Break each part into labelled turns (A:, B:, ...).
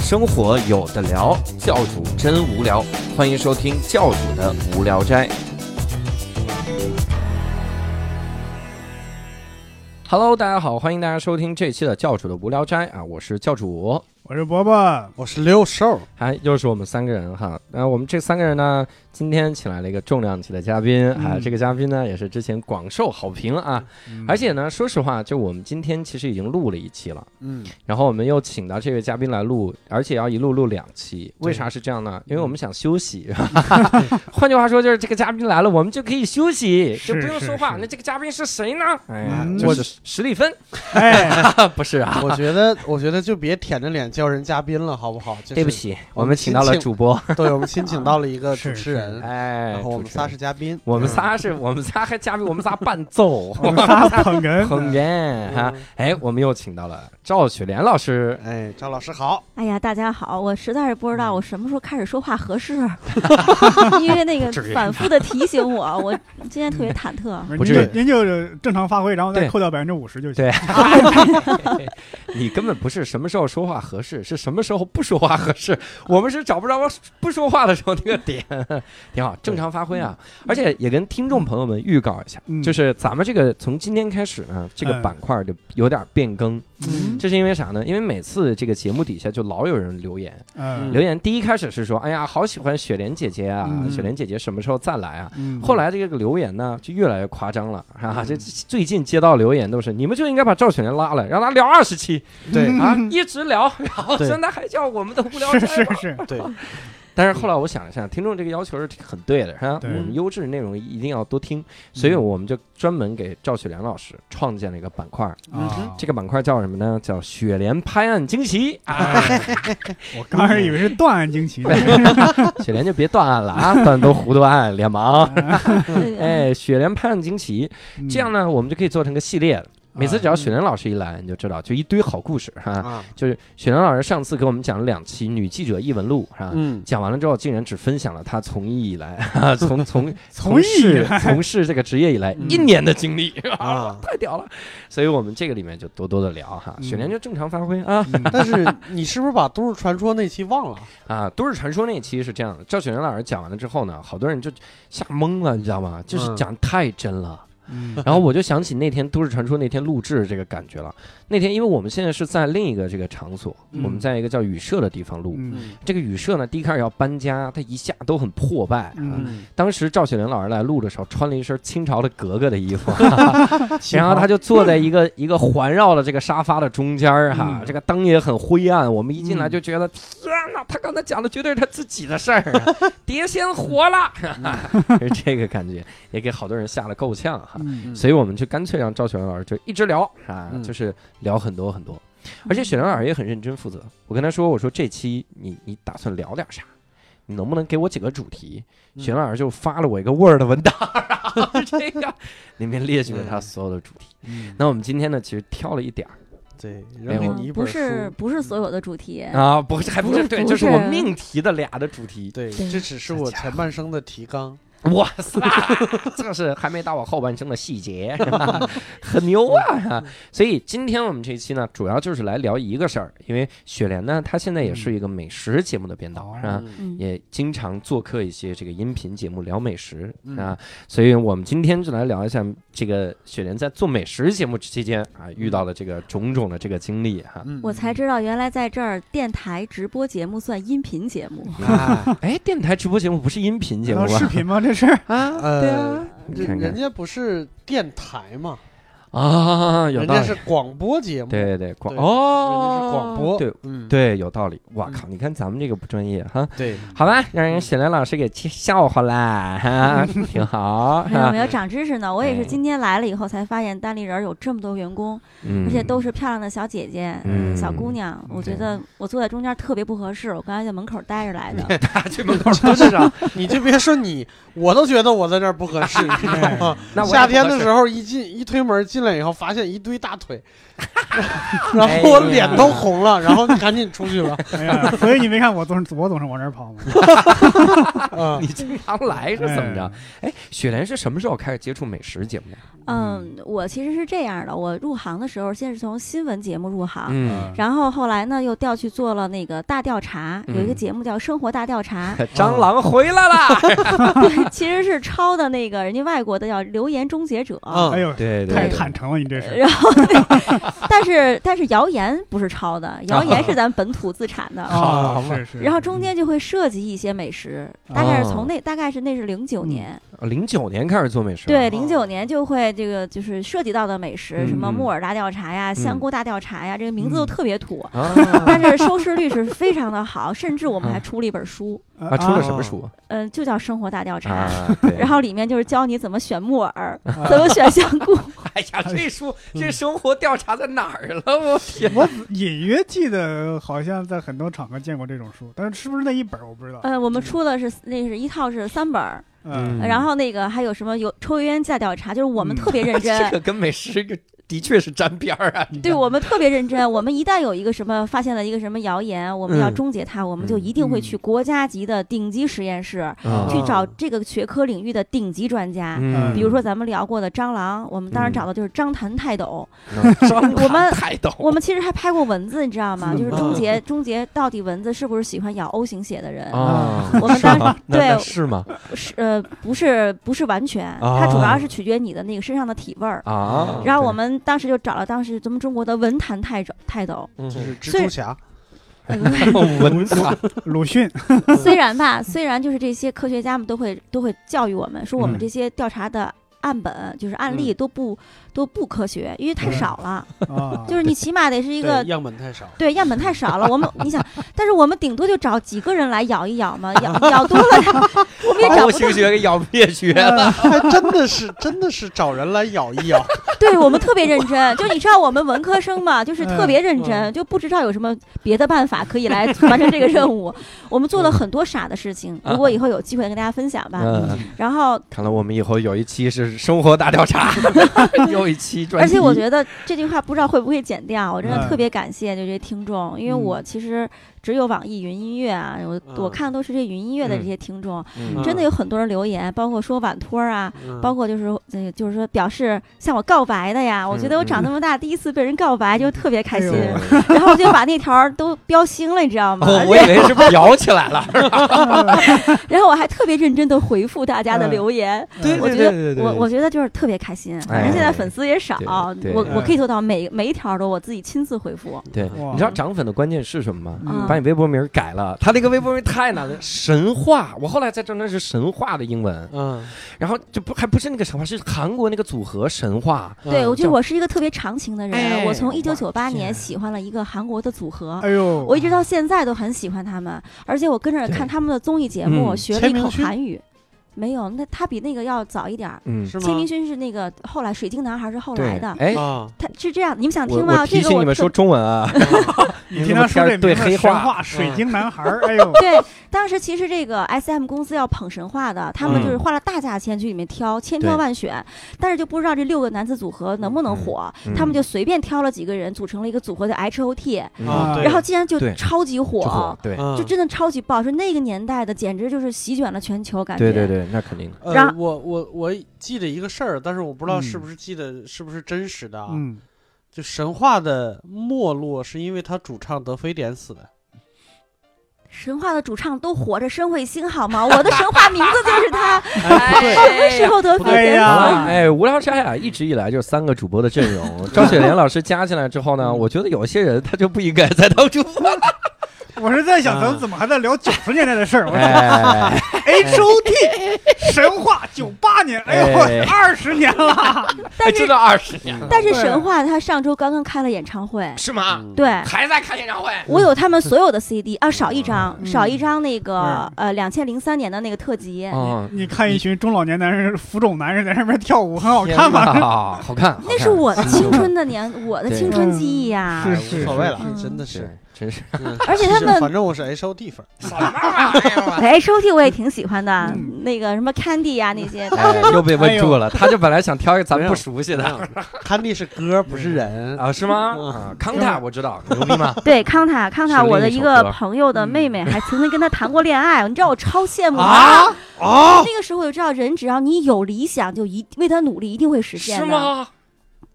A: 生活有的聊，教主真无聊，欢迎收听教主的无聊斋。Hello，大家好，欢迎大家收听这期的教主的无聊斋啊，我是教主。
B: 我是伯伯，
C: 我是六兽，
A: 哎，又是我们三个人哈。那我们这三个人呢，今天请来了一个重量级的嘉宾啊。
B: 嗯
A: 这个嘉宾呢，也是之前广受好评啊。而且呢，说实话，就我们今天其实已经录了一期了，
C: 嗯，
A: 然后我们又请到这位嘉宾来录，而且要一录录两期。为啥是这样呢？因为我们想休息。 换句话说，就是这个嘉宾来了，我们就可以休息，就是不用说话。
B: 是是
A: 那这个嘉宾是谁呢？哎呀，
B: 嗯
A: 就是史蒂 芬
B: 哎，
A: 啊， 不是啊，
C: 我觉得，我觉得就别舔着脸叫人嘉宾了，好不好？就是
A: 对不，起，
C: 我
A: 我们
C: 们
A: 请到了
C: 请
A: 主播，
C: 对我们新请到了一个
B: 是
C: 主持
B: 是
C: 人，
A: 哎，
C: 然后我们
A: 主持人
C: 仨是嘉宾，
A: 我们
C: 嗯
A: 仨是我们仨还嘉宾，我们仨伴 奏，
B: 我们仨捧 哏，
A: 捧
C: 嗯
A: 哏哈。哎，我们又请到了赵雪莲老师。
C: 哎，赵老师好，
D: 哎呀，大家好，我实在是不知
A: 嗯
D: 道我什么时候开始说话 合适，因为那个
B: 至于
D: 反复的提醒我，我今天特
A: 嗯
D: 别忐 忑。
B: 不是
A: 不至
B: 您
A: 于
B: 就您就正常发挥，然后再
A: 对
B: 扣掉百分之五十就行
A: 对。你根本不是什么时候说话合适，是什么时候不说话合适。我们是找不着不说话的时候那个点， 挺好，正常发挥啊。而且也跟听众朋友们预告一下，
B: 嗯
A: 就是咱们这个从今天开始呢，这个
B: 嗯
A: 板块就有点变更。
B: 嗯
A: 这是因为啥呢？因为每次这个节目底下就老有人留言，
B: 嗯
A: 留言第一开始是说：“哎呀，好喜欢雪莲姐姐啊！
B: 嗯
A: 雪莲姐姐什么时候再来啊？”
B: 嗯
A: 后来这个留言呢，就越来越夸张了啊！这最近接到留言都是，你们就应该把赵雪莲拉来，让她聊二十期
C: 对
A: 啊，一直聊，然后
C: 对
A: 现在还叫我们的无聊斋
B: 是是
A: 吗
B: 是，
C: 对，
A: 但是后来我想了想，听众这个要求是很对的，是吧？我
B: 对
A: 们优质内容一定要多听，所以我们就专门给赵雪莲老师创建了一个板块，
C: 嗯哼
B: 啊
A: 这个板块叫什么呢？叫“雪莲拍案惊奇”啊。
B: 我刚开始以为是断案惊奇呢，
A: 雪莲就别断案了啊，断都胡断案，脸盲。
D: 对嗯
A: 哎，雪莲拍案惊奇，
B: 嗯
A: 这样呢，我们就可以做成个系列了。每次只要雪莲老师一来，你就知道，就一堆好故事哈、
C: 啊，
A: 就是雪莲老师上次给我们讲了两期《女记者异闻录》哈、
C: 嗯，
A: 讲完了之后，竟然只分享了她从医以来， 哈， 从从
B: 从医以
A: 事
B: 来
A: 从事这个职业以来、
C: 嗯
A: 一年的经历 啊
C: 啊，
A: 太屌了！所以我们这个里面就多多的聊哈，
B: 嗯
A: 雪莲就正常发挥啊。
B: 嗯
C: 但是你是不是把《都市传说》那期忘了？
A: 啊，都市传说那一期是这样的，赵雪莲老师讲完了之后呢，好多人就吓懵了，你知道吗？就是
C: 嗯
A: 讲太真了。
B: 嗯
A: 然后我就想起那天都市传说那天录制这个感觉了。那天因为我们现在是在另一个这个场所，
B: 嗯
A: 我们在一个叫旅社的地方录。
B: 嗯
A: 这个旅社呢，第一开始要搬家，它一下都很破败啊。
B: 嗯
A: 当时赵雪莲老师来录的时候，穿了一身清朝的格格的衣 服， 然后他就坐在一个一个环绕的这个沙发的中间儿哈，
B: 嗯
A: 这个灯也很灰暗。我们一进来
B: 嗯
A: 就觉得，天哪，他刚才讲的绝对是他自己的事儿啊， 碟仙活了， 是这个感觉，也给好多人吓得够呛哈。
B: 嗯
C: 嗯
A: 所以我们就干脆让赵雪莲老师就一直聊啊，
C: 嗯
A: 就是聊很多很多。而且雪莲老师也很认真负责，我跟他说，我说这期你你打算聊点啥？你能不能给我几个主题？
C: 嗯
A: 雪莲老师就发了我一个 Word 文档，然 后这个里面列举了他所有的主题。
C: 嗯，
A: 那我们今天呢，其实挑了一点儿
C: 对，
A: 哎
C: 扔给
A: 我
C: 你一
D: 嗯不
C: 本
D: 是
C: 书，嗯
D: 不是所有的主题，
A: 啊，不是还不是
D: 不
A: 对，
D: 不
A: 这是我
D: 是
A: 命题的俩的主题。
C: 对，
D: 对
C: 这只是我前半生的提纲，
A: 哇塞， 这是还没到我后半生的细节，是吧很牛啊！所以今天我们这期呢，主要就是来聊一个事儿，因为雪莲呢，她现在也是一个美食节目的编导，
B: 哦
A: 是吧？
C: 嗯
D: 嗯，
A: 也经常做客一些这个音频节目聊美食、
C: 嗯
A: 啊，所以我们今天就来聊一下这个雪莲在做美食节目期间啊遇到的这个种种的这个经历哈。
C: 嗯
D: 我才知道原来在这儿电台直播节目算音频节目，
C: 啊，
A: 哎，电台直播节目不是音频节目
B: 然后视
A: 吧？
B: 频吗？这是
A: 啊，对
C: 呃
A: 啊，，你看看
C: 人人家不是电台嘛，
A: 啊，有
C: 人
A: 道理
C: 家。是广播节目，
A: 对对，广
C: 对
A: 哦，
C: 人家是广播
A: 对
C: 嗯，
A: 对，有道理。哇
C: 嗯
A: 靠，你看咱们这个不专业 哈。
C: 对，
A: 好吧，让人雪莲老师给气笑话啦， 哈，挺好
D: 没有
A: 哈
D: 没。有长知识呢。我也
A: 哎
D: 是今天来了以后才发现单立人有这么多员工，
A: 嗯
D: 而且都是漂亮的小姐姐、
A: 嗯
D: 小姑娘。我觉得我坐在中间特别不合适，我刚才在门口待着来的。
A: 他去门 口都是啥？
C: 你就别
B: 哎
C: 说你，我都觉得我在这儿不合适，你知道吗？
A: 那我也
C: 夏天
A: 不合
C: 的
A: 适
C: 时候一进一推门进进来以后，发现一堆大 腿，然
D: 哎
C: 后我脸都红了，然后赶紧出 去了。
B: 哎呀，所以你没看我总是我总是往这儿跑吗？
C: 嗯
A: 你经常来是怎么着？哎，雪莲是什么时候开始接触美食节目的？
D: 嗯，我其实是这样的，我入行的时候先是从新闻节目入行。
A: 嗯，
D: 然后后来呢，又调去做了那个大调查，有一个
A: 嗯》，
D: 节目叫《生活大调查
A: 蟑螂回来了。
D: 其实是抄的那个人家外国的叫《留言终结者》
A: 哦
C: 嗯，
B: 哎 呦，
A: 对哎
B: 太
A: 对，
B: 坦诚了，你这是。
D: 然后， 但是但是谣言不是抄的，谣言是咱本土自产 的。
A: 哦
B: 啊，
C: 好
B: 是是。
D: 然后中间就会涉及一些美食，
A: 哦
D: 大概是从那大概是那是零九年，
A: 零九年开始做美食。
D: 对，零九年就会这个就是涉及到的美食，
A: 嗯
D: 什么
A: 嗯
D: 木耳大调查呀、香菇大调查呀，这个名字都
B: 嗯
D: 特别土。
A: 啊
D: 但是收视率是非常的好，甚至我们还出了一本书，
A: 啊，
B: 啊
A: 出了什么书
D: 嗯、就叫《生活大调查》
A: 啊？对
D: 然后里面就是教你怎么选木耳，
B: 啊
D: 怎么选香菇。
A: 哎呀，这书这生活调查在哪儿了？我 天！
B: 我隐约记得好像在很多场合见过这种书，但是是不是那一本我不知道。
D: 呃，我们出的是那是一套是三本儿，呃
B: 嗯，
A: 嗯
D: 然后那个还有什么有抽油烟机调查，就是我们
B: 嗯
D: 特别认
A: 这
D: 真，
A: 个跟美食个的确是沾边儿啊。
D: 对我们特别认真。我们一旦有一个什么发现了一个什么谣言，我们要
A: 嗯
D: 终结它，我们就
A: 嗯
D: 一定会
B: 嗯
D: 去国家级的顶级实验室，
A: 啊
D: 去找这个学科领域的顶级专家。
A: 嗯
D: 比如说咱们聊过的蟑螂，我们当时
A: 嗯
D: 找的就是张谭泰斗。
A: 张
D: 我们
A: 太懂，
D: 我们其实还拍过蚊子，你知道吗？就是
C: 嗯
D: 终结终结到底蚊子是不是喜欢咬 O 型血的 人？
A: 啊，
D: 我们当时
A: 是吗那
D: 对
A: 那是吗？
D: 是呃不是不是完全，它主要是取决你的那个身上的体味儿。
A: 啊，
D: 然后我们当时就找了当时咱们中国的文坛泰斗泰斗，
A: 对
C: 就是
D: 所
C: 蜘
D: 以
C: 蛛侠，
A: 文采
B: 鲁迅，
D: 虽然吧，虽然就是这些科学家们都会都会教育我们说我们
B: 嗯
D: 这些调查的案本就是案例都不都不科学，因为太
B: 嗯
D: 少了，
B: 啊，
D: 就是你起码得是一个
C: 对样本太少。
D: 对样本太少了，我们你想，但是我们顶多就找几个人来咬一咬嘛，咬咬多了，我们也
A: 凹
D: 找不到
A: 型。学给咬灭绝 了，
C: 还真的是真的是找人来咬一咬，
D: 对我们特别认真，就你知道我们文科生嘛，就是特别认真，就不知道有什么别的办法可以来完成这个任务。我们做了很多傻的事情，如果以后有机会跟大家分享吧。
A: 嗯，
D: 然后，
A: 看来我们以后有一期是生活大调 查，又一期专
D: 而
A: 题。
D: 且我觉得这句话不知道会不会剪掉，我真的
B: 嗯
D: 特别感谢就这些听众，因为我其实只有网易云音乐啊，我我
C: 嗯
D: 看的都是这云音乐的
A: 嗯
D: 这些听众，
A: 嗯
D: 真的有很多人留言，包括说晚托啊，包
C: 括
D: 括就是呃，就是说表示向我告白的呀，我
A: 嗯
D: 觉得我长那么大第一次被人告白，就特别开心，
B: 哎呦
D: 然后我就把那条儿都标星了，你知道吗？
A: 哦，我以为是摇起来了，
B: 啊
D: 然后我还特别认真的回复大家的
B: 嗯
D: 留言，
A: 对
D: 我
A: 对
D: 觉
A: 对对
D: 得
A: 对，
D: 我我觉得就是特别开心，反
A: 哎
D: 正现在粉丝也少，
A: 对嗯
D: 我
A: 对
D: 我可以做到每每一条儿都我自己亲自回复，
A: 对，
B: 哇
A: 你知道涨粉的关键是什么吗？
D: 嗯
A: 把你微博名改了，他那个微博名太难了，神话。我后来才知道那是神话的英文，
C: 嗯，
A: 然后就不还不是那个神话，是韩国那个组合神话。
C: 嗯
D: 对我觉得
A: 叫
D: 我是一个特别长情的人，
A: 哎
D: 我从一九九
A: 天啊
D: 八年喜欢了一个韩国的组合。
B: 哎呦，
D: 我一直到现在都很喜欢他们，而且我跟着看他们的综艺节目，
A: 嗯
D: 学了
C: 签
D: 一口
C: 名勋
D: 韩语。没有，那他比那个要早一点儿。
A: 嗯，
C: 是
D: 签名
C: 吗？
D: 勋是那个后来水晶男孩是后来
A: 对
D: 的，，
A: 哎，
C: 啊，
D: 他是这样。你们想
A: 我
D: 听吗？
A: 我
D: 这
A: 提
D: 个
A: 醒你
D: 我
A: 们
D: 特，
A: 说中文啊，
B: 你听他说这名字
A: 对黑
B: 神
A: 话
B: 话水晶男孩儿，哎呦
D: 对，当时其实这个 S M 公司要捧神话的，他们就是花了大价钱去里面挑，千挑
A: 嗯对
D: 万选，但是就不知道这六个男子组合能不能火，
A: 嗯
D: 他们就随便挑了几个人组成了一个组合叫 H O T，
B: 啊
C: 嗯对嗯
D: 然后竟然就
A: 对
D: 超级
A: 嗯就火
D: 火，，
A: 对
D: 就真的超级爆，是那个年代的，简直就是席卷了全球，感觉。
A: 对对对，那肯定的。
C: 呃
D: 然后
C: 我我我记得一个事儿，但是我不知道
B: 嗯
C: 是不是记得是不是真实的啊？
B: 嗯，
C: 就神话的没落是因为他主唱得非典死的。
D: 神话的主唱都活着，申慧星好吗？我的神话名字就是他，
A: 哎
D: 什么时候得肺
B: 哎
D: 炎
B: 呀
A: 好了，
B: 啊
A: 哎，无聊斋啊，一直以来就是三个主播的阵容。 张雪莲老师加进来之后
D: 嗯
A: 呢，我觉得有些人他就不应该再当主播了。
B: 我是在想，
C: 啊
B: 咱们怎么还在聊九十年代的事儿？我说
A: 哎，
B: H O T 神话九八年，哎
A: 哎
B: 呦，我二十年了，
D: 但
A: 真
D: 是
A: 的二十年了，
D: 但是神话他上周刚刚开了演唱会，
A: 是吗？
C: 嗯，
D: 对
A: 还在看演唱会？
D: 我有他们所有的 CD 啊，少一张，
B: 嗯
D: 少一张那个
B: 嗯
D: 呃两千零三年的那个特辑，
A: 嗯，
B: 你看一群中老年男人、浮肿男人在上面跳舞，很好看吧？
A: 吧？好看，
D: 那是我的青春的年，我的青春记忆呀。
B: 是
C: 哎
B: 是
C: 无所谓
B: 是
C: 了，
D: 嗯
C: 真的
A: 是
C: 是。
A: 真 是
C: 嗯
D: 而且
C: 其
D: 他
C: 实
D: 们
C: 反正我是 H O D 粉儿，嗯
D: 哎，HOT 我也挺喜欢的，
B: 嗯
D: 那个什么 Candy 呀、那些，
A: 哎又被问住了。他就本来想挑一个咱
C: 没
A: 们
C: 有
A: 不熟悉的
C: 看地是歌不是人，
A: 啊，是吗？
C: 嗯
A: 啊，康塔我知道，牛逼 吗？
D: 对康塔，康塔，
A: 是
D: 我
A: 另
D: 的
A: 一
D: 一
A: 首
D: 个
A: 歌嗯
D: 朋友的妹妹还曾经跟他谈过恋爱，你知道我超羡慕
A: 啊
D: 他。那个时候我就知道，人只要你有理想，就一为他努力，一定会实现
A: 是
D: 的。
A: 吗？啊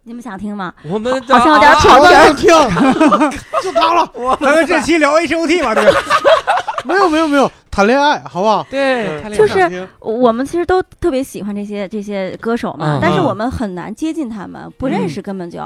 D: 你们想听吗？
A: 我们
D: 好像有点
A: 丑。
D: 吵
C: 我
D: 着
C: 要听， 就他了。
B: 咱们这期聊 HOT 吧，对吧？
C: 没有没有没有，谈恋爱好不好？嗯
A: 对，太厉害
D: 嗯就是
C: 想听
D: 我们其实都特别喜欢这些这些歌手
A: 嗯
D: 嘛，
A: 嗯
D: 但是
C: 嗯
D: 我们很难接近他们，不认识根本就。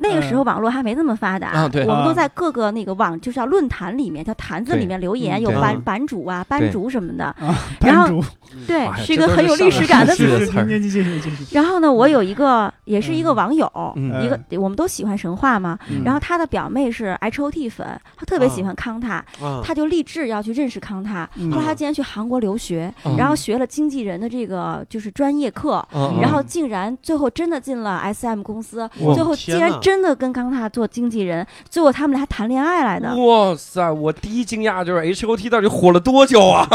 D: 那个时候网络还没那么发达，
A: 啊对
D: 我们都
B: 啊
D: 在各个那个网就是叫论坛里面、叫坛子
A: 对
D: 里面留
B: 嗯
D: 言，有
A: 对
D: 版
C: 嗯
D: 版主啊、班
A: 对啊
D: 主什么的， 然后
B: 班主，
D: 对
A: 哇，
D: 是
A: 哎这
D: 一个
A: 都
D: 很
A: 是
D: 有
A: 上
D: 历史
A: 个
D: 感的
A: 世纪
D: 词。
A: 的
B: 继续继续继续继续。
D: 然后呢，我有一个也是一个网友。
A: 嗯
B: 嗯
D: 一个我们都喜欢神话嘛，
A: 嗯
D: 然后他的表妹是 H O T 粉，她特别喜欢康塔，
C: 啊，
D: 她就立志要去认识康塔。
B: 嗯
D: 后来她竟然去韩国留学，
A: 嗯
D: 然后学了经纪人的这个就是专业课，
A: 嗯
D: 然后竟然最后真的进了 S M 公司，
A: 哇
D: 最后
C: 天
D: 竟然
C: 哪
D: 真的跟康塔做经纪人，最后他们俩还谈恋爱来的，
A: 哇塞！我第一惊讶就是 H O T 到底火了多久啊？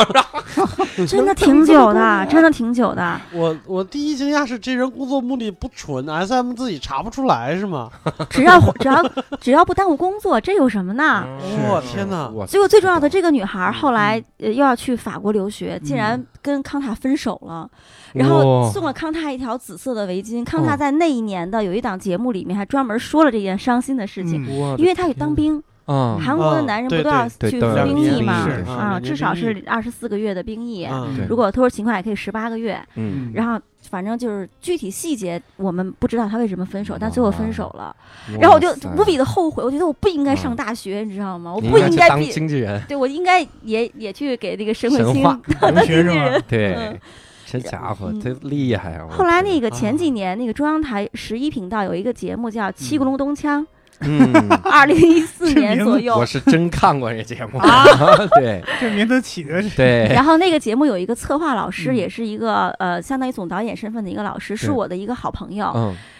D: 真的挺久的，真的挺久的。
C: 我我第一惊讶是这人工作目的不纯，S M 自己查不出来是吗？
D: 只要只要只要不耽误工作，这有什么呢？
C: 我天哪！
A: 我
D: 结果最重要的，这个女孩儿
A: 嗯
D: 后来呃又要去法国留学，竟然跟康塔分手了，然后
A: 哇哦
D: 送了康塔一条紫色的围巾。康塔在那一年的有一档节目里面还专门说了这件伤心的事情，
B: 嗯
A: 我
D: 因为他去当兵，
A: 啊
D: 韩国的
C: 嗯
D: 男人
C: 对
D: 不都要
A: 对
D: 去
A: 对
D: 服
A: 两
D: 兵
A: 年
D: 役嘛
A: 兵役？
B: 是
A: 对
D: 啊，
C: 两年
D: 至少
C: 兵役
A: 嗯
D: 是二十四个月的兵役，
B: 嗯
C: 啊
A: 对
D: 如果特殊情况也可以十八个月。
A: 哦嗯，
D: 然后反正就是具体细节我们不知道他为什么分手，但最后分手了。
A: 哇
D: 然后我就
A: 塞
D: 无比的后悔，我觉得我不应该
A: 啊
D: 上大学，你知道吗？我
A: 你
D: 不应
A: 去
D: 该
A: 当
D: 毕
A: 经纪人，
D: 对我应该也也去给那个沈
A: 神
D: 慧清
A: 话
D: 当
B: 留
D: 经纪
B: 学是吗
D: 人。
A: 对
D: 嗯，
A: 这家伙
D: 嗯
A: 这厉害啊！我
D: 后来
A: 天
D: 那
B: 哦
D: 个前几年，那个中央台十一频道有一个节目叫《七个隆 咚锵》，
A: 嗯，
D: 二零一四
B: 这
D: 年
B: 名
D: 左
B: 字
D: 右
A: 我。是真看过这节目，
D: 啊
A: 对
B: 这名字起的是
A: 对，
D: 然后那个节目有一个策划老师，
B: 嗯
D: 也是一个呃，相当于总导演身份的一个老师，是
A: 对
D: 我的一个好朋友。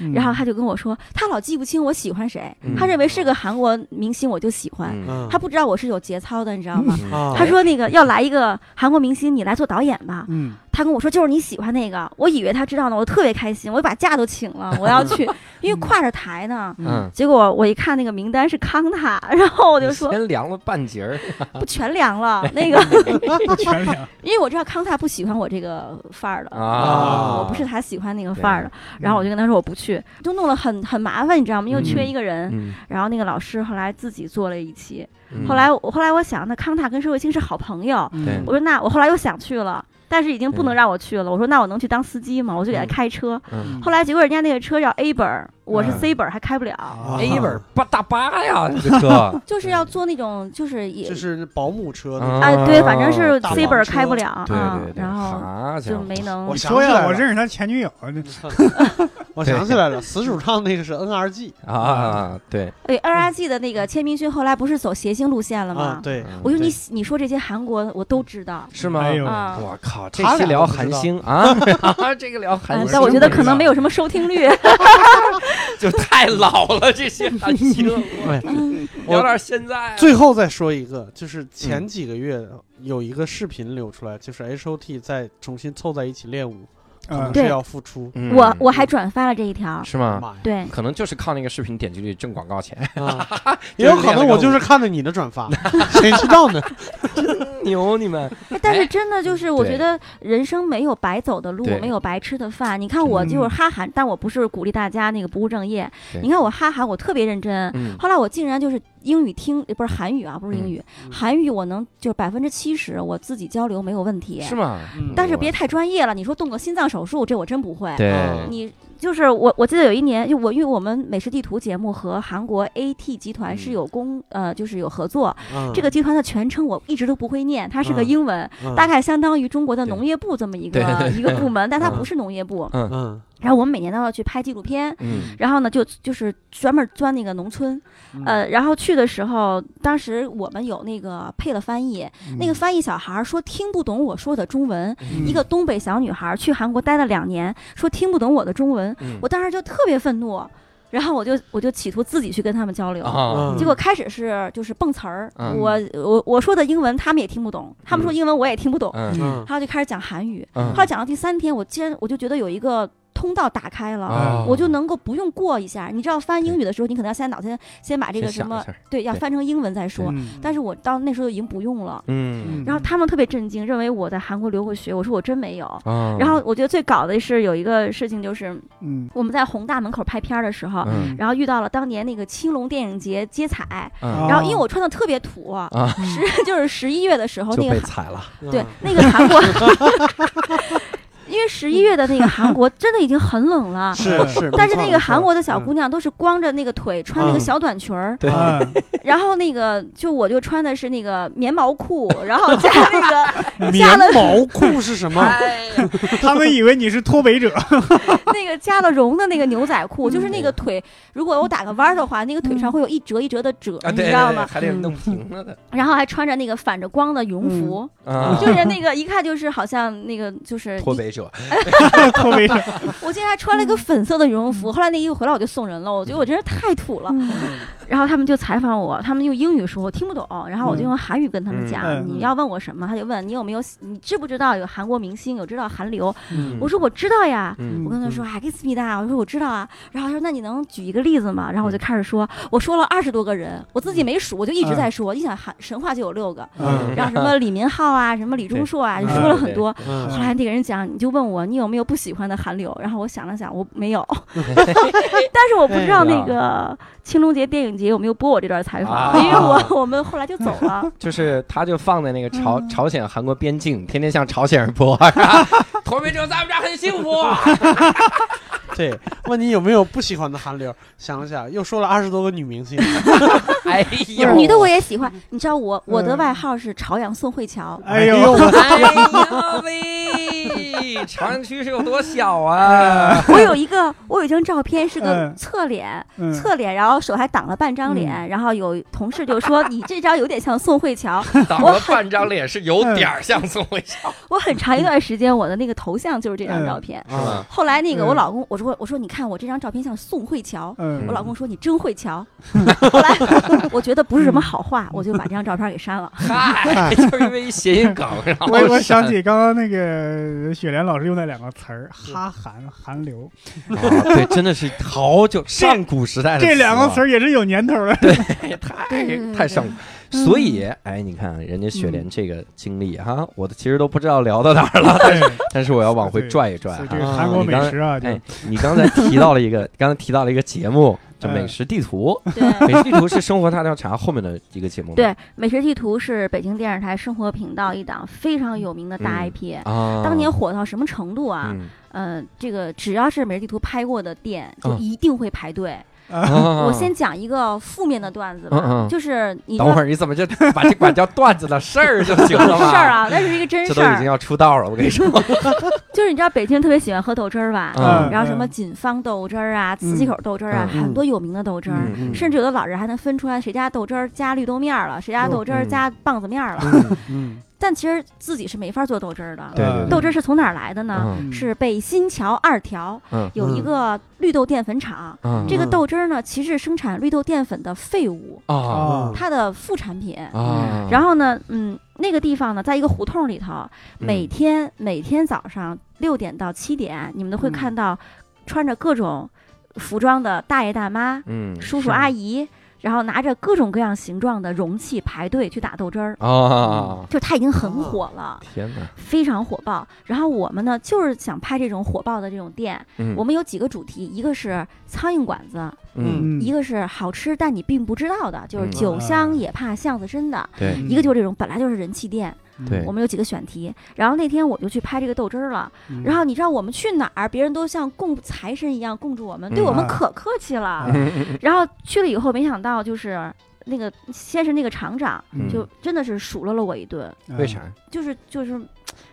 A: 嗯，
D: 然后他就跟我说，他老记不清我喜欢谁，
A: 嗯
D: 他认为是个韩国明星我就喜欢，
A: 嗯
C: 嗯
D: 他不知道我是有节操的，你知道吗？
A: 嗯
C: 啊，
D: 他说那个要来一个韩国明星，你来做导演吧。
B: 嗯，
D: 他跟我说就是你喜欢那个，我以为他知道呢，我特别开心，我就把假都请了，我要去，因为跨着台呢。
A: 嗯，
D: 结果我一看那个名单是康塔， 然后我
A: 我
D: 就说
A: 先凉了半截儿，
D: 不全凉了，那个，
B: 不全凉，
D: 因为我知道康塔不喜欢我这个范儿的
A: 啊
D: 呃我不是他喜欢那个范儿的，然后我就跟他说我不去，就弄了很很麻烦，你知道吗？因为缺一个人，
A: 嗯，
D: 然后那个老师后来自己做了一期，
A: 嗯
D: 后来我后来我想，那康塔跟社会清是好朋友，
A: 对
D: 我说那我后来又想去了，但是已经不能
A: 嗯
D: 让我去了。我说那我能去当司机吗？我就给他
A: 嗯
D: 开车。
A: 嗯
D: 后来结果人家那个车叫 A 本儿，我是
B: 嗯
D: C 本儿，还开不了，
C: 啊
A: ，A 哎本八大巴 呀，这个车
D: 就是要坐那种就是也
C: 就是保姆车那种。
D: 啊，对，反正是
C: 大
D: C
C: 黄
D: 本儿
C: 车
D: 开不了啊
A: 对对，对，
D: 然后
A: 好家
D: 就
A: 伙
D: 没能
C: 我。想
B: 说
C: 起来
B: 呀，我
C: 了
B: 认识他前女友，这
C: 我想起来了，死主唱那个是 N R G
A: 啊，对，
D: 对 N R G 的那个签名勋后来不是走谐星路线了
C: 啊
D: 吗，？
C: 对，
D: 我说
A: 嗯
D: 你你说这些韩国我都知道
A: 是吗？
B: 哎呦
D: 啊。
A: 我靠，这
C: 他
A: 期
C: 俩
A: 聊
C: 都不知
A: 韩
C: 道
A: 星啊，啊这个聊韩
D: 嗯，
A: 星，
D: 但我觉得
B: 不
D: 可
B: 知
D: 能
B: 道
D: 没有什么收听率。
A: 就太老了，这些韩 星，我聊点现在啊。
C: 最后再说一个，就是前几个月有一个视频流出来，就是 H O T 再重新凑在一起练舞，可
B: 啊
C: 能
D: 对
C: 是要复出。
A: 嗯
D: 我我还转发了这一条，
A: 是吗？
C: 妈呀！
D: 对，
A: 可能就是靠那个视频点击率挣广告钱，
C: 啊也有可能我就是看着你的转发， 谁知道 呢？
A: 牛你们
D: 哎但
A: 哎
D: 是真的就是，我
A: 对
D: 觉得人生没有白走的路
A: 对，
D: 没有白吃的饭。你看我
B: 嗯
D: 就是哈韩，但我不是鼓励大家那个不务正业
A: 对。
D: 你看我哈韩，我特别认真。
A: 嗯
D: 后来我竟然就是英语听，不是韩语啊，不是英语，
C: 嗯
D: 韩语我能就是百分之七十我自己交流没有问题。
A: 是吗？
C: 嗯
D: 但是别太专业了，你说动个心脏手术，这我真不会。
A: 对
C: 嗯
D: 你就是我，我记得有一年，就我因为我们美食地图节目和韩国 AT 集团是
C: 嗯
D: 有公、呃，就是有合作。
C: 嗯
D: 这个集团的全称我一直都不会念，它是个
C: 嗯
D: 英文，
C: 嗯
D: 大概相当于中国的农业部这么一个
A: 对对对
D: 一个部门，但它
C: 嗯
D: 不是农业部。
C: 嗯
D: 然后我们每年都要去拍纪录片，
A: 嗯
D: 然后呢就就是专门钻那个农村，呃，然后去的时候，当时我们有那个配了翻译，
B: 嗯
D: 那个翻译小孩儿说听不懂我说的中文，
B: 嗯
D: 一个东北小女孩儿去韩国待了两年，说听不懂我的中文，
A: 嗯
D: 我当时就特别愤怒。然后我就我就企图自己去跟他们交流。
A: 啊
C: 嗯
D: 结果开始是就是蹦词儿，
A: 嗯
D: 我我我说的英文他们也听不懂，他们说英文我也听不懂，
A: 嗯
C: 嗯
D: 然后就开始讲韩语。
A: 嗯
D: 后来讲到第三天，我竟然我就觉得有一个通道打开了。
A: 啊
D: 我就能够不用过一下，你知道翻英语的时候，你可能要先脑先先把这个
A: 先
D: 什
A: 想一
D: 么
A: 下儿
D: 对要
A: 对
D: 翻成英文再说。
B: 嗯
D: 但是我到那时候已经不用了，
A: 嗯
B: 嗯
D: 然后他们特别震惊，认为我在韩国留过学，我说我真没有。
A: 啊
D: 嗯然后我觉得最搞的是有一个事情，就是
B: 嗯
D: 我们在宏大门口拍片儿的时候，
A: 嗯
D: 然后遇到了当年那个青龙电影节接彩，
A: 嗯
D: 然后因为我穿的特别土，
A: 啊
D: 十 就是十一月的时候
A: 就
D: 那
A: 被
D: 个
A: 踩了，
C: 嗯
D: 对那个韩 国，因为十一月的那个韩国真的已经很冷了。
A: 嗯
C: 是是，
D: 啊但是
C: 没
D: 那
C: 错
D: 个韩，国的小
C: 嗯
D: 姑娘都是光着那个腿穿那个
C: 嗯
D: 小短裙儿，
A: 对
B: 啊
D: 然后那个就我就穿的是那个棉毛裤，然后加那个
C: 没错
D: 加
C: 棉
D: 了
C: 毛裤是什 么？
D: 哎呀，
B: 他们以为你是脱北者，
D: 那个加了绒的那个牛仔裤，就是那
A: 嗯
D: 个腿，如果我打个弯儿的话，那个腿上会有一折一折的褶，
A: 啊
D: 你
A: 对
D: 知道
A: 对
D: 吗？
A: 还得弄平了的
D: 然后还穿着那个反着光的绒服，
A: 啊
D: 嗯就。是那个一看就是好像那个就是
A: 脱，北者，
B: 脱北者。
D: 我竟然还穿了一
A: 嗯
D: 个粉色的羽绒服。后来那衣服回来我就送人了，我觉得我真是太土了。
A: 嗯
D: 然后他们就采访我，他们用英语说，我听不懂，
A: 嗯
D: 然后我就用韩语跟他们讲，
B: 嗯
D: 你要问我什么，他就问你有没有，你知不知道有韩国明星，有知道韩流？
A: 嗯
D: 我说我知道呀。
A: 嗯
D: 我跟他说啊，给思密达，我说我知道啊，然后他说那你能举一个例子吗？然后我就开始说，
A: 嗯
D: 我说了二十多个人，我自己没数，我就一直在说，一想韩神话就有六个，
A: 嗯
D: 然后什么李民浩啊，什么李 钟硕啊，就说了很多。
C: 嗯
D: 后来那个人讲，你就问我你有没有不喜欢的韩流，然后我想了想，我 没有，但是我不知道那个青龙节电影节有没有播我这段采访，
A: 啊
D: 因为我我们后来就走了。
A: 就是他就放在那个朝
D: 嗯
A: 朝鲜韩国边境，天天向朝鲜人播， 是吧脱北者在我们这儿很幸福。
C: 对，问你有没有不喜欢的韩流？想了想，又说了二十多个女 明星，
A: 哎呦，
D: 女的我也喜欢，你知道我我
B: 嗯
D: 的外号是朝阳宋慧乔，
B: 哎呦，
A: 哎呀喂，朝阳区是有多小 啊？
D: 我有一个，我有一张照片是个
B: 嗯
D: 侧脸，
B: 嗯
D: 侧脸，然后手还挡了半张脸，然后有同事就说你这张有点像宋慧乔。
A: 挡了半张脸是有点儿像宋慧乔，
D: 我很长一段时间我的那个头像就是这张照 片。
A: 是
C: 啊
A: 吗？
D: 后来那个
B: 嗯
D: 我老公我说我说你看我这张照片像宋慧乔。
B: 嗯
D: 我老公说你真会瞧，后来我觉得不是什么好话，我就把这张照片给删了。
A: 嗨，就是因为一谐音梗，然后
B: 我我想
A: 闪
B: 起刚刚那个雪莲老师用那两个词儿，哈韩、韩流，
A: 啊，对，真的是好久上古时代的
B: 这两个
A: 啊哎
B: 词儿也是有年头的。
A: 太太上古。所以，
B: 嗯
A: 哎，你看人家雪莲这个经历哈，我其实都不知道聊到哪儿了，
B: 对，
A: 但是我要往回拽一拽
B: 所以
A: 哈
B: 这。个韩国
A: 你
B: 美
A: 刚才
B: 食啊，就
A: 哎，你刚才提到了一 个，刚才提到了一个节目，叫
B: 哎
A: 《美食地图
D: 对》。
A: 美食地图是《生活大调查》后面的一个节目吗。
D: 对，美食地图是北京电视台生活频道一档非常有名的大
A: 嗯
D: IP，
A: 啊，
D: 当年火到什么程度啊？
A: 嗯
D: 呃，这个只要是每日地图拍过的店，就
A: 嗯
D: 一定会排队。
A: 啊
D: 我先讲一个负面的段子吧，
A: 嗯嗯
D: 就是你 知
A: 等
D: 道
A: 会儿，你怎么就把这管叫段子的事儿就行了吗？
D: 事儿啊，那是一个真
A: 这
D: 事
A: 都已经
D: 儿，
A: 要出道了，我跟你说。
D: 就是你知道北京人特别喜欢喝豆汁儿吧？
A: 嗯
D: 然后什么锦芳豆汁儿啊、磁器口豆汁儿啊，
A: 嗯
D: 很多有名的豆汁儿。
A: 嗯嗯
D: 甚至有的老人还能分出来谁家豆汁儿加绿豆面儿了，谁家豆汁儿
A: 嗯
D: 加棒子面儿了。
C: 嗯
D: 但其实自己是没法做豆汁儿的。
A: 对对对
D: 豆汁儿是从哪儿来的呢？
A: 嗯
D: 是北新桥二条
A: 嗯
D: 有一个绿豆淀粉厂，
A: 嗯
D: 这个豆汁儿呢，其实是生产绿豆淀粉的废物，
A: 啊
B: 啊，
D: 它的副产品。
A: 啊，
D: 然后呢，嗯，那个地方呢，在一个胡同里
A: 嗯
D: 头，每天、每天早上六点到七点，你们都会
B: 嗯
D: 看到穿着各种服装的大爷大妈、
A: 嗯
D: 叔叔阿姨，然后拿着各种各样形状的容器排队去打豆汁儿。
A: 啊，
D: 就它已经很火了，
A: 天哪，
D: 非常火爆。然后我们呢，就是想拍这种火爆的这种店。
A: 嗯
D: 我们有几个主题，一个是苍蝇馆子，
A: 嗯
B: 嗯
D: 一个是好吃但你并不知道的，就是
A: 嗯
D: 酒香也怕巷子深的，
A: 对
D: 一个就是这种本来就是人气店。
A: 对
B: 嗯
D: 我们有几个选题，然后那天我就去拍这个豆汁儿了。
A: 嗯
B: 嗯
D: 然后你知道我们去哪儿，别人都像供财神一样供着我们，
A: 嗯
D: 对我们
B: 啊
D: 可客气了。
A: 嗯
D: 然后去了以后，没想到就是那个先是那个厂长，
A: 嗯
D: 就真的是数落了我一顿，
B: 嗯
A: 为啥？
D: 就是就是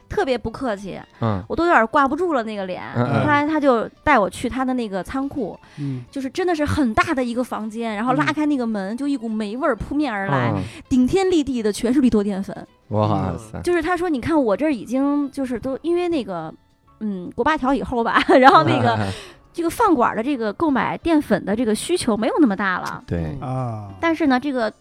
D: 特别不客气，
A: 嗯
D: 我都有点挂不住了那个脸。
A: 嗯
D: 后
A: 嗯
D: 来他就带我去他的那个仓库，
B: 嗯？
D: 就是真的是很大的一个房间，然后拉开那个门，就一股霉味儿扑面而来，
A: 嗯，
D: 顶天立地的全是绿豆淀粉。
A: 哇塞，
D: 就是他说，你 看我这儿已经就是都因为那个，嗯，国八条以后吧，然后那个
A: 个
D: 这个饭馆的这个购买淀粉的这个需求没有那么大了，
C: 嗯
A: 对，
B: 啊，
D: 但是呢，这个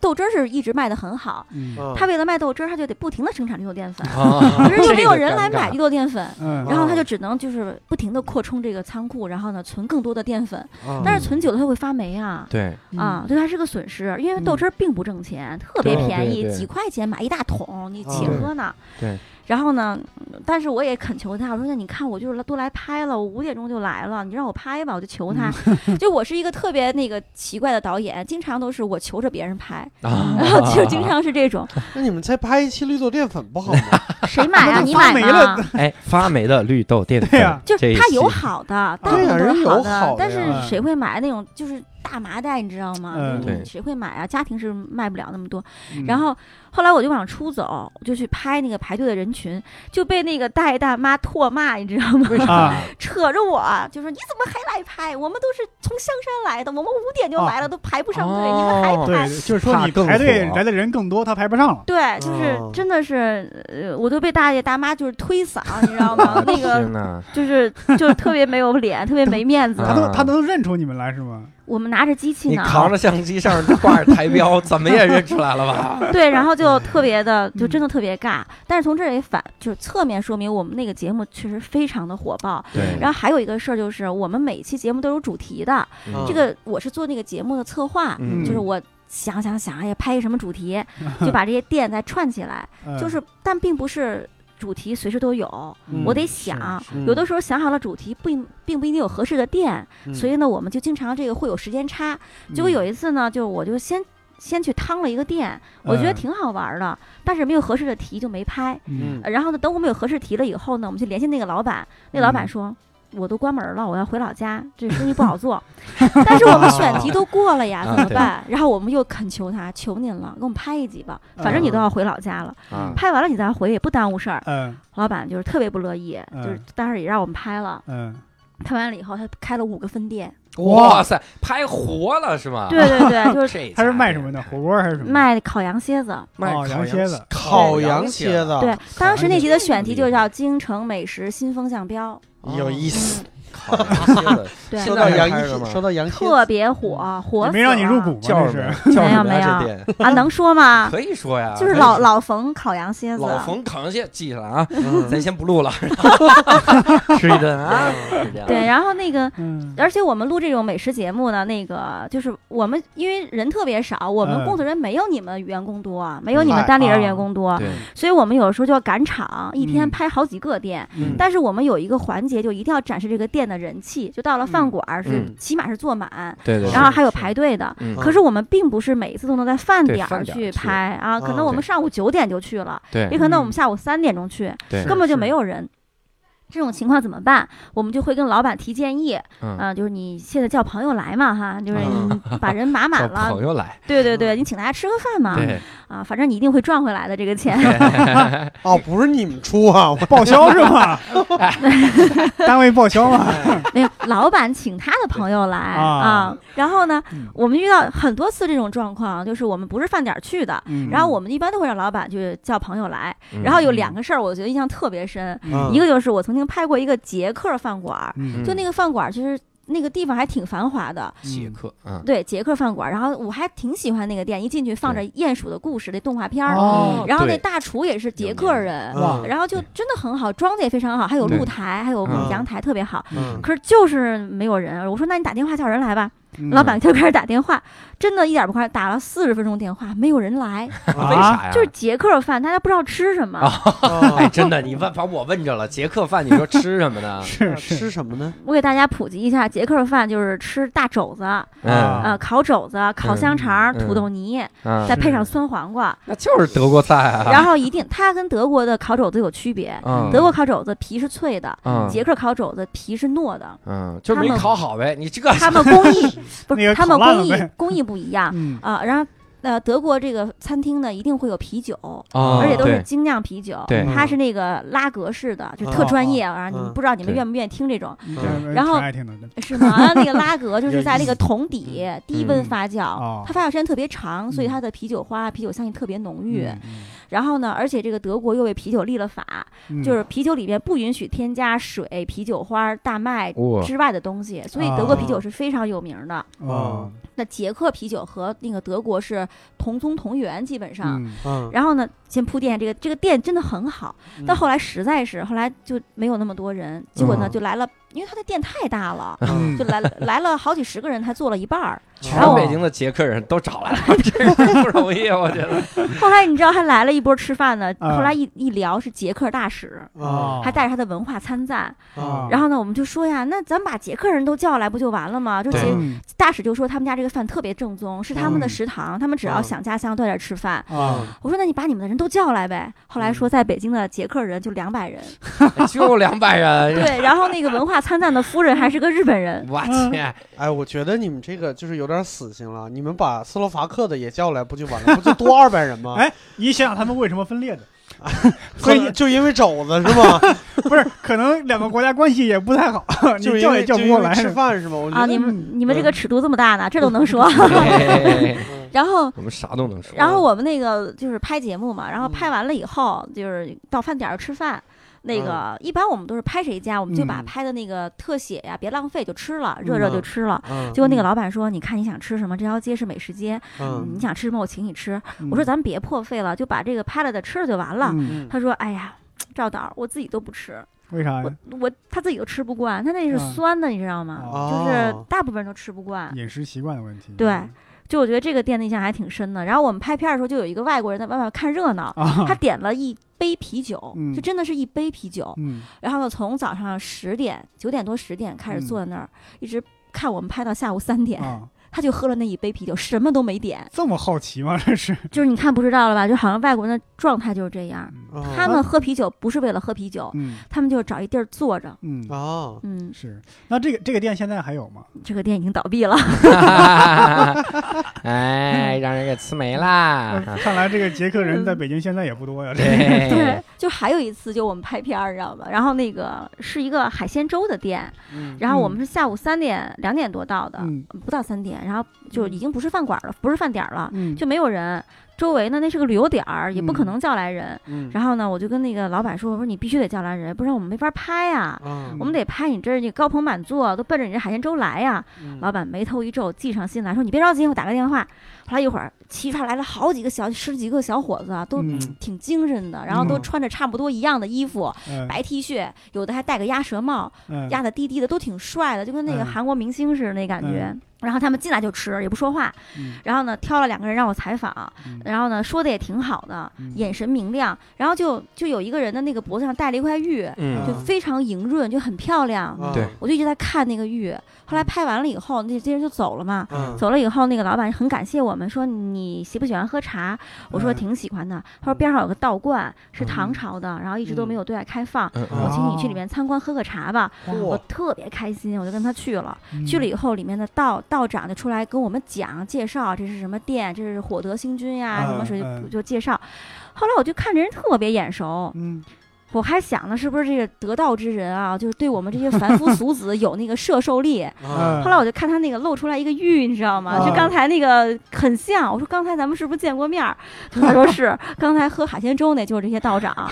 D: 豆汁儿是一直卖的很好。
B: 嗯
C: 嗯
D: 他为了卖豆汁儿，他就得不停的生产绿豆 淀粉，
A: 啊
D: 可是又没有人来
A: 哦这个尴尬哦
D: 买绿豆淀粉，
B: 嗯
D: 然后他就只能就是不停的扩充这个仓库，然后呢存更多的淀粉，
A: 哦
C: 嗯
D: 但是存久了它会发霉啊。
A: 对，
D: 啊，对它是个损失，因为豆汁儿并不挣钱，特别
A: 对
D: 便宜
A: 对，对
D: 几块钱买一大桶，你且
C: 啊
D: 喝呢。
A: 对对
D: 然后呢，但是我也恳求他，我说那你看我就是都来拍了，我五点钟就来了，你让我拍吧，我就求他。 就我是一个特别那个奇怪的导演，经常都是我求着别人拍，
A: 啊
D: 然后就经常是这种，
C: 那你们再拍一期绿豆淀粉不好吗？
D: 谁买啊？
B: 那都
D: 你
B: 发
D: 买
B: 霉
D: 吗？
A: 哎， 发霉的绿豆淀粉，
B: 对啊呀
D: 就是
A: 这一
D: 它有
A: 期
D: 好的，大部
B: 对
C: 呀
D: 分都
C: 人
D: 是
C: 有
D: 好
C: 好的
D: 的，但是
B: 呀
D: 谁会买那种就是大麻袋，你知道吗？
B: 嗯
D: 就是
A: 对
D: 谁会买啊？家庭是卖不了那么多。
B: 嗯
D: 然后后来我就往出走，我就去拍那个排队的人群，就被那个大爷大妈唾骂，你知道吗？
B: 啊，
D: 扯着我就说：“你怎么还来拍？我们都是从香山来的，我们五点就来了，都排不上队，你们还
A: 哦
D: 拍
B: 对， 就是说你
A: 怕更
B: 排队
A: 火
B: 来的人更多，他排不上了。
D: 对，就是
C: 哦
D: 真的是，呃，我都被大爷大妈就是推搡，你知 道吗？那个
A: 天哪，
D: 就是 就是特别没有脸，特别没面子。
A: 啊
B: 他能他能认出你们来是吗？
D: 我们拿着机器
A: 你
D: 呢，
A: 扛着相机上挂着台标，怎么也认出来了 吧？
D: 对，然后
A: 嗯
D: 就特别的，就真的特别尬。但是从这儿也反，就是侧面说明我们那个节目确实非常的火爆。
C: 嗯
A: 对
D: 然后还有一个事儿就是，我们每期节目都有主题的，
A: 嗯
D: 这个我是做那个节目的策划，
A: 嗯
D: 就是我。想想想，哎呀，拍一什么主题，就把这些店再串起来，
B: 嗯
D: 就是，但并不是主题随时都有，
B: 嗯
D: 我
B: 是
D: 得想
B: 是。
D: 有的时候想好了主题，并并不一定有合适的店，
C: 嗯
D: 所以呢，我们就经常这个会有时间差，
B: 嗯
D: 结果有一次呢，就是我就先先去趟了一个店，我觉得
B: 嗯
D: 挺好玩儿的，但是没有合适的题就没拍。
B: 嗯，
D: 呃然后呢，等我们有合适题了以后呢，我们就联系那个老板，那老板
B: 嗯
D: 说。我都关门了，我要回老家，这生意不好做。 但是我们选题都过了呀，
A: 啊
D: 怎么
A: 对
D: 办？然后我们又恳求他，求您了，给我们拍一集吧，
A: 嗯
D: 反正你都要回老家了，
A: 啊，
D: 拍完了你再回也不耽误事儿。
B: 嗯
D: 老板就是特别不乐意，就是
B: 嗯
D: 但是也让我们拍了。
B: 嗯，
D: 拍完了以后，他开了五个分店，
A: 哇塞，拍活了啊是啊吗？
D: 对，对 对，就是
A: 这
B: 他是
A: 家
B: 卖
A: 店
B: 什么的？
A: 太
B: 火锅还是什么？
D: 卖烤羊蝎子，
A: 卖
B: 哦羊
A: 烤
B: 蝎子
C: 烤羊蝎子，啊
D: 对，当时那集的选题就
A: 这
D: 叫“京城美食新风 向标嗯
C: 有意思。
A: 烤羊蝎 子，
D: 对
A: 现
C: 说到
A: 在
C: 羊
A: 还拍着
C: 蝎，
A: 吗
C: 说到羊”，蝎
D: 特
C: 子，
D: 别
A: 嗯
D: 火，火
B: 也
D: 死
B: 没让你入
D: 了
B: 股吗？
A: 叫
B: 这
A: 什么
B: 是
A: 呀？叫什么
D: 没有
A: 呀？这
D: 没有
A: 店
D: 啊？能说吗？
A: 可以说呀，
D: 就是老老冯烤羊蝎子，啊
A: 老冯烤羊蟹记下来啊，
C: 嗯
A: 咱先不 录了，吃一顿啊，是这样
D: 对，然后那个。
B: 嗯，
D: 而且我们录这种美食节目呢，那个就是我们因为人特别少，我们
B: 嗯
D: 工作人员没有你们员工多，没有你们
C: 哎
D: 单立人
B: 啊
D: 员工多，
A: 嗯对
D: 所以我们有时候就要赶场，一天
B: 嗯
D: 拍好几个店。
A: 嗯
D: 但是我们有一个环节，就一定要展示这个店的人气，就到了饭
B: 嗯
D: 馆儿是
A: 嗯
D: 起码是坐满，
A: 对对，
D: 然后还有
C: 是
D: 排队的，
A: 嗯
D: 可是我们并不是每一次都能在饭
A: 对
D: 点
A: 饭
D: 儿
A: 点儿
D: 去
A: 去
D: 拍啊，可
C: 啊
D: 能我
A: 对
D: 们上午九点就去了，也
A: 对
D: 可能我们
B: 嗯
D: 下午三点钟去，
A: 对
D: 根本就是没有人。这种情况怎么办？我们就会跟老板提建议，
A: 嗯
D: 啊就是你现在叫朋友来嘛，哈，就是
C: 嗯
D: 你把人码满
A: 叫
D: 了
A: 朋，友来，嗯
D: 对对对，你请大家吃个饭嘛，
A: 对，
D: 啊，反正你一定会赚回来的这个钱。
C: 哦，不是你们出啊，我
B: 报销是 吗？单位报销吗？
D: 没有，老板请他的朋友来
B: 啊
D: 啊，然后呢
B: 嗯，
D: 我们遇到很多次这种状况，就是我们不是饭点儿去的，
B: 嗯
D: 然后我们一般都会让老板去叫朋友来，
A: 嗯
D: 然后有两个事儿，我觉得印象特别深，
C: 嗯
D: 一个就是我曾经拍过一个捷克饭馆儿，
B: 嗯
D: 就那个饭馆儿其实那个地方还挺繁华的，
B: 嗯
A: 杰克啊，
D: 对，捷克饭馆儿，然后我还挺喜欢那个店，一进去放着《鼹鼠的故事》那动画片儿，
B: 哦
D: 然后那
A: 对
D: 大厨也是捷克人。
B: 哇
D: 然后就真的很好，装的也非常好，还有
A: 对
D: 露台，还有
A: 嗯
D: 阳台，特别好。
C: 嗯
D: 可是就是没有人。我说那你打电话叫人来吧，
B: 嗯？
D: 老板就开始打电话，真的一点不夸张，打了四十分钟电话，没有人来，
A: 为啥呀？
D: 就是捷克饭，大家不知道吃什么。
A: 哎，
C: 啊
A: 真的，你问把我问着了，捷克饭你说吃什么呢
B: 是是
C: 吃什么呢？
D: 我给大家普及一下，捷克饭就是吃大肘子，
A: 嗯
D: 呃，烤肘子、烤香肠、
A: 嗯
D: 土豆泥，
A: 嗯
D: 再，配上酸黄瓜，
A: 那就是德国菜啊。
D: 然后一定它跟德国的烤肘子有区别，
A: 嗯
D: 德国烤肘子皮是脆的，
A: 嗯
D: 捷克烤肘子皮是糯 的，
A: 嗯，就是没
D: 他们
A: 烤好呗，你这个
D: 他们工艺不
B: 那
D: 是
B: 个
D: 他们
B: 烤烂
D: 工
B: 了
D: 艺
B: 呗
D: 工艺不一样
B: 嗯
D: 啊，然后。呃，德国这个餐厅呢，一定会有啤酒，
A: 啊
D: 而且都是嗯
A: 对
D: 精酿啤酒，
A: 对
D: 它是那个拉格式的，就
C: 哦
D: 特专业啊！
C: 哦
D: 你
C: 嗯
D: 不知道你们
A: 对
D: 愿不愿意听这种，
B: 嗯
D: 然后
B: 挺爱听的，真的
D: 是吗？啊那个拉格就
C: 有
D: 是在
C: 意
D: 那个
C: 思
D: 桶底低温发酵
B: 哦，
D: 它发酵时间特别长，所以
B: 嗯
D: 它的啤酒花、啤酒香气特别浓郁。
B: 嗯
D: 然后呢，而且这个德国又为啤酒立了法，就是啤酒里面不允许添加水、啤酒花、大麦
A: 哇
D: 之外的东西，所以德国啤酒是非常有名的。
C: 嗯
B: 哦，
D: 那捷克啤酒和那个德国是同宗同源，基本上。
B: 嗯
C: 嗯，
D: 然后呢，先铺垫这个这个店真的很好，
C: 到
D: 但后来实在是后来就没有那么多人，结果呢
C: 嗯
D: 就来了，因为他的店太大了，
B: 嗯
D: 就来了来了好几十个人，才做了一半儿。
A: 全
D: 然后
A: 北京的捷克人都找来了，这个不容易，啊我觉 得。
D: 后来你知道还来了一波吃饭呢，
B: 啊
D: 后来一一聊是捷克大使，
C: 啊
D: 还带着他的文化参赞。
C: 嗯
B: 啊
D: 然后呢，我们就说呀，那咱把捷克人都叫来不就完了吗？就
A: 对
D: 捷
B: 嗯
D: 大使就说他们家这个饭特别正宗，是他们的
B: 嗯
D: 食堂，他们只要
C: 嗯
D: 想家乡都在这儿吃饭。
B: 啊，
D: 我说那你把你们的人都叫来
C: 嗯
D: 呗。后来说在北京的捷克人就两百人，
A: 就两百
C: 哎
A: 人，
D: 对，然后那个文化参赞的夫人还是个日本人。
A: 我 去，
C: 哎，我觉得你们这个就是有点死心了。你们把斯洛伐克的也叫来，不就完了？不就多二百人吗？
B: 哎你想想他们为什么分裂 的？
C: 所以就因为肘子是吗？
B: 不是，可能两个国家关系也不 太好，你
C: 就因
B: 叫
C: 为
B: 也叫
C: 就
B: 不
C: 因
B: 过
C: 为
B: 来。
C: 吃饭是吗？我觉
D: 啊，
C: 得
D: 你
B: 嗯
D: 们你们这个尺度这么大呢，这都能说。
A: 嘿
C: 嗯
D: 然后，
A: 我们啥都能说。
D: 然后我们那个就是拍节目嘛，然后
C: 嗯
D: 拍完了以后，就是到饭点儿吃饭。那个
C: 嗯
D: 一般我们都是拍谁家，我们就把
B: 嗯
D: 拍的那个特写呀，别浪费，就吃了，热热就吃了。
C: 嗯
D: 结果那个老板说：“你看你想吃什么？这条街是美食街，
C: 嗯
D: 你想吃什么我请你吃。”
B: 嗯
D: 我说：“咱们别破费了，就把这个拍了的吃了就完了。
B: 嗯
C: 嗯
D: 他说：“哎呀，赵导，我自己都不吃，
B: 为啥呀？
D: 我我他自己都吃不惯，他那是
B: 哎嗯
D: 酸的，你知道吗？就是
C: 哦
D: 大部分人都吃不惯。
B: 饮食习惯的问题。啊
D: 对就我觉得这个店的印象还挺深的。然后我们拍片儿的时候，就有一个外国人在外面看热闹，他
B: 啊，
D: 点了一杯啤酒，
B: 嗯
D: 就真的是一杯啤酒。
B: 嗯
D: 然后呢，从早上十点九点多十点开始
B: 嗯
D: 坐在那儿，一直看我们拍到下午三点，
B: 啊，
D: 他就喝了那一杯啤酒，什么都没 点。
B: 这么好奇吗？这是
D: 就是你看不知道了吧？就好像外国人的状态就是这样，
B: 嗯
C: 嗯
D: 他们喝啤酒不是为了喝啤酒，
B: 嗯
D: 他们就是找一地儿坐着。
B: 嗯
C: 哦，
D: 嗯，
B: 是。那这个这个店现在还有吗？
D: 这个店已经倒闭了。
A: 哎，让人给吃没
D: 啊
A: 啦。
B: 看来这个捷克人在北京现在也不多呀。这
A: 对
D: 对，，就还有一次，就我们拍片儿，你知道吗？然后那个是一个海鲜粥的店，
C: 嗯
D: 然后我们是下午三点两点多到的，
B: 嗯
D: 不到三点，然后就已经不是饭馆了，不是饭点儿了，
B: 嗯
D: 就没有人。周围呢，那是个旅游点儿，也不可
B: 嗯
D: 能叫来人。
C: 嗯
D: 然后呢，我就跟那个老板说：“我说你必须得叫来人，不然我们没法拍呀、
C: 啊
D: 我
B: 嗯
D: 们得拍你这儿那高朋满座，都奔着你这海鲜粥来呀、
C: 嗯
D: 老板眉头一皱，计上心来说：“你别着急，我打个电话。”后来一会儿，齐刷来了好几个小十几个小伙子啊，都
B: 嗯
D: 挺精神的，然后都
B: 嗯
D: 穿着差不多一样的衣服，
B: 嗯
D: 白 T 恤，有的还戴个鸭舌帽，
B: 嗯
D: 压的低低的，都挺帅的，就跟那个
B: 嗯
D: 韩国明星似的那感觉。
B: 嗯
D: 然后他们进来就吃，也不说话。
B: 嗯
D: 然后呢，挑了两个人让我采访，
B: 嗯
D: 然后呢，说的也挺好的，
B: 嗯
D: 眼神明亮。然后就就有一个人的那个脖子上戴了一块玉，
A: 嗯
D: 就非常莹润，就很漂亮。
C: 啊
A: 对
D: 我就一直在看那个玉。
B: 嗯
D: 后来拍完了以后，那这人就走了嘛。
C: 嗯
D: 走了以后，那个老板很感谢我们，说你喜不喜欢喝茶？我说
B: 嗯
D: 挺喜欢的。他说边上有个道观是唐
B: 嗯啊
D: 朝的，然后一直都没有对外开放，
A: 嗯
D: 我
A: 嗯
D: 请你去里面参观喝个茶吧。我
C: 嚯
D: 特别开心，我就跟他去了。
B: 嗯
D: 去了以后，里面的道道长就出来跟我们讲介绍，这是什么店，这是火德星君呀，什么
B: 嗯
D: 谁
B: 嗯
D: 就介绍。后来我就看这人特别眼熟，
B: 嗯
D: 我还想呢，是不是这个得道之人啊，就是对我们这些凡夫俗子有那个摄 受
A: 嗯
D: 力？
C: 啊
D: 后来我就看他那个露出来一个玉，你知道吗？
B: 啊
D: 就刚才那个很像。我说刚才咱们是不是见过面儿？他说是，刚才喝海鲜粥那就是这些道长。
C: 啊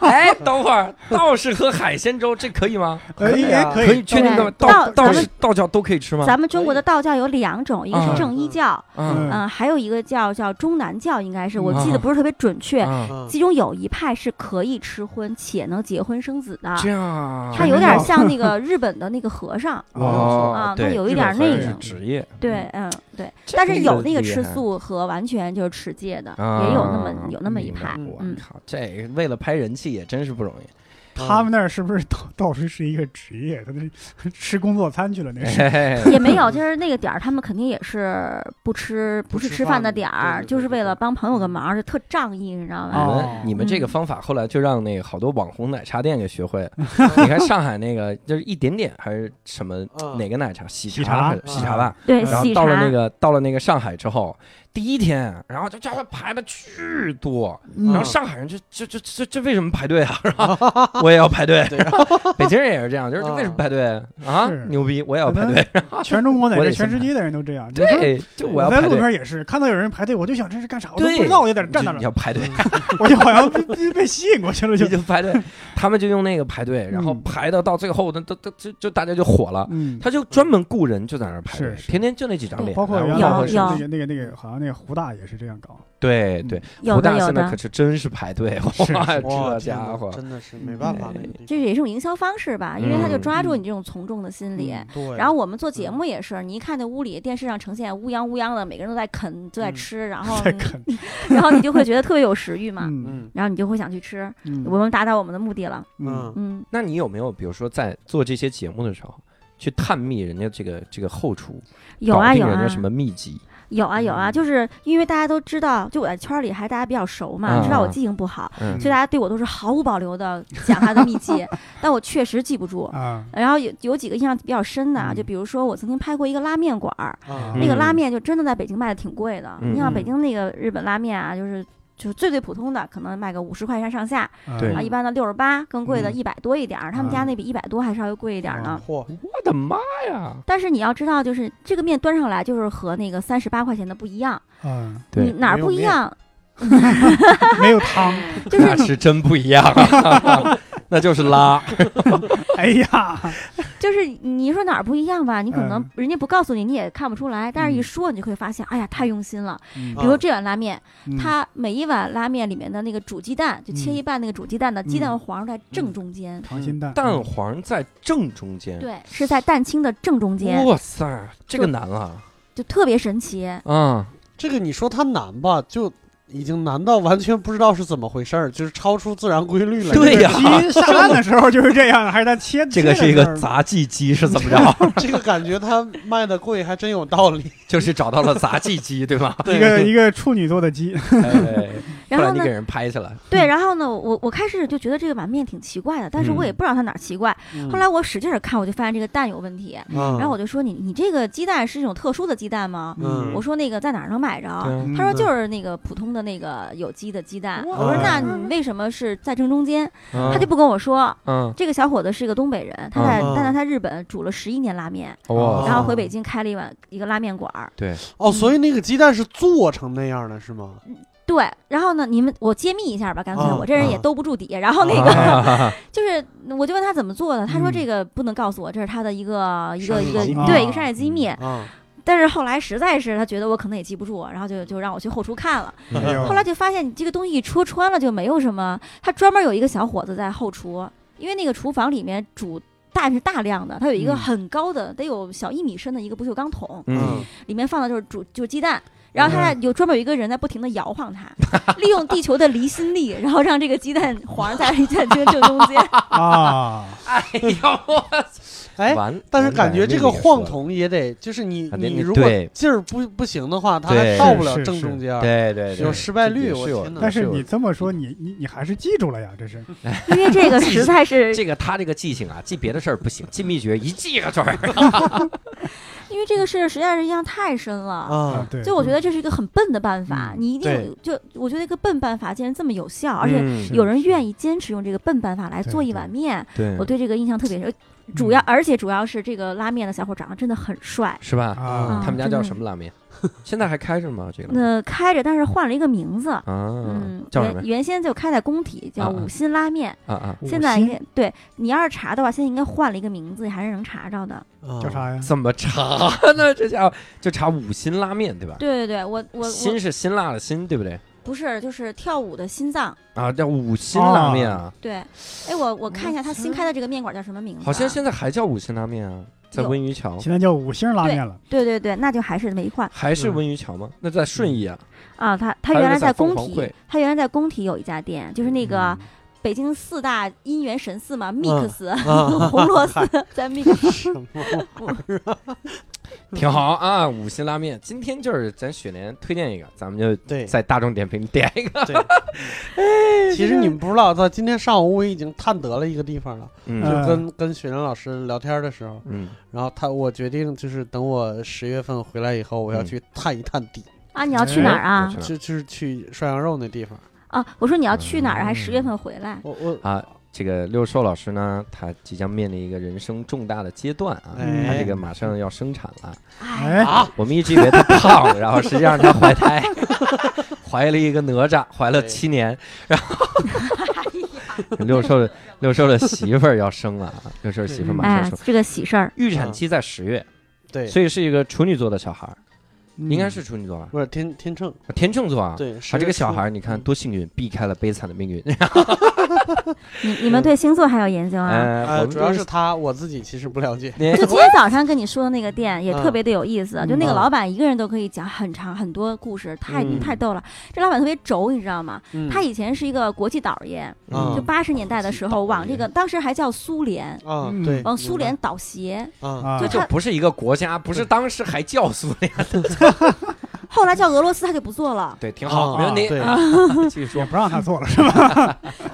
A: 哎，等会儿道士喝海鲜粥，这可以吗？
B: 呃
C: 可以啊
B: 也可
A: 可以
B: 以
A: 确定
D: 对
A: 的吗？
D: 道
A: 道道
D: 咱们
A: 士道教都可以吃吗？
D: 咱们中国的道教有两种，一个
A: 啊
D: 是正一教，
A: 嗯
B: 嗯
D: 嗯，还有一个叫叫中南教，应该是我
B: 嗯
D: 记得不是特别准确。
A: 嗯，
C: 嗯
D: 其中有一派是可以吃荤且能结婚生子的，
A: 这样啊
D: 他有点像那个日本的那个和尚，
A: 哦
D: 啊
A: 对
D: 他有一
A: 日本和
D: 点
A: 尚
D: 那
A: 是
D: 个
A: 职业
D: 对，嗯，对。
A: 这
D: 但是有那个
A: 厉
D: 吃
A: 害
D: 素和完全就是持戒的，
A: 啊
D: 也有那么有那么一
A: 明白
D: 派。
A: 我
D: 嗯
A: 靠，这为了拍人气也真是不容易。
B: 他
C: 嗯
B: 们那儿是不是道 道士是一个职业？他那 吃工作餐去了，那是。
A: 嘿
D: 也没有，就是那个点儿，他们肯定也是不吃，不
C: 不
D: 是
C: 吃
D: 吃
C: 饭
D: 饭的
C: 的
D: 点
C: 对
D: 儿，
C: 对
D: 就
C: 对
D: 是
C: 对
D: 为了
C: 对嗯
D: 帮朋友个忙，就特仗义，你知道吧？
A: 你们
B: 哦
A: 你们这个
D: 嗯
A: 方法后来就让那个好多网红奶茶店给学会了。你看上海那个就是一点点还是什么
C: 嗯
A: 哪个奶茶喜
B: 喜
A: 茶
B: 茶
A: 还是喜茶吧，
D: 对，
A: 然后
D: 喜茶
A: 到了那个到了那个上海之后，第一天，然后就叫他排的巨多，
B: 嗯
A: 然后上海人就就就这这为什么排队啊？然后我 我也要排队。
C: 嗯对，然后
A: 北京人也是这样，就是
C: 啊
A: 为什么排队啊
B: 嗯是？
A: 牛逼，我也要排队。
B: 全中国乃
A: 我得
B: 至
A: 先
B: 全世界的人都这样。你说
A: 对，就我要
B: 在
A: 排
B: 路
A: 队。
B: 边也是看到有人排队，我就想这是干啥，我都
A: 对
B: 不知道，我就在这站那
A: 就
B: 儿嗯
A: 你
B: 了，
A: 要排队，
B: 我就 好像被被被吸引过去了，
A: 你
B: 就
A: 就排队，他们就用那个排队，然后
B: 嗯
A: 排到到最后，那都都就就大家就火了，
B: 嗯，
A: 他就专门雇人就在那儿排队，
B: 是是
A: 天天就那几张脸，
B: 包括
A: 然
B: 原
A: 后
D: 有
A: 冒
B: 来
A: 回
B: 是
A: 事
B: 那个那个那个，好像那个胡大也是这样搞，
A: 对对，
D: 有
A: 胡
D: 的
A: 大
D: 有
A: 现在可
D: 的，
A: 是真是排队，
B: 是
A: 哇，
C: 哇
A: 这
C: 天哪
A: 家伙，
C: 真的是没办法那个地
D: 这也是一种营销方式吧，因为他就
A: 嗯
D: 抓住你这种从众的心理。
C: 方，对，
D: 然后我们做节目也是，你一看那屋里电视上呈现乌泱乌泱的，每个人都在啃，都在
C: 嗯
D: 吃， 然后
B: 在啃，
D: 然后你就会觉得特别有食欲嘛，
B: 嗯
C: 嗯
D: 然后你就会想去吃。
B: 嗯
D: 我们达到我们的目的了，
B: 嗯，
C: 嗯
D: 嗯，
A: 那你有没有比如说在做这些节目的时候，去探秘人家这个这个后厨，
D: 有啊
A: 搞定
D: 有
A: 人
D: 啊
A: 家，什么秘 籍？
D: 有啊有啊，
C: 嗯
D: 就是因为大家都知道，就我在圈儿里还大家比较熟嘛，
A: 嗯
D: 知道我
A: 嗯
D: 记性不好，
A: 嗯
D: 所以大家对我都是毫无保留的讲他的秘 籍，但我确实记不住。
B: 啊，
D: 然后有有几个印象比较深的啊，
B: 嗯
D: 就比如说我曾经拍过一个拉面馆儿，
C: 啊
D: 那个
A: 嗯
D: 拉面就真的在北京卖的挺贵的。你像北
C: 嗯
D: 京那个日本拉面啊，就是就是最最普通的，可能卖个五十块钱上下
A: 对嗯
D: 啊，
C: 嗯
D: 一般的六十八，更贵的
C: 嗯
D: 一百多一点儿。他们家
B: 啊
D: 那比一百多还稍微贵一点儿
A: 哦
D: 呢。
C: 嚯，
A: 我的妈呀！
D: 但是你要知道，就是这个面端上来就是和那个三十八块钱的不一样，
B: 嗯，
A: 对
D: 你哪儿
C: 没有
D: 不一
C: 面
D: 样？
B: 没有汤，
D: 就是
A: 那是真不一样 啊，那就是拉，
B: 哎呀，
D: 就是你说哪儿不一样吧？你可能
B: 嗯
D: 人家不告诉你，你也看不出来。但是一
B: 嗯
D: 说，你就会发现，哎呀，太用心了。
B: 嗯
D: 比如
C: 啊
D: 说这碗拉面，
B: 嗯
D: 它每一碗拉面里面的那个煮鸡蛋，就切
B: 嗯
D: 一半那个煮鸡蛋的鸡
B: 嗯
D: 蛋黄在正中间，
B: 溏心蛋，嗯
A: 蛋黄在正中间。
D: 对，是在蛋清的正中间，
A: 哇塞，这个难啊了
D: 就特别神奇。
A: 啊！
C: 这个你说它难吧，就已经难到完全不知道是怎么回事儿， 就是超出自然规律了。
A: 对呀
B: 鸡下蛋的时候就是这样，还是它切
A: 这个是一个
B: 咋？
A: 杂技鸡是怎么着？
C: 这个感觉它卖的贵还真有道 理。
A: 就是找到了杂技鸡，对吧？
B: 一个一个处女座的鸡，
A: 哎
D: 然
A: 不
D: 后
A: 然你
D: 呢
A: 给，人拍下来，
D: 对，然后呢，我我开始就觉得这个碗面挺奇怪的，但是我也
A: 嗯
D: 不知道它哪儿奇怪。
C: 嗯
D: 后来我使劲儿看，我就发现这个蛋有问题。
C: 嗯
D: 然后我就说你你这个鸡蛋是一种特殊的鸡蛋吗？
C: 嗯
D: 我说那个在哪儿能买着？
A: 对
D: 他说
C: 嗯
D: 就是那个普通的那个有机的鸡蛋。
B: 哇
D: 我说那
C: 啊
D: 你为什么是在正中间？
C: 嗯
A: 啊
D: 他就不跟我说。
A: 嗯，
D: 这个小伙子是一个东北人，他在
C: 啊
D: 但他在日本煮了十一年拉面，
C: 嗯
A: 哇
D: 然
A: 塞，
D: 后回北京开了一碗一个拉面馆儿。
A: 哦对，
C: 哦，所以那个鸡蛋是做成那样的，是吗？
D: 嗯对，然后呢，你们我揭秘一下吧，干脆
C: 啊
D: 我这人也
C: 啊
D: 兜不住底。 然后那
C: 嗯
D: 个就是，我就问他怎么做的，他
B: 嗯
D: 说这个不能告诉我，这是他的一个一个
C: 嗯商
D: 一
C: 业
D: 个
C: 机
B: 密
D: 对
B: 啊
D: 一个商业机密。
C: 啊，
D: 但是后来实在是他觉得我可能也记不住，然后就就让我去后厨看了。
A: 嗯
B: 哎呦
D: 后来就发现你这个东西一戳穿了就没有什么，他专门有一个小伙子在后厨，因为那个厨房里面煮蛋是大量的，它有一个
B: 嗯
D: 很高的，得有小一米深的一个不锈钢桶，
A: 嗯，
D: 里面放的就是煮就是鸡蛋。然
B: 嗯
D: 后他有专门有一个人在不停地摇晃它，利用地球的离心力，然后让这个鸡蛋黄在 鸡蛋正正 中间。
B: 啊，
A: 哎呦我
C: 哎，
A: 完，
C: 但是感觉这个晃
A: 头，
C: 筒也得，就是你
A: 啊那
C: 你
A: 你
C: 如果
A: 对
C: 劲儿不不行的话，它
A: 对
C: 还到不了
B: 是
C: 正
B: 是
C: 中间儿。
A: 对对对，
C: 啊有失败率
A: 也
C: 我
A: 是有
C: 天哪
B: 但是
A: 有
B: 你这么说，你你你还是记住了呀，这是
D: 因为这个实在是，
A: 这个他这个记性啊，记别的事儿不行，记秘诀一记个准 儿。
D: 因为这个事实在是印象太深了。
B: 啊
C: 啊，，
B: 对，
D: 就我觉得这是一个很笨的办法，
B: 嗯
D: 你一定有就我觉得一个笨办法竟然这么有效，而且
A: 嗯
D: 哎有人愿意坚持用这个笨办法来
B: 对
D: 做一
B: 对
D: 碗面，
A: 对嗯
D: 我对这个印象特别深。
B: 嗯
D: 主要，而且主要是这个拉面的小伙长得真的很帅。
A: 是吧？
B: 啊
D: 嗯
A: 他们家
D: 真的
A: 叫什么拉面？现在还开着吗？这个拉面
D: 那开着，但是换了一个名字，
A: 啊
D: 嗯，，
A: 叫什么
D: 原
A: 呀
D: 原先就开在工体，
A: 啊
D: 叫
A: 啊
D: 五辛拉面，
A: 啊啊？
D: 现
B: 嗯
D: 在
B: 五
D: 应
B: 星
D: 该对你要是查的话，现在应该换了一个名字，还是能查着的。
A: 嗯
C: 啊
B: 叫？ 啥呀？
A: 怎么查呢？ 这家伙就查五辛拉面对吧？
D: 对对对，我我
A: 辛
D: 我
A: 是辛辣的辛，对不对？
D: 不是就是跳舞的心脏。
A: 啊，叫五辛拉面啊，
D: 对，哎，我我看一下他新开的这个面馆叫什么名字啊？
A: 好像现在还叫五辛拉面啊，在
D: 有
A: 温榆桥，
B: 现在叫五星拉面了，
D: 对对对，那就还是没换
A: 还是温榆桥吗？那在顺义啊，
D: 啊。他他
A: 还有
D: 原
A: 一个
D: 来
A: 在凤
D: 工
A: 凰嗯
D: 体
A: 汇，
D: 他原来在工体有一家店，就是那个
B: 嗯
D: 哎北京四大姻缘神寺
C: 嗯
D: 嘛，mix、
C: 啊，
D: 红螺寺在 mix，
C: 什么玩意儿？
A: 挺好啊。五辛拉面，今天就是咱雪莲推荐一个，咱们就
C: 对，
A: 在大众点评点一个。
C: 其实你们不知道，到今天上午我已经探得了一个地方了，
A: 嗯
B: 嗯
C: 跟跟雪莲老师聊天的时候，
A: 嗯，
C: 然后他我决定就是等我十月份回来以后，
A: 嗯
C: 我要去探一探底，
D: 啊，你要去哪儿啊？
A: 我知道
C: 就就是去涮羊肉那地方。
A: 哎嗯
D: 啊，我说你要去哪儿啊？还十月份回来？
C: 我我
A: 啊，这个六兽老师呢，他即将面临一个人生重大的阶段啊，
D: 嗯
C: 哎
A: 他这个马上要生产了。
B: 哎，
D: 哎，
C: 啊
A: 我们一直以为他胖，然后实际上他怀胎，怀了一个哪吒，怀了七年，然后
D: 哎
A: 六兽的六兽的媳妇儿要生了啊，六兽的媳妇儿马上
D: 哎
A: 生，，
D: 这个喜事儿，
A: 预产期在十月，
C: 对，
A: 所以是一个处女座的小孩儿，
B: 嗯
A: 应该是处女座吧？
C: 不是天天秤，
A: 天秤座啊，
C: 对，
A: 他
C: 十
A: 这个
C: 月
A: 小
C: 初
A: 孩儿你看
C: 嗯
A: 多幸运，避开了悲惨的命运。
D: 你你
C: 嗯
D: 们对星座还有研究啊？
A: 哎，我
C: 呃，
A: 们
C: 主要
A: 都
C: 是他，我自己其实不了解。
A: 那
D: 就今天早上跟你说的那个店也
C: 嗯
D: 特别的有意思，就那个
C: 嗯
D: 老板一个人都可以讲很长很多故事，太、
C: 嗯
D: 太逗了。这老板特别轴，你知道吗？
C: 嗯
D: 他以前是一个国际导爷，
A: 嗯
D: 就八十年代的时候往
C: 嗯
D: 这个当时还叫苏联，
C: 啊，
B: 嗯
C: 对，
D: 往
C: 明
D: 苏
C: 白
D: 联倒斜，
C: 啊，
B: 啊
D: 就，
A: 这
D: 他
A: 不是一个国家，不是当时还叫苏联，
C: 嗯
D: 后来叫俄罗斯，他给不做了，
A: 对，挺好，
C: 啊
A: 没问题。
C: 对
A: 啊继续
B: 也
A: 说，
B: 不让他做了是吧？
D: 他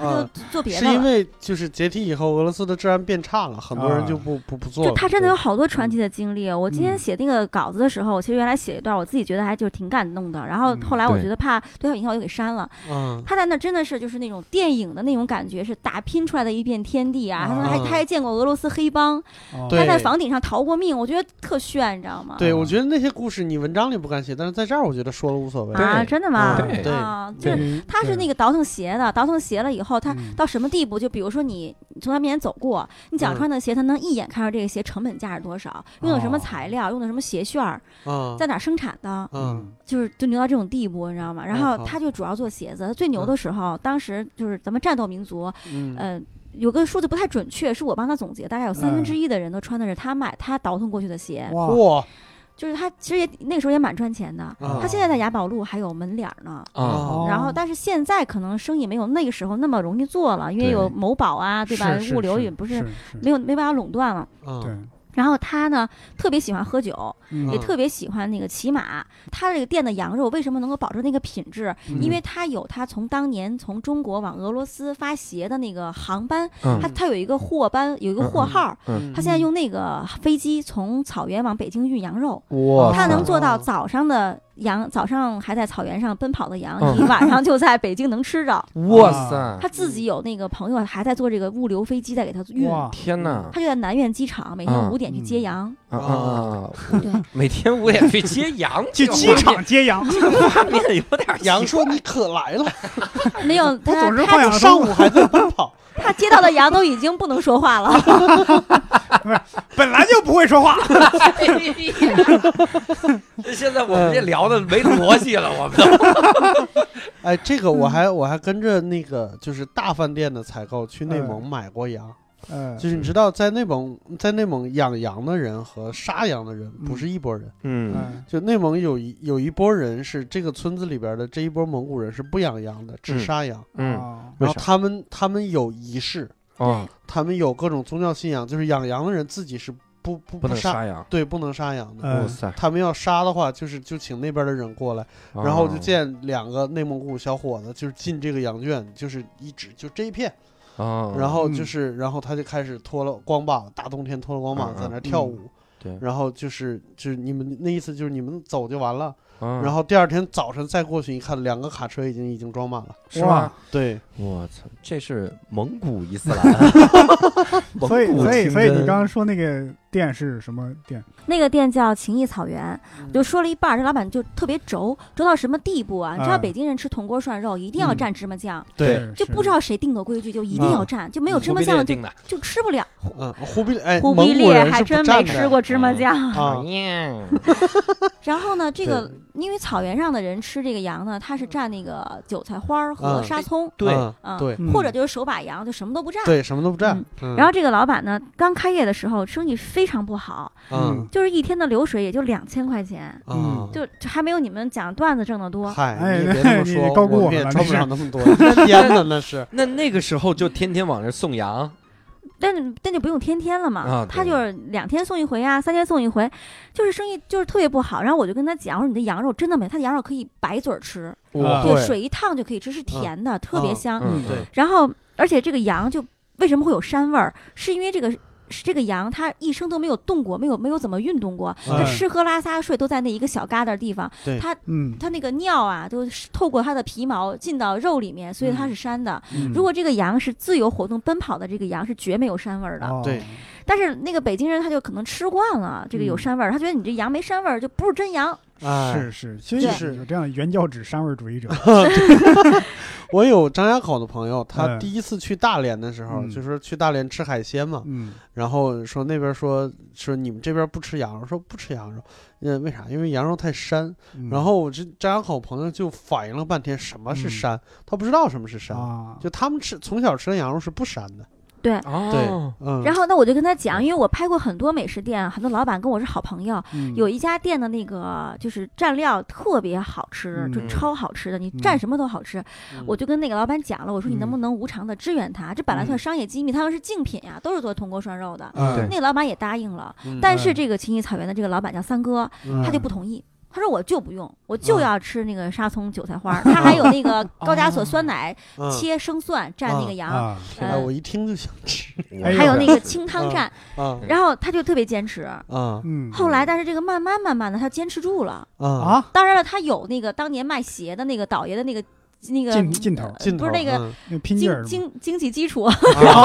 C: 啊
D: 就，做别
C: 是
D: 的
C: 因
D: 了。
C: 为就是解体以后，俄罗斯的治安变差了，很多人
B: 啊
C: 就不不不做了。
D: 就他真
C: 对
D: 的有好多传奇的经历。哦我今天
B: 嗯
D: 写那个稿子的时候，我其实原来写一段，我自己觉得还就是挺感动的。然后
B: 嗯
D: 后来我
A: 对
D: 觉得怕对他有影响，我就给删了。
C: 嗯，
D: 他在那真的是就是那种电影的那种感觉，是打拼出来的一片天地啊！他说还
C: 啊
D: 他还见过俄罗斯黑帮，
B: 哦
C: 对
D: 他在房顶上逃过命，我觉得特炫，你知道吗？
C: 对，
B: 啊
C: 我觉得那些故事你文章里不敢写，但是在这儿我觉得说了无所谓。嗯
D: 啊，
A: 对
D: 真的吗？
A: 对
C: 对
D: 啊，就
A: 对
D: 是他是那个倒腾鞋的，倒腾鞋了以后，他
B: 嗯
D: 到什么地步？就比如说你你从他面前走过，你脚上
C: 嗯
D: 穿的鞋，他能一眼看到这个鞋成本价是多少，用的什么材料，用的什么鞋楦儿，
C: 啊，
D: 在哪儿生产的，
C: 嗯，
D: 就是就牛到这种地步，你知道吗？然
C: 我
D: 后
C: 靠
D: 他就主要做鞋子，他最牛的时候，当时就是咱们战斗民族，
C: 嗯
D: 呃，有个数字不太准确，是我帮他总结，大概有三分之一的人都穿的是他买他倒腾过去的鞋，
B: 哇，
C: 哇
D: 就是他其实也那个时候也蛮赚钱的。
C: 啊
D: 他现在在雅宝路还有门脸儿呢，
A: 啊，
B: 哦
D: 然后但是现在可能生意没有那个时候那么容易做了，因为
A: 对
D: 有某宝啊，对吧？
B: 是
D: 物流也
B: 是
D: 不
B: 是
D: 是没有没办法垄断了。
C: 啊
B: 对，
D: 然后他呢，特别喜欢喝酒，
B: 嗯
D: 也特别喜欢那个骑马。他这个店的羊肉为什么能够保证那个品质？
B: 嗯
D: 因为他有他从当年从中国往俄罗斯发鞋的那个航班，
A: 嗯
D: 他他有一个货班，有一个货号，
A: 嗯
D: 他现在用那个飞机从草原往北京运羊肉，
A: 哇塞，
D: 他能做到
C: 哦
D: 早上的羊，早上还在草原上奔跑的羊，
A: 嗯
D: 你晚上就在北京能吃着。
A: 哇塞，
C: 啊
D: 他自己有那个朋友还在做这个物流飞机在给他运，
B: 哇，
A: 天哪！
D: 他就在南苑机场每天
A: 嗯
D: 五点去接羊，
A: 啊啊啊！
D: 对
A: 啊每天五点去接羊，
B: 去机场接羊，
A: 画面有点
C: 羊嗯说你可来 了，
D: 没 有
B: 我
D: 他
B: 总是
D: 他
B: 幻想
C: 上
B: 中
C: 午还在奔 跑。
D: 他接到的羊都已经不能说话了。
B: 本来就不会说话，
A: 现在我们这聊的没逻辑了，我们都
C: 哎，这个我
D: 嗯
C: 还我还跟着那个就是大饭店的采购去内蒙买过羊，
B: 嗯
C: 就是你知道在内蒙在内蒙养羊的人和杀羊的人不是一拨人。
A: 嗯
B: 嗯
C: 就内蒙有一有一波人是这个村子里边的这一波蒙古人是不养羊的，只
A: 嗯
C: 杀羊。
A: 嗯
B: 哦
A: 为
C: 然后
A: 啥
C: 他们他们有仪式，
A: 哦，
C: 他们有各种宗教信仰，就是养羊的人自己是不不
A: 不能
C: 杀，
A: 杀羊，
C: 对，不能杀羊的。
B: 嗯
A: 哇塞！
C: 他们要杀的话，就是就请那边的人过来，
A: 哦
C: 然后我就见两个内蒙古小伙子，就是进这个羊圈，就是一指就这一片，
A: 啊，
C: 然后就
B: 嗯
C: 是，然后他就开始脱了光膀，大冬天脱了光膀
A: 嗯
C: 在那
A: 嗯
C: 跳舞，
A: 对，
C: 然后就是就是你们那意思就是你们走就完了，
A: 然
C: 然后第二天早晨再过去一看，两个卡车已经已经装满了。
A: 是吧？
C: 对，
A: 我操，这是蒙古伊斯兰，蒙
B: 所以
A: 古
B: 所以
A: 清
B: 所以你
A: 真
B: 刚刚说那个店是什么店？
D: 那个店叫情谊草原，
C: 嗯
D: 我就说了一半儿，这老板就特别轴，轴到什么地步啊？你知道
B: 嗯
D: 北京人吃铜锅涮肉一定要
C: 嗯
D: 蘸芝麻酱，
C: 对，
B: 是
D: 就不知。道谁定的规矩，就一定要蘸，就没
B: 嗯
D: 有芝麻酱就
A: 定的，
D: 就吃不了。
C: 嗯，忽必烈哎，
D: 忽
C: 蒙
D: 必
C: 古
D: 烈
C: 人
D: 还
C: 是不
D: 真没
C: 蘸
D: 吃
C: 的
D: 过芝麻酱。
A: 讨
C: 啊，
A: 厌，
D: 然后呢，这个因为草原上的人吃这个羊呢，他是蘸那个韭菜花儿和
C: 嗯
D: 沙葱，
A: 对
C: 嗯
D: 嗯
C: 对
B: 嗯
D: 或者就是手把羊，就什么都不蘸。
C: 对，什么都不蘸
D: 嗯。
C: 嗯
D: 然后这个老板呢，刚开业的时候生意非常不好，
C: 嗯
D: 就是一天的流水也就两千块钱，
C: 啊，
D: 就就还没有你们讲段子挣得多。
C: 嗨，
B: 哎
C: 你也别这 么
B: 你
C: 说，
B: 高估
C: 我
B: 我
C: 们也
B: 了
C: 赚
B: 那
C: 不
B: 是啊
C: 了那么多， 那天呐，那是
A: 那那个时候就天天往这送羊，
D: 但但就不用天天了嘛，
A: 啊
D: 他
A: 对
D: 就是两天送一回啊，三天送一回，就是生意就是特别不好。然后我就跟他讲，我说你的羊肉真的美，他的羊肉可以白嘴儿吃，
B: 啊
D: 就
C: 对
D: 水一烫就可以吃，是甜的，特别
C: 啊
D: 香。
A: 嗯，
C: 对
D: 然后而且这个羊就为什么会有膻味儿，是因为这个是这个羊它一生都没有动过，没有没有怎么运动过，它
C: 嗯
D: 吃喝拉撒睡都在那一个小旮旯地方，
C: 对
D: 它
B: 嗯，
D: 它那个尿啊都是透过它的皮毛进到肉里面，所以它是膻的。
B: 嗯
D: 如果这个羊是自由活动奔跑的，这个羊是绝没有膻味儿的。
B: 哦
C: 对
D: 但是那个北京人他就可能吃惯了这个有
B: 嗯
D: 膻味儿，他觉得你这羊没膻味儿就不是真羊。
C: 哎
B: 啊是是，其
C: 对
B: 实是有这样的原教旨膻味主义 者，
C: 我有张家口的朋友，他
B: 嗯
C: 第一次去大连的时候，
B: 嗯
C: 就是去大连吃海鲜嘛，
B: 嗯，
C: 然后说那边说说你们这边不吃羊肉，说不吃羊肉，嗯，为啥？因为羊肉太膻。
B: 嗯
C: 然后我这张家口朋友就反应了半天，什么是
B: 嗯
C: 膻？他不知道什么是膻，
B: 啊，
C: 就他们吃从小吃的羊肉是不膻的。对
A: 哦，，
C: 嗯，
D: 然后那我就跟他讲，因为我拍过很多美食店，啊很多老板跟我是好朋友。
B: 嗯
D: 有一家店的那个就是蘸料特别好吃，就
B: 嗯
D: 超好吃的，你蘸
B: 嗯
D: 什么都好吃。
C: 嗯
D: 我就跟那个老板讲了，我说你能不
B: 嗯
D: 能无偿的支援他？这本来算
B: 嗯
D: 商业机密，他们是竞品呀，都是做铜锅涮肉的。
C: 嗯
A: 对
D: 那个老板也答应了，
C: 嗯
D: 但是这个秦野草原的这个老板叫三哥，
C: 嗯
D: 他就不同意。他说我就不用，我
B: 嗯
D: 就要吃那个沙葱韭菜花儿，他还有那个高加索酸奶
C: 嗯
D: 切生蒜蘸那个羊，
B: 哦啊，
D: 呃
C: 哎，我一听就想吃
B: 哎
D: 还有
B: 呦
D: 那个清汤蘸，
C: 啊
D: 然后他就特别坚持。
C: 啊
B: 嗯
D: 后来，但是这个慢慢慢慢的，他坚持住了。
C: 啊！
B: 啊，
D: 当然了，他有那个当年卖鞋的那个倒爷的那个那个
B: 劲劲头
D: 呃
C: 劲
D: 不是
C: 头
D: 那个
C: 嗯
B: 那拼劲
D: 经
B: 儿嘛，
D: 经经济基础。
C: 啊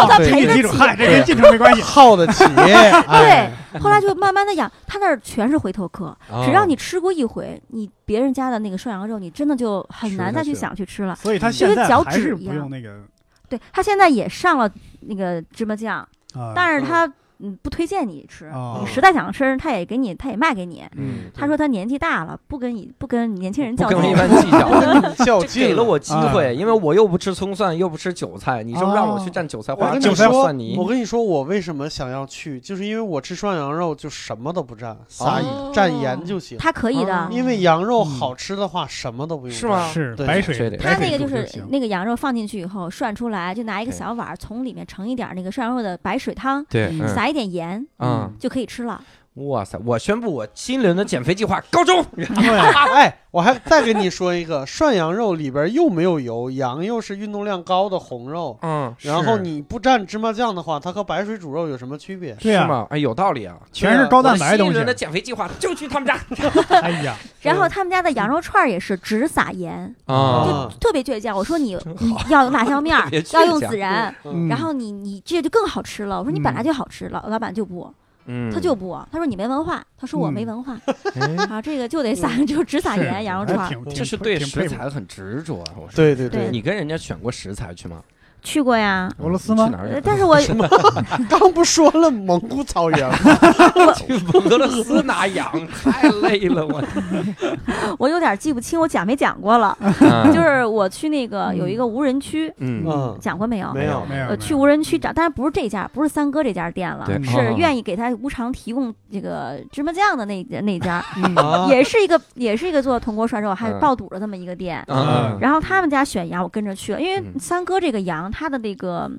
D: 他
C: 对
D: 赔
B: 这
D: 得
B: 记住，
D: 起
B: 嗨，这跟进程没 关系。
C: 耗得起，对，
D: 后来就慢慢的养，他那儿全是回头客，
A: 哦
D: 只要你吃过一回，你别人家的那个涮羊肉，你真的就很
C: 吃不
D: 难
C: 下
D: 再去
C: 去了
D: 想去吃了。
B: 所以他
D: 就
B: 现
D: 跟
B: 在
D: 脚
B: 还
D: 趾
B: 是
D: 一
B: 不
D: 样
B: 用那个
D: 对他现在也上了那个芝麻酱，
B: 啊，
D: 但是
C: 嗯
D: 他嗯不推荐你吃，
B: 哦
D: 你实在想吃，他也给你，他也卖给你。
A: 嗯，
D: 他说他年纪大了，不跟你不跟年轻人
A: 不
D: 较
A: 跟
D: 劲
A: 我一。般计较。这
C: 较
A: 给
C: 劲
A: 了。我机
B: 啊
A: 会，因为我又不吃葱蒜，又不吃韭菜，你就让我去蘸韭菜
C: 哦我
A: 花，
C: 跟
A: 蘸
B: 韭
C: 你
B: 菜
A: 蒜
C: 说
A: 蒜泥，
C: 我跟你说，我为什么想要去，就是因为我吃涮羊肉就什么都不蘸，撒
A: 哦
C: 蘸盐就行。
D: 他可以的，
A: 哦
C: 因为羊肉
B: 嗯
C: 好吃的话，什么都不用蘸。
A: 是吗
B: 是
C: 对
B: 白
A: 这
B: 水，
A: 得
D: 他
B: 白
D: 那
B: 水
D: 个
B: 煮
D: 是
B: 行。
D: 那个羊肉放进去以后涮出来，就拿一个
A: 对
D: 小碗儿从里面盛一点儿那个涮羊肉的白水汤，
A: 对
B: 嗯
A: 嗯
D: 撒一点盐
A: 嗯，
D: 就可以吃了。
A: 哇塞！我宣布我新一轮的减肥计划告终。
B: 对， 啊
C: 哎，我还再跟你说一个，涮羊肉里边又没有油，羊又是运动量高的红肉，
A: 嗯，
C: 然后
B: 是
C: 你不蘸芝麻酱的话，它和白水煮肉有什么区别？
B: 对
A: 是
B: 呀，
A: 吗？哎，有道理啊。
B: 全是高蛋白
A: 我
B: 的
A: 新一
B: 东
D: 啊
A: 轮的
B: 西。
A: 减肥计划就去他们家
B: 哎呀，
D: 然后他们家的羊肉串儿也是只撒盐，
A: 啊
C: 啊
D: 就特别倔强。我说你你要用辣椒面儿
A: 特别，倔
D: 要用
A: 强
D: 孜然，
C: 嗯
D: 然后你你这就更好吃了。我说你本来
B: 嗯
D: 就好吃了，老板就不，
A: 嗯，
D: 他就不，他说你没文化，他说我没
B: 嗯
D: 文化
B: 哎
D: 啊，这个就得撒，就只撒盐羊肉串儿。
A: 这是对食。
B: 还挺挺挺佩服
A: 材很执着啊。我说，
C: 对对
D: 对
A: 你跟人家选过食材去吗？
D: 去过呀，
B: 俄罗斯
A: 你
B: 吗
A: 去哪儿
D: 呃
A: 也？
D: 但是我
C: 刚不说了蒙古草原吗？
A: 去 俄罗斯拿羊，太累了 我。
D: 我有点记不清我讲没讲过了，
A: 嗯
D: 就
A: 就是
D: 我去那个有
B: 嗯
D: 一个无人区，
A: 啊嗯，啊
C: 嗯，
D: 讲过没有？
C: 没有
B: 没有
D: 呃，去无人区找，但是不是这家，不是三哥这家店了，
A: 对
D: 是
A: 哦
D: 愿意给他无偿提供这个芝麻酱的那那家，
B: 嗯
C: 啊
D: 也是一个也是一个做铜锅涮肉还
A: 嗯
D: 爆肚的这么一个店。
A: 嗯
D: 然后他们家选羊，我跟着去了，因为
A: 嗯
D: 三哥这个羊他的那个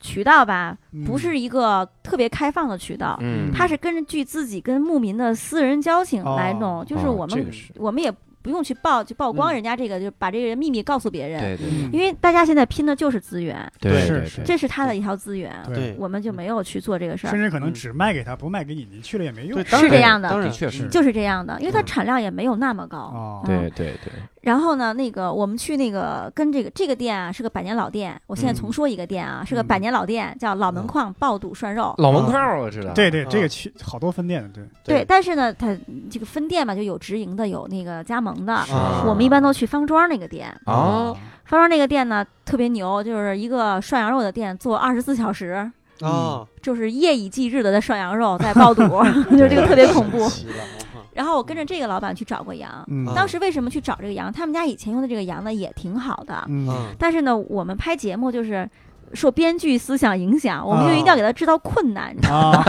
D: 渠道吧，
B: 嗯
D: 不是一个特别开放的渠道，
A: 嗯，
D: 他是根据自己跟牧民的私人交情来弄，就是
A: 哦
D: 我
A: 这
D: 们
A: 个是
D: 我们也不用去曝去曝光
C: 嗯
D: 人家这个，就把这个秘密告诉别人。
A: 对对
B: 嗯
D: 因为大家现在拼的就是资源，
A: 对
B: 是
A: 对
B: 是
A: 对，嗯
D: 这是他的一条资源，
C: 对
D: 我们就没有去做这个事
B: 甚
D: 儿，
B: 至可能
C: 嗯
B: 只卖给他，不卖给你，你去了也没用
C: 对，。当
D: 是
C: 然
D: 这样的
C: 当
A: 的
C: 然
A: 确是
B: 嗯。
D: 就是这嗯样的，因为它
A: 嗯
D: 产量也没有那么高。
B: 哦，
A: 对对对，
D: 然后呢，那个我们去那个跟这个这个店啊，是个百年老店，我现在
B: 嗯
D: 重说一个店啊，是个百年老店，叫老门框爆肚涮肉。
A: 老门框我知道。
B: 对对，
C: 啊
B: 这个去好多分店的，对，
D: 对，但是呢，它这个分店嘛，就有直营的，有那个加盟的。
C: 啊
D: 我们一般哦都去方庄那个店，
A: 啊，
D: 方庄那个店呢特别牛，就是一个涮羊肉的店，做二十四小时，
C: 啊，
D: 就是夜以继日的在涮羊肉，在爆肚， 就是这个特别恐怖
C: 神。奇了啊
D: 然后我跟着这个老板去找过羊，
B: 嗯
D: 当时为什么去找这个羊？他们家以前用的这个羊呢也挺好的，
B: 嗯，
C: 嗯
D: 但是呢，我们拍节目就是受编剧思想影响，我们就
B: 啊
D: 一定要给他制造困难，你知道
B: 啊，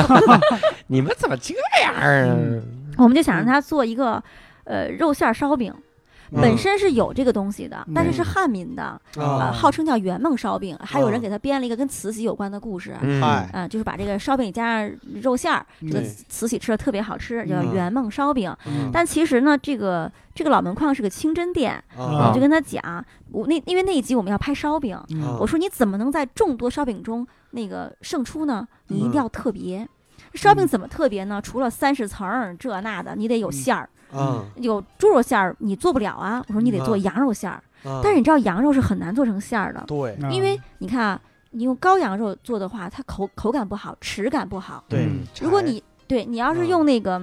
A: 你们怎么这样啊？
C: 嗯
D: 吗我们就想让他做一个呃肉馅儿烧饼。
C: 嗯
D: 本身是有这个东西的，但是
A: 嗯
D: 是汉民的，
C: 啊
D: 呃，号称叫圆梦烧饼，还有人
C: 啊
D: 给他编了一个跟慈禧有关的故事。
A: 嗯
C: 嗨
D: 啊，就是把这个烧饼加上肉馅儿，这个
C: 对
D: 慈禧吃的特别好吃，叫
C: 嗯
D: 圆梦烧饼。
C: 嗯
D: 但其实呢，这个这个老门框是个清真店，
C: 啊
D: 我就跟他讲，我那因为那一集我们要拍烧饼，
C: 啊
B: 嗯
D: 我说你怎么能在众多烧饼中那个胜出呢？你一
C: 嗯
D: 定要特别。烧饼怎么特别呢？除了三十层儿这那的，你得有
B: 嗯
D: 馅儿，
C: 啊，
D: 有猪肉馅儿你做不了啊。我说你得做
C: 嗯
D: 羊肉馅儿，
C: 但
D: 但是你知道羊肉是很难做成馅儿的，
C: 对
B: 嗯
D: 因为你看啊，你用羔羊肉做的话，它口口感不好，齿感不好。
C: 对
B: 嗯，
D: 如果你对你要是
C: 嗯
D: 用那个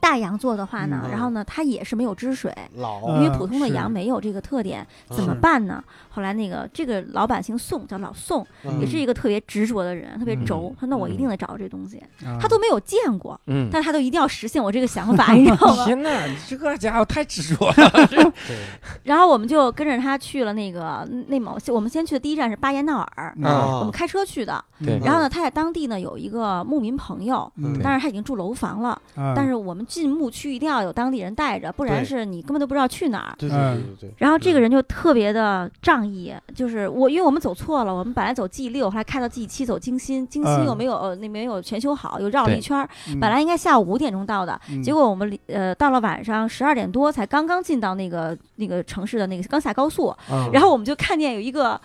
D: 大羊做的话呢，
C: 嗯
D: 然后呢，它也是没有汁水，
C: 老
B: 嗯
D: 因为普通的
B: 是
D: 羊没有这个特点，怎么
B: 是
D: 办呢？后来那个这个老板姓宋，叫老宋，也是一个特别执着的人，特别轴。
A: 嗯
D: 他说那我一定
C: 嗯
D: 得找到这东西，
B: 他
D: 他都没有见过，
A: 嗯，
D: 但是他都一定要实现我这个想法，你知道吗？
A: 天哪，你这个家伙太执着 了。
D: 然后我们就跟着他去了那个内蒙，我们先去的第一站是巴彦淖
C: 嗯
D: 尔，
A: 啊
D: 我们开车去的。
A: 对
D: 然后呢，他在当地呢有一个牧民朋友。
B: 嗯，
D: 但是他已经住楼房了，但
B: 但
D: 是我们进牧区一定要有当地人带着，不然
C: 对
D: 是你根本都不知道去哪儿。
C: 对对对对
D: 然后
A: 嗯
D: 这个人就特别的仗义，就是我，因为我们走错了，我们本来走 G 六，后来开到 G 七，走京新，京新
B: 嗯
D: 又没有、呃那没有全修好，又绕了
A: 对嗯
D: 一圈儿，本来应该下午五点钟到的，
B: 嗯
D: 结果我们离呃到了晚上十二点多才刚刚进到那个那个城市的那个刚下高速，
A: 嗯
C: 对，
D: 然后我们就看见有一个。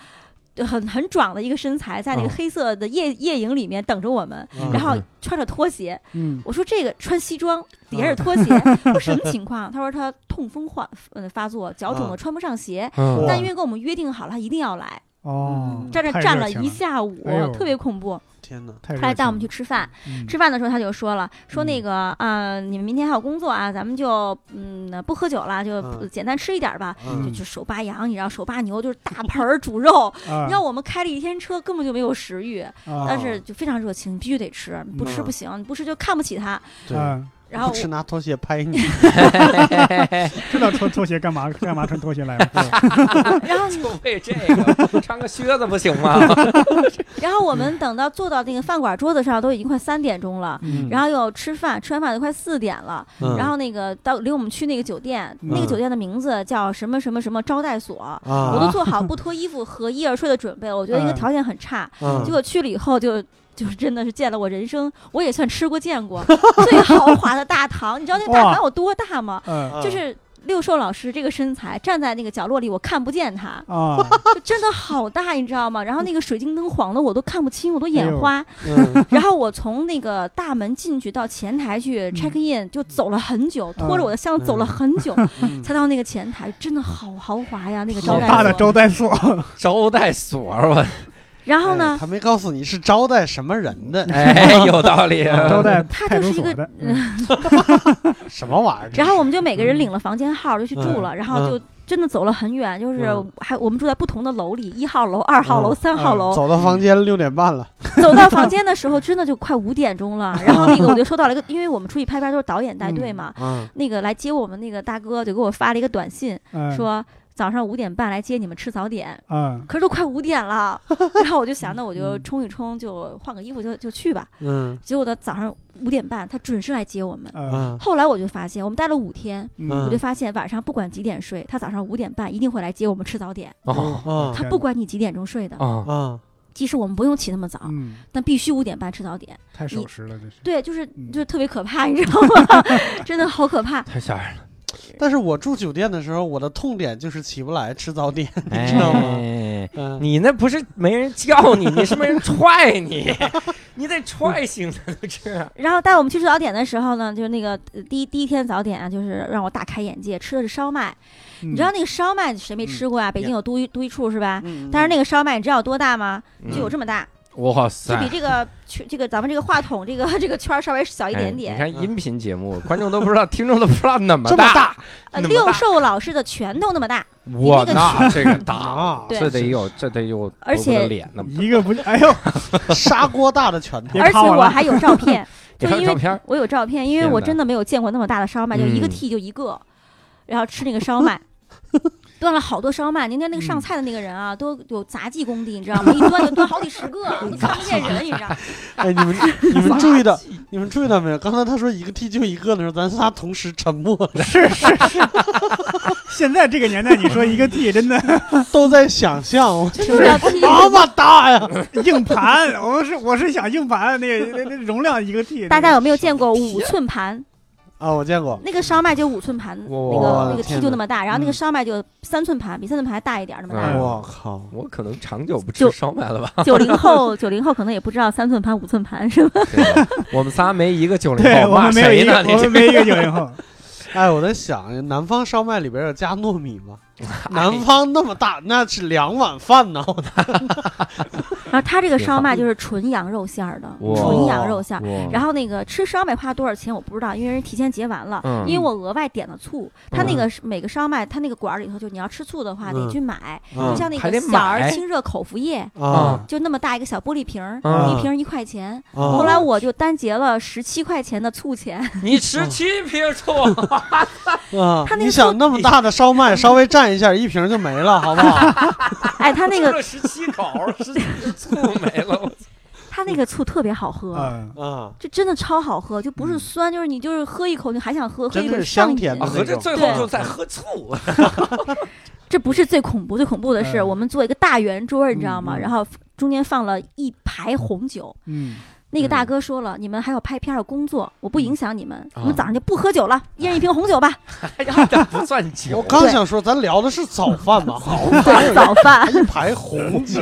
D: 很很壮的一个身材，在那个
A: 嗯
D: 黑色的夜、夜影里面等着我们，
C: 嗯
D: 然后
A: 嗯
D: 穿着拖鞋，
B: 嗯
D: 我说这个穿西装底下是拖鞋， 我说什么情况？他说他痛风患呃发作，脚肿
C: 啊
D: 了穿不上鞋，
A: 嗯
D: 但因为跟我们约定好了，他一定要来，
B: 哦，
D: 在这
B: 太
D: 站
B: 热
D: 了
B: 情
D: 一下午
B: 哎呦，
D: 特别恐怖。
C: 天哪，
B: 太热情
D: 后来带我
B: 了
D: 们去吃饭，
B: 嗯
D: 吃饭的时候他就说了，说那个啊，你们明天还有工作啊，咱们就嗯不喝酒了，就
C: 嗯
D: 呃简单吃一点吧。就
B: 嗯
D: 就手扒羊，你知道手扒牛就是大 盆儿煮肉，
B: 啊
D: 你知道我们开了一天车根本就没有食欲，
B: 啊
D: 但是就非常热情，你必须得吃，你不
B: 嗯
D: 吃不行，你不吃就看不起他。
C: 对，
B: 啊，
D: 嗯然后
C: 不
D: 我
C: 吃拿拖鞋拍 你，
B: 知道穿拖鞋干嘛干嘛穿拖鞋来了？
D: 然 后你
A: 就为这个穿个靴子不行吗？
D: 然后我们等到坐到那个饭馆桌子上，都已经快三点钟了。
B: 嗯
D: 然后又吃饭，吃完饭都快四点了。
C: 嗯
D: 然后那个到领我们去那个酒店，那个
C: 嗯
D: 酒店的名字叫什么什么什么招待所，
C: 啊，
D: 我都做好不脱衣服和衣而睡的准备了。我觉得应该
B: 嗯
D: 条件很差，
C: 嗯
D: 结果去了以后就就是真的是见了我人生我也算吃过见过最豪华的大堂。你知道那个大
B: 哇
D: 堂有多大吗？
B: 嗯
C: 啊
D: 就是六兽老师这个身材站在那个角落里，我看不见他。
B: 啊，
D: 就真的好大，你知道吗？然后那个水晶灯晃的我都看不清，我都
B: 哎
D: 眼
B: 呦
D: 花。
C: 嗯
D: 然后我从那个大门进去到前台去 check in，就走了很久，拖着我的箱子走了很久，
C: 嗯
D: 才到那个前台，真的好豪华呀，那个
C: 好
D: 招
B: 好大的
D: 待所。
B: 招待所，
A: 招待所，我
D: 然后呢
C: 哎，他没告诉你是招待什么人的，
A: 哎，有道理。
B: 啊 招待
D: 嗯他
B: 派
D: 就
B: 出
D: 是
B: 所
D: 一个
B: 的，
D: 嗯
B: 嗯
C: 什么玩意儿？
D: 然后我们就每个人领了房间号就去住了，然后
C: 哎嗯
D: 就真的走了很远，就是
C: 嗯
D: 还我们住在不同的楼里，一号楼、二号楼、
C: 嗯
D: 三号
B: 嗯
D: 楼，
C: 走到房间六点半了，
D: 走到房间的时候，真的就快五点钟了。然后那个我就收到了一个，因为我们出去拍片都是导演带队嘛，
C: 嗯
D: 那个来接我们那个大哥就给我发了一个短信，
B: 嗯
D: 说早上五点半来接你们吃早点。
B: 嗯
D: 可是都快五点了， 然后我就想，那我就冲一冲，就换个衣服就就去吧。
C: 嗯
D: 结果到早上五点半，他准时来接我们。
B: 嗯
C: 嗯
D: 后来我就发现，我们待了五天，
B: 嗯
D: 我就发现晚上不管几点睡，他早上五点半一定会来接我们吃早点。
A: 哦
C: 嗯
D: 他不管啊你几点钟睡的，
A: 哦，
C: 嗯
D: 即使我们不用起那么早，
B: 嗯，
D: 但必须五点半吃早点。
B: 太守时了，这是
D: 对，就是
B: 嗯
D: 就是特别可怕，你知道吗？ 真的好可怕。
A: 太吓人了，
C: 但是我住酒店的时候，我的痛点就是起不来吃早点，
A: 你
C: 知道吗
A: 吗？
C: 嗯，
A: 哎你那不是没人叫你，你是没人踹你，你得踹醒他都这样。
D: 然后带我们去吃早点的时候呢，就是那个呃第一第一天早点啊，就是让我大开眼界，吃的是烧麦。
B: 你
D: 你
A: 嗯
D: 知道那个烧麦谁没吃过啊？北京有都一都一处是吧？但是那个烧麦你知道有多大吗？
A: 嗯
D: 就有这么大，
A: 哇
D: 就比
A: 塞！
D: 这个圈这个咱们这个话筒这个 这个圈儿稍微小一点
A: 哎
D: 嗯点。
A: 你看音频节目，观众都不知道，听众都不知道那么
C: 这么
A: 大，那
D: 呃，
A: 么
D: 六
A: 大
D: 兽老师的拳头那么大，
A: 我
D: 比那个
A: 那这个大，
C: 啊
D: 对
A: 这得有这得有
D: 而
A: 多么的
D: 且
A: 脸呢。
B: 一个不是，哎呦，
C: 砂锅大的拳头
B: 别
D: 而且
B: 夸我
D: 我
B: 了
D: 还有照片，
A: 你
D: 就
A: 看
D: 因
A: 照片
D: 为
A: 儿，
D: 我有照片，因为
A: 天
D: 我
A: 哪
D: 真的没有见过那么大的烧麦，就一个
A: 嗯
D: T 就一个，然后吃那个 烧麦，端了好多烧麦。您看那个
A: 嗯
D: 上菜的那个人啊，都有杂技功底，你知道吗？一端就端好几十 个，你看不见人，你知道。
C: 哎，你们你们注意到你们注意到没有？刚才他说一个 T 就一个的时候，咱仨同时沉默了。
B: 是是是，现在这个年代，你说一个 T 真 的
C: 都在想象，我
D: 真的要踢，
C: 那么大呀！
B: 硬盘，我是我是想硬盘，那那那容量一个 T。
D: 大家有没有见过五寸盘？
C: 啊，我见过，
D: 那个烧麦就五寸盘，那
A: 哇
D: 个那个
C: 天
D: T
C: 哪
D: 就那么大，然后那个
B: 嗯
D: 烧麦就三寸盘，比三寸盘还大一点儿，那么
A: 嗯
D: 大。
C: 哎我靠，
A: 我可能长久不吃
D: 就
A: 烧麦了吧？
D: 九零后，九零后可能也不知道三寸盘、五寸盘是吧？
A: 对我们仨没一个九零
B: 对
A: 后，
B: 我
A: 骂
B: 们没有
A: 谁
B: 一个，
A: 呢？你
B: 我
A: 这
B: 们没一个九零 后。
C: 哎，我在想，南方烧麦里边有加糯米 吗？南方那么大，那是两碗饭呢。我
D: 然后他这个烧麦就是纯羊肉馅儿的，
A: 哇
D: 纯羊肉馅儿。
A: 哇
D: 然后那个吃烧麦花多少钱我不知道，因为人提前结完了。
A: 嗯
D: 因为我额外点了醋，他那个是每个烧麦，他那个馆儿里头，就是你要吃醋的话
C: 嗯
D: 得去买，
C: 嗯
D: 就像那
A: 还
D: 个
A: 得
D: 小儿
A: 买
D: 清热口服液，
A: 啊
D: 就那么大一个小玻璃 瓶儿，
A: 嗯
D: 一瓶一块钱。
A: 哦
D: 后
C: 啊！
D: 来我就单结了十七块钱的醋钱，
A: 你吃七瓶醋，
C: 啊
D: 他那个
C: 你想那么大的烧麦， 稍微蘸一下，一瓶就没了，好不好？
D: 哎，他那
A: 吃
D: 个
A: 了十七口，十七瓶醋没 了。我
D: 他那个醋特别好喝。
B: 嗯，
C: 啊，
D: 就真的超好喝，就不是
B: 嗯
D: 酸，就是你就是喝一口你还想喝，喝
C: 真
D: 一
C: 的
D: 口
C: 是香
D: 上
C: 甜
D: 瘾
A: 啊，
C: 的
A: 合着最后
D: 对
A: 就在喝醋，
D: 这不是最恐怖，最恐怖的是
B: 嗯
D: 我们做一个大圆桌，你知道吗？
B: 嗯嗯
D: 然后中间放了一排红酒。
B: 嗯，
D: 那个大
A: 嗯
D: 哥说了，你们还有拍片儿的工作，我不影响你们，
A: 啊
D: 我们早上就不喝酒了，一人
B: 啊
D: 一瓶 红酒吧，
A: 但不算
C: 我
A: 酒。
C: 刚想说，咱聊的是早饭 吧？好，
D: 对，早 饭。
C: 一排红酒，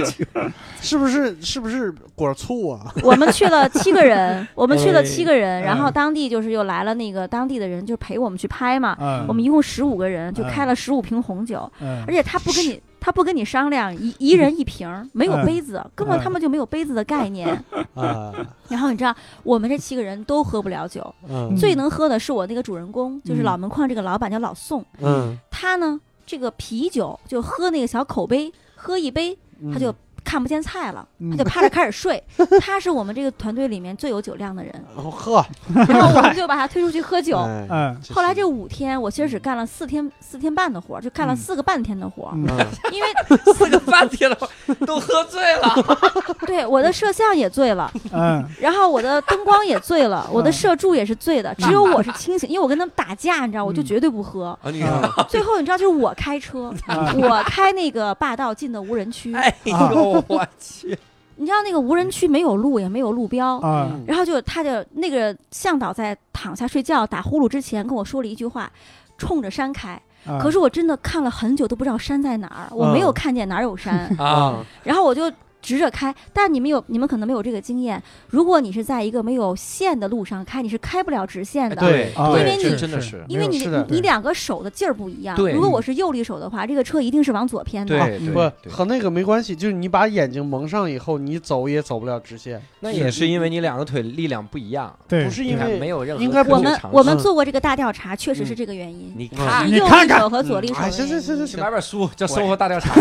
C: 是不是？是不是果醋 啊？
D: 我们去了七个 人，我们去了
A: 哎
D: 七个人，然后
B: 嗯
D: 当地就是又来了那个当地的人，就陪我们去拍嘛。
B: 嗯
D: 我们一共十五个人，就
B: 嗯
D: 开了十五瓶红酒，而
B: 嗯，
D: 且他不跟你，他不跟你商量，一一人一瓶儿，没有
B: 嗯
D: 杯子，根本
B: 嗯
D: 他们就没有杯子的概 念。
C: 啊，
D: 然后你知道，我们这七个人都喝不了酒，
C: 嗯
D: 最能喝的是我那个主人公，就是
B: 嗯
D: 老门框这个老板叫老宋，
C: 嗯，
D: 他呢这个啤酒就喝那个小口杯，喝一杯他就看不见菜了，
B: 嗯
D: 他就趴着开始睡。他是我们这个团队里面最有酒量的人，
C: 嗯喝
D: 然后我们就把他推出去喝酒。
C: 哎
B: 嗯
D: 后来这五天，我其实只干了四天四天半的活儿，就干了
B: 嗯
D: 四个半天的活儿，
B: 嗯
C: 嗯
D: 因为
A: 四个 半天了，都喝醉了。
D: 对我的摄像也醉了，
B: 嗯
D: 然后我的灯光也醉了，我的摄助也是醉的，只有我是清醒，因为我跟他们打架，你知道，我就
B: 嗯
D: 绝对不喝。
A: 啊，你看，
B: 嗯
D: 最后你知道，就是我开车，
B: 啊
D: 我开那个霸道进的无人区，
A: 哎呦我去，
D: 你知道那个无人区没有路，也没有路标。
C: 嗯
B: 啊，
D: 然后就他就那个向导在躺下睡觉打呼噜之前跟我说了一句话，冲着山开。可
B: 是
D: 是我真的看了很久都不知道山在哪儿，我没有看见哪儿 有山。
A: 啊，
D: 然后我就直着开。但你们有，你们可能没有这个经验。如果你是在一个没有线的路上开，你是开不了直线的，
A: 哎对，
B: 啊
A: 对
D: 因为
A: 这
D: 你
A: 真的是，
D: 因为你
C: 没有是的
D: 你你两个手的劲儿不一样。
A: 对
D: 如果我是右利手的话，这个车一定是往左偏的。
A: 对
B: 嗯
A: 对
C: 不
A: 对，
C: 和那个没关系，就是你把眼睛蒙上以后，你走也走不了直线，
A: 那也是因为你两个腿力量不一样，
B: 对，
C: 不是
A: 你
C: 因
A: 看
C: 为
A: 没有任何
C: 应该不
D: 我
A: 科学
D: 们
A: 常识
D: 我们做过这个大调查，确实是这个原因。
A: 你
C: 啊
A: 看
D: 是
B: 你
D: 右
B: 看
D: 利
B: 看
D: 手和左利手的
C: 哎，
D: 原因。
C: 行行行行
A: 去
C: 行
A: 买，本书叫《
C: 我
A: 生活大调查》，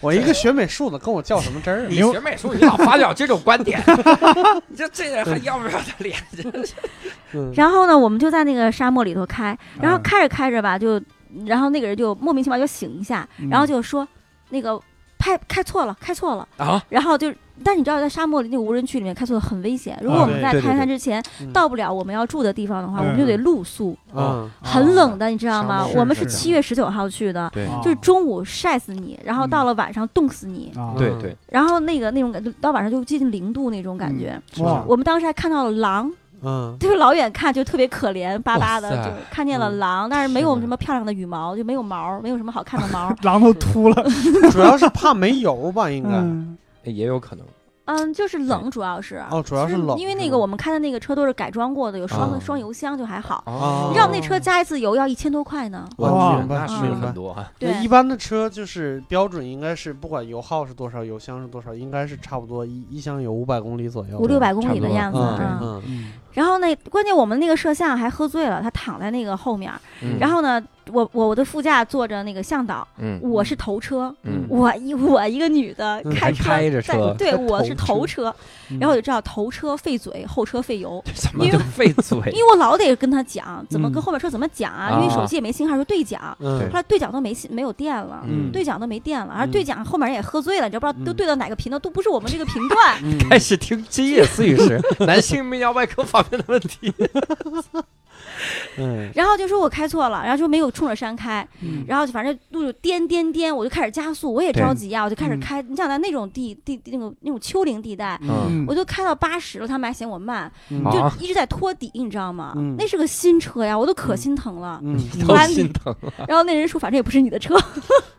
C: 我一个学美术的跟我较什么真儿
A: 你
C: 啊？
A: 学美术，你老发表这种观 点，你这这人还要不要他脸？真是
C: 嗯
D: 然后呢，我们就在那个沙漠里头开，然后
B: 嗯
D: 开着开着吧，就然后那个人就莫名其妙就醒一下，
B: 嗯
D: 然后就说那个拍开错了，开错了。
A: 啊，
D: 然后就，但你知道，在沙漠里那个无人区里面开错很危险。如果
B: 啊
D: 我们在
A: 对对
D: 勘探
A: 对
D: 之前
C: 嗯
D: 到不了我们要住的地方的话，
B: 嗯
D: 我们就得露宿，
C: 嗯
B: 啊
D: 很冷的，你知
A: 沙
D: 道吗？
A: 漠
D: 我们
B: 是
D: 是
B: 是
D: 七月十九号去的，
A: 对
D: 就是中午晒死你，然后到了晚上冻死你，
B: 啊，
C: 嗯
A: 对对，
D: 然后那个那种感觉，到晚上就接近零度那种感觉。
B: 哇，。
D: 我们当时还看到了狼，
C: 嗯
D: 就是老远看就特别可怜巴巴的，
A: 哇塞
D: 就看见了
C: 嗯
D: 狼，但是没有
A: 是
D: 什么漂亮的羽毛，就没有毛，没有什么好看的毛
B: 狼都秃了，
A: 嗯
C: 主要是怕没油吧，应该
B: 嗯
A: 也有可能。
D: 嗯，就是冷，主要是
C: 哦主要是
D: 其实
C: 冷
D: 因为
C: 是
D: 那
C: 吧
D: 个我们开的那个车都是改装过的，有双
A: 啊
D: 双油箱就还好。
A: 哦
D: 你知道我们那车加一次油要一千多块呢，
C: 我
B: 哦
C: 明
A: 那
C: 白
A: 是
D: 嗯
A: 有
C: 明白
A: 很。多啊，
D: 对
C: 一般的车就是标准应该是不管油耗是多少，油箱是多少，应该是差不多一一箱油五百公里左右。
D: 五六百公里
A: 差
D: 的
A: 不多
D: 样子
A: 嗯
D: 啊。
C: 嗯
B: 嗯
D: 然后那关键我们那个摄像还喝醉了，他躺在那个后面儿，
A: 嗯
D: 然后呢，我我我的副驾坐着那个向导，
A: 嗯
D: 我是头车。
A: 嗯
D: 我一我一个女的
C: 嗯
D: 开
A: 还
D: 车
A: 开着
D: 在，
A: 车
D: 对
C: 还
D: 我
C: 头
D: 是
C: 车
D: 头车，
C: 嗯
D: 然后我就知道头车费嘴，后车费油。
A: 这怎么
D: 因
A: 就
D: 为
A: 费嘴
D: 因？为我老得跟他讲怎么
B: 嗯
D: 跟后面车怎么讲啊，
A: 啊
D: 因为手机也没信号，就对讲。
C: 嗯
D: 后来对讲都没信，没有电了，
A: 嗯
D: 对讲都没电了，而
C: 嗯
D: 对讲后面人也喝醉了，你知道不知道
C: 嗯
D: 都对到哪个频道，都不是我们这个频
C: 。
D: 段
C: 嗯
A: 开始听今夜思语时，男性泌尿外科方面的问题。
C: 嗯，
D: 然后就说我开错了，然后说没有冲着山开，
B: 嗯
D: 然后就反正路就颠颠颠，我就开始加速，我也着急啊，我就开始
B: 嗯
D: 开。你想在那种地地地那种那种丘陵地带，
C: 嗯
B: 嗯
D: 我就开到八十了，他们还嫌我慢，
C: 嗯
A: 好
D: 就
A: 啊
D: 一直在托底，你知道吗
C: 嗯？
D: 那是个新车呀，我都可心疼了。
C: 嗯，
A: 都
D: 安
A: 心 疼。
D: 然后那人说，反正也不是你 的车，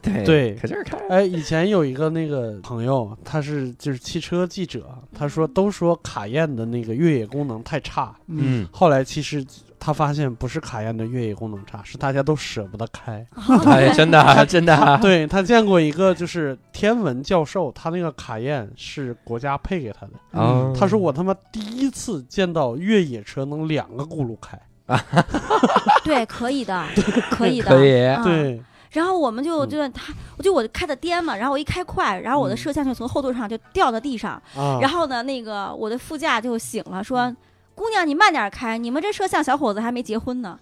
A: 对
C: 对
A: 可劲儿开。
C: 哎，以前有一个那个朋友，他是就是汽车记者，他说
D: 嗯
C: 都说卡宴的那个越野功能太差，
B: 嗯，
C: 后来其实他发现不是卡宴的越野功能差，是大家都舍不得开。
A: 哎，真的啊真的啊，
C: 对他见过一个就是天文教授，他那个卡宴是国家配给他的，
B: 嗯
A: 哦
C: 嗯他说我他妈第一次见到越野车能两个轱辘开。
D: 对，可以 的，可以的，
A: 可以
D: 嗯。
C: 对，
D: 然后我们就
C: 嗯
D: 就他，我就我开的颠嘛，然后我一开快，然后我的摄像就从后座上就掉到地上，
C: 啊，嗯
D: 然后呢，那个我的副驾就醒了，说。姑娘，你慢点开，你们这摄像小伙子还没结婚呢，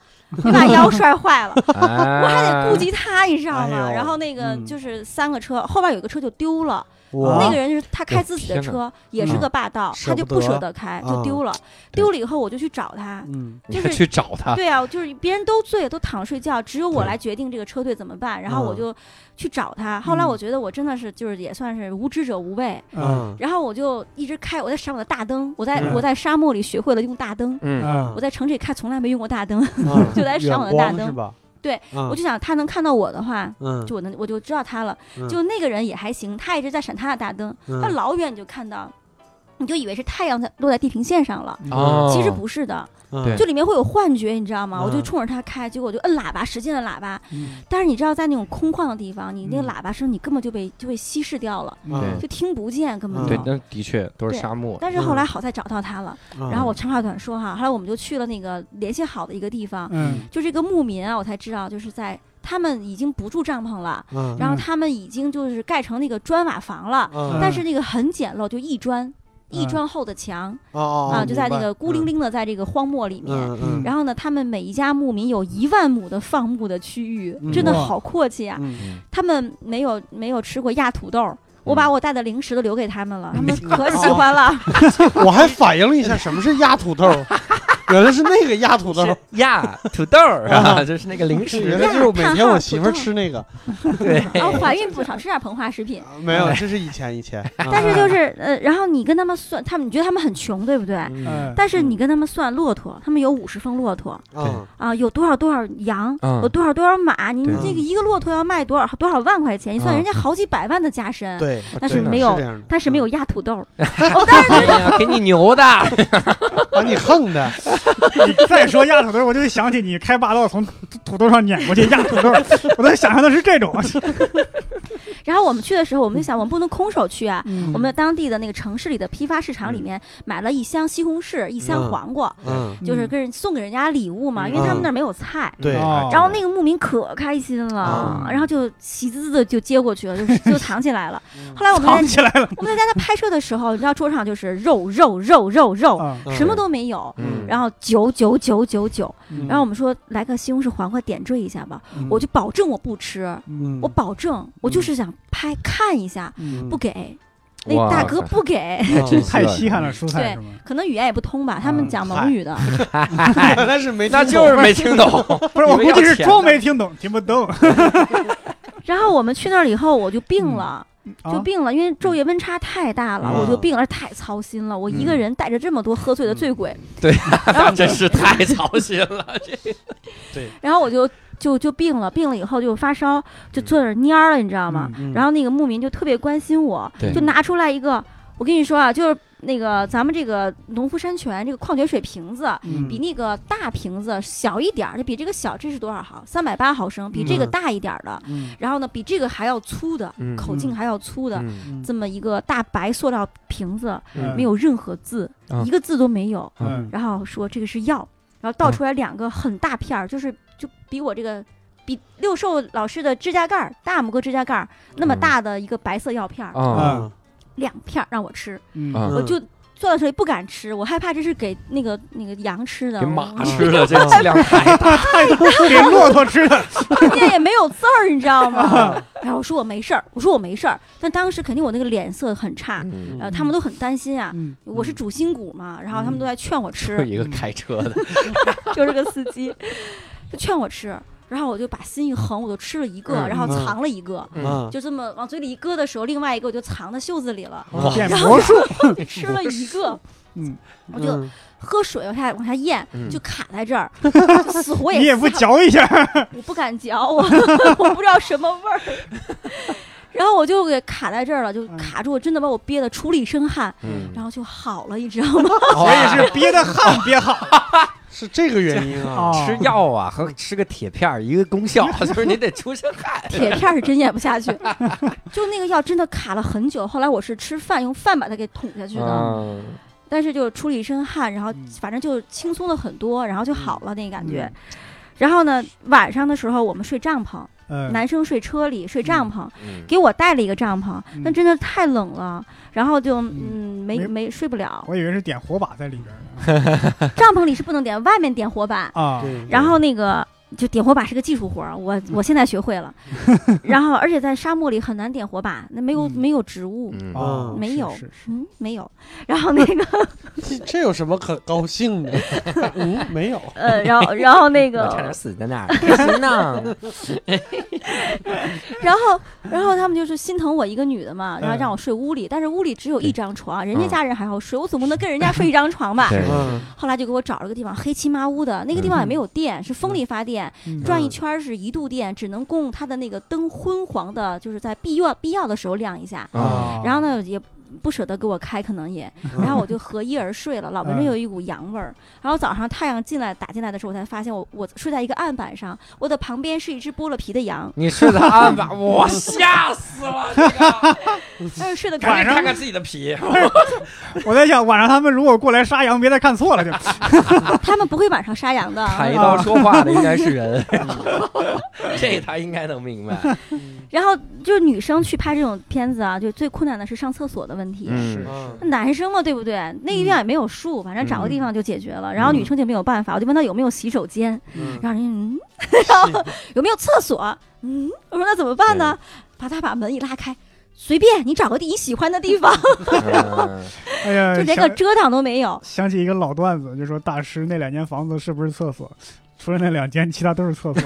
D: 你把 腰摔坏了，
A: 我
D: 我还得顾及他，你知道吗？
C: 哎呦
D: 然后那个
C: 嗯
D: 就是三个车，后边有一个车就丢了，
C: 我
D: 那个人就是他开自己
A: 哎
D: 的
A: 呦天
D: 车，也是个霸道，
C: 舍
D: 他就
C: 不
D: 不
C: 得
D: 舍得开，就
C: 嗯啊
D: 丢了。丢了以后我就去找他，
C: 嗯
A: 你
D: 就
A: 还
D: 是
A: 去找他，
D: 对啊，就是别人都醉，都躺着睡觉，只有我
A: 对
D: 来决定这个车队怎么办。然后我
C: 嗯
D: 就去找他。后来
B: 嗯
D: 我觉得我真的是就是也算是无知者无畏，
B: 啊
C: 啊
D: 然后我就一直开，我在闪我的大灯，我在、
C: 嗯
D: 我在沙漠里学会了用大灯。
A: 嗯，
C: 啊
D: 我，在城市里开从来没用过大灯，
C: 啊
D: 嗯就来
C: 远
D: 闪我的大
C: 光是
D: 灯
C: 吧？
D: 对
C: 啊，
D: 我就想他能看到我的话，
C: 嗯，
D: 就我能我就知道他了
C: 嗯。
D: 就那个人也还行，他一直在闪他的大灯，
C: 嗯
D: 他老远你就看到，你就以为是太阳在落在地平线上了，
A: 哦，
D: 其实不是的，
C: 嗯
A: 对
D: 就里面会有幻觉，你知道吗？
C: 嗯
D: 我就冲着他开，结果我就摁喇叭，使劲摁喇叭。
B: 嗯
D: 但是你知道，在那种空旷的地方，你那个
B: 嗯
D: 喇叭声你根本就被就被稀释掉了，
A: 对
D: 就听不见，根本
C: 嗯
A: 对，
D: 就。
A: 那的确都是沙漠，
D: 但是后来好在找到他了，
C: 嗯
D: 然后我长话短说哈，后来我们就去了那个联系好的一个地方，
B: 嗯
D: 就这个牧民啊，我才知道就是在他们已经不住帐篷了，
C: 嗯，
D: 然后他们已经就是盖成那个砖瓦房了，
C: 嗯
D: 但是那个很简陋，就一砖一
B: 嗯
D: 砖厚的墙
C: 哦
D: 啊，就在那个孤零，零的在这个荒漠里面，
C: 嗯嗯
D: 然后呢，他们每一家牧民有一万亩的放牧的区域，
C: 嗯
D: 真的
B: 哇
D: 好阔气啊！
C: 嗯
D: 他们没有没有吃过压土豆，
A: 嗯
D: 我把我带的零食都留给他们了，他们可喜欢 了。
C: 我还反应了一下什么是压土 豆，原来是那个压土豆，
A: 是呀，土豆 儿啊，
C: 啊
A: 就是那个零食
C: 原，来就是每天我媳妇儿吃那个，
A: 对，
D: 然后哦怀孕不少吃点膨化食品，
C: 没有，这是以前以前，
D: 但是就是呃，然后你跟他们算，他们你觉得他们很穷，对不对？
A: 哎
B: 嗯
D: 但是你跟他们算骆驼，他们有五十峰骆驼
C: 啊
D: 啊，有多少多少羊，
A: 嗯
D: 有多少多少马，你
A: 对
D: 这个一个骆驼要卖多少多少万块钱，你算
A: 嗯
D: 人家好几百万的家身，
C: 对，
D: 但是
A: 对
D: 没
C: 是这样
D: 有，
C: 的，嗯
D: 但是没有压土豆。
A: 哎呀给你牛的，
C: 把你横的，
B: 你再说压土豆，我就想起你开霸道从土豆上碾过去压土豆， 我在想象的是这种。啊
D: 然后我们去的时候，我们就想，我们不能空手去啊。
B: 嗯
D: 我们当地的那个城市里的批发市场里面买了一箱西红柿，一箱
C: 嗯
D: 黄瓜，
C: 嗯，
D: 就是跟人送给人家礼物嘛，因为
C: 嗯
D: 他们那儿没有菜。
C: 对嗯
B: 哦
D: 然后那个牧民可开心了，
B: 啊
D: 然后就喜滋滋的就接过去了，就是就藏起来了。后来我们
B: 藏
D: 在
B: 起来了
D: 我们在家拍摄的时候，你知道桌上就是肉肉肉肉肉，
B: 啊！
D: 什么都没有。
A: 嗯
D: 然后九九九九九，
B: 嗯
D: 然后我们说来个西红柿黄瓜点缀一下吧，我就保证我不吃，
B: 嗯
D: 我保证我就是想拍看一下，不给，那
A: 嗯哇
D: 大哥
A: 塞
D: 嗯不给，
A: 太真
B: 太稀罕了，蔬菜
D: 对
B: 是吗？
D: 可能语言也不通吧，他们
B: 嗯
D: 讲
C: 嗨
D: 蒙语的，
A: 嗨
C: 但是没，
A: 哎那就是没听 懂，
B: 不是，
A: 你
B: 我
A: 们
B: 估计
A: 要
B: 是
A: 钱
B: 装
A: 的
B: 没听懂，听不懂。
D: 然后我们去那儿以后，我就病了，
B: 啊
D: 就病了，因为昼夜温差太大了，
A: 嗯
D: 我就病了，太操心了。我一个人带着这么多喝醉的醉鬼，
A: 那真是太操心了，
D: 然后我就就就病了，病了以后就发烧，就坐那儿蔫儿了，你知道吗？然
C: 后
D: 后那个牧民就特别关心我
A: 嗯对，
D: 就拿出来一个，我跟你说啊，就是那个咱们这个农夫山泉这个矿泉水瓶
A: 嗯
D: 子。
B: 嗯
D: 比那个大瓶子小一点儿，就比这个小，这是多少毫？三百八毫升，比这个
C: 嗯
D: 大一点儿的，
B: 嗯
D: 然后呢，比这个还要粗的，
A: 嗯
D: 口径还要粗的，
A: 嗯
D: 这么一个大白塑料瓶子，
A: 嗯
D: 没有任何字，
A: 啊
D: 一个字都没有。
B: 嗯
D: 然后说这个是药，然后
A: 嗯
D: 倒出来两个很大片儿，就是就比我这个比六兽老师的指甲盖儿大拇哥指甲盖儿那么大的一个白色药片儿，
A: 嗯啊，
D: 两片儿让我吃，
B: 嗯
A: 啊
D: 我就坐在这里不敢吃，我害怕这是给那个那个羊吃的，
A: 给
D: 我
A: 马
D: 我
A: 吃了，这 质量太大，
B: 给骆驼吃的，
D: 关键也没有字儿，你知道吗？然后我说我没事儿，我说我没事儿，但当时肯定我那个脸色很差，
A: 嗯
D: 然后他们都很担心啊。
B: 嗯，
D: 我是主心骨嘛，然后他们
A: 嗯
D: 都在劝我吃，
A: 就一个开车的，
D: 就是个司机，就劝我吃，然后我就把心一横，我就吃了一个，
A: 嗯
D: 然后
C: 嗯
D: 藏了一个，
A: 嗯
C: 啊，
D: 就这么往嘴里一搁的时候，另外一个我就藏在袖子里了，
A: 哇
B: 嗯变魔术，
D: 吃了一个，
B: 嗯，
D: 我就
C: 嗯
D: 喝水往下往下咽，
A: 嗯
D: 就卡在这儿，就死活也
B: 你也
D: 撕
B: 不
D: 不
B: 嚼一下，
D: 我不敢嚼，我我不知道什么味儿。 然后我就给卡在这儿了，就
B: 嗯
D: 卡住，真的把我憋得出了一身汗，
A: 嗯，
D: 然后就好了，你知道吗？
B: 所以是憋的汗憋好
C: 啊是这个原因
D: 哦
C: 啊。
B: 啊。
A: 吃药啊和吃个铁片儿一个功 效，就是你得出身汗。
D: 铁片儿是真咽不下去， 就那个药真的卡了很久。后来我是吃饭用饭把它给捅下去的，
A: 嗯
D: 但是就出了一身汗，然后
B: 嗯
D: 反正就轻松了很多，然后就好了那感觉。然后呢，晚上的时候我们睡帐篷，
B: 嗯，
D: 男生睡车里，睡帐篷，
A: 嗯
D: 给我带了一个帐篷，但
B: 嗯
D: 真的太冷了，然后就
B: 嗯
D: 嗯没
B: 没
D: 没睡不了。
B: 我以为是点火把在里 边呢
D: 帐篷里是不能点，外面点火把。
B: 啊。
C: 对，
D: 然后那个就点火把是个技术活儿，
B: 嗯
D: 我我现在学会 了。然后而且在沙漠里很难点火把，那没有
B: 嗯
D: 没有植物，
A: 嗯
B: 啊，
D: 没有
B: 是是是
D: 嗯，没有。然后那个
C: 这这有什么可高兴 的？嗯，没有。
D: 呃，然后然后那
A: 我差点
D: 个，
A: 死在那儿，开心 呢。
D: 然后然后他们就是心疼我一个女的嘛，然后
B: 嗯
D: 让我睡屋里，但是屋里只有一张床，人家
A: 嗯
D: 家人还好睡，我总不能跟人家睡一张床吧？
A: 对
C: 嗯
D: 后来就给我找了个地方，黑漆麻乌的，那个地方也没有电，是风力发电，
B: 嗯
D: 转一圈儿是一度电，只能供它的那个灯昏黄的，就是在必要必要的时候亮一下。
A: 啊，
D: 然后？呢，也不舍得给我开，可能也，然后我就合衣而睡了，老闻着
B: 嗯
D: 有一股洋味儿。然后早上太阳进来打进来的时候，我才发现我我睡在一个案板上，我的旁边是一只剥了皮的 羊，
A: 你睡的安吧，我吓死了！这个
D: 但是睡得
A: 赶
B: 晚
A: 紧
B: 上
A: 看看自己的皮，
B: 我在想晚上他们如果过来杀羊，别再看错了就。
D: 他们不会晚上杀羊 的。
A: 砍一刀说话的应该是人， 这他应该能明白。
D: 然后就是女生去拍这种片子啊，就最困难的是上厕所的问题。
A: 嗯
C: 嗯
D: 男生嘛，对不对？那
B: 嗯
D: 个地方也没有树，反正找个地方就解决了。然后女生就没有办法，我就问她有没有洗手间，
C: 嗯
D: 然后人家嗯，然后 有没有厕所？嗯，我说那怎么办呢？把他把门一拉开，随便你找个你喜欢的地方，
A: 嗯
B: 哎呀，
D: 就连个
B: 想
D: 遮挡都 没有。
B: 想起一个老段子，就说大师那两间房子是不是厕所？除了那两间，其他都是厕所。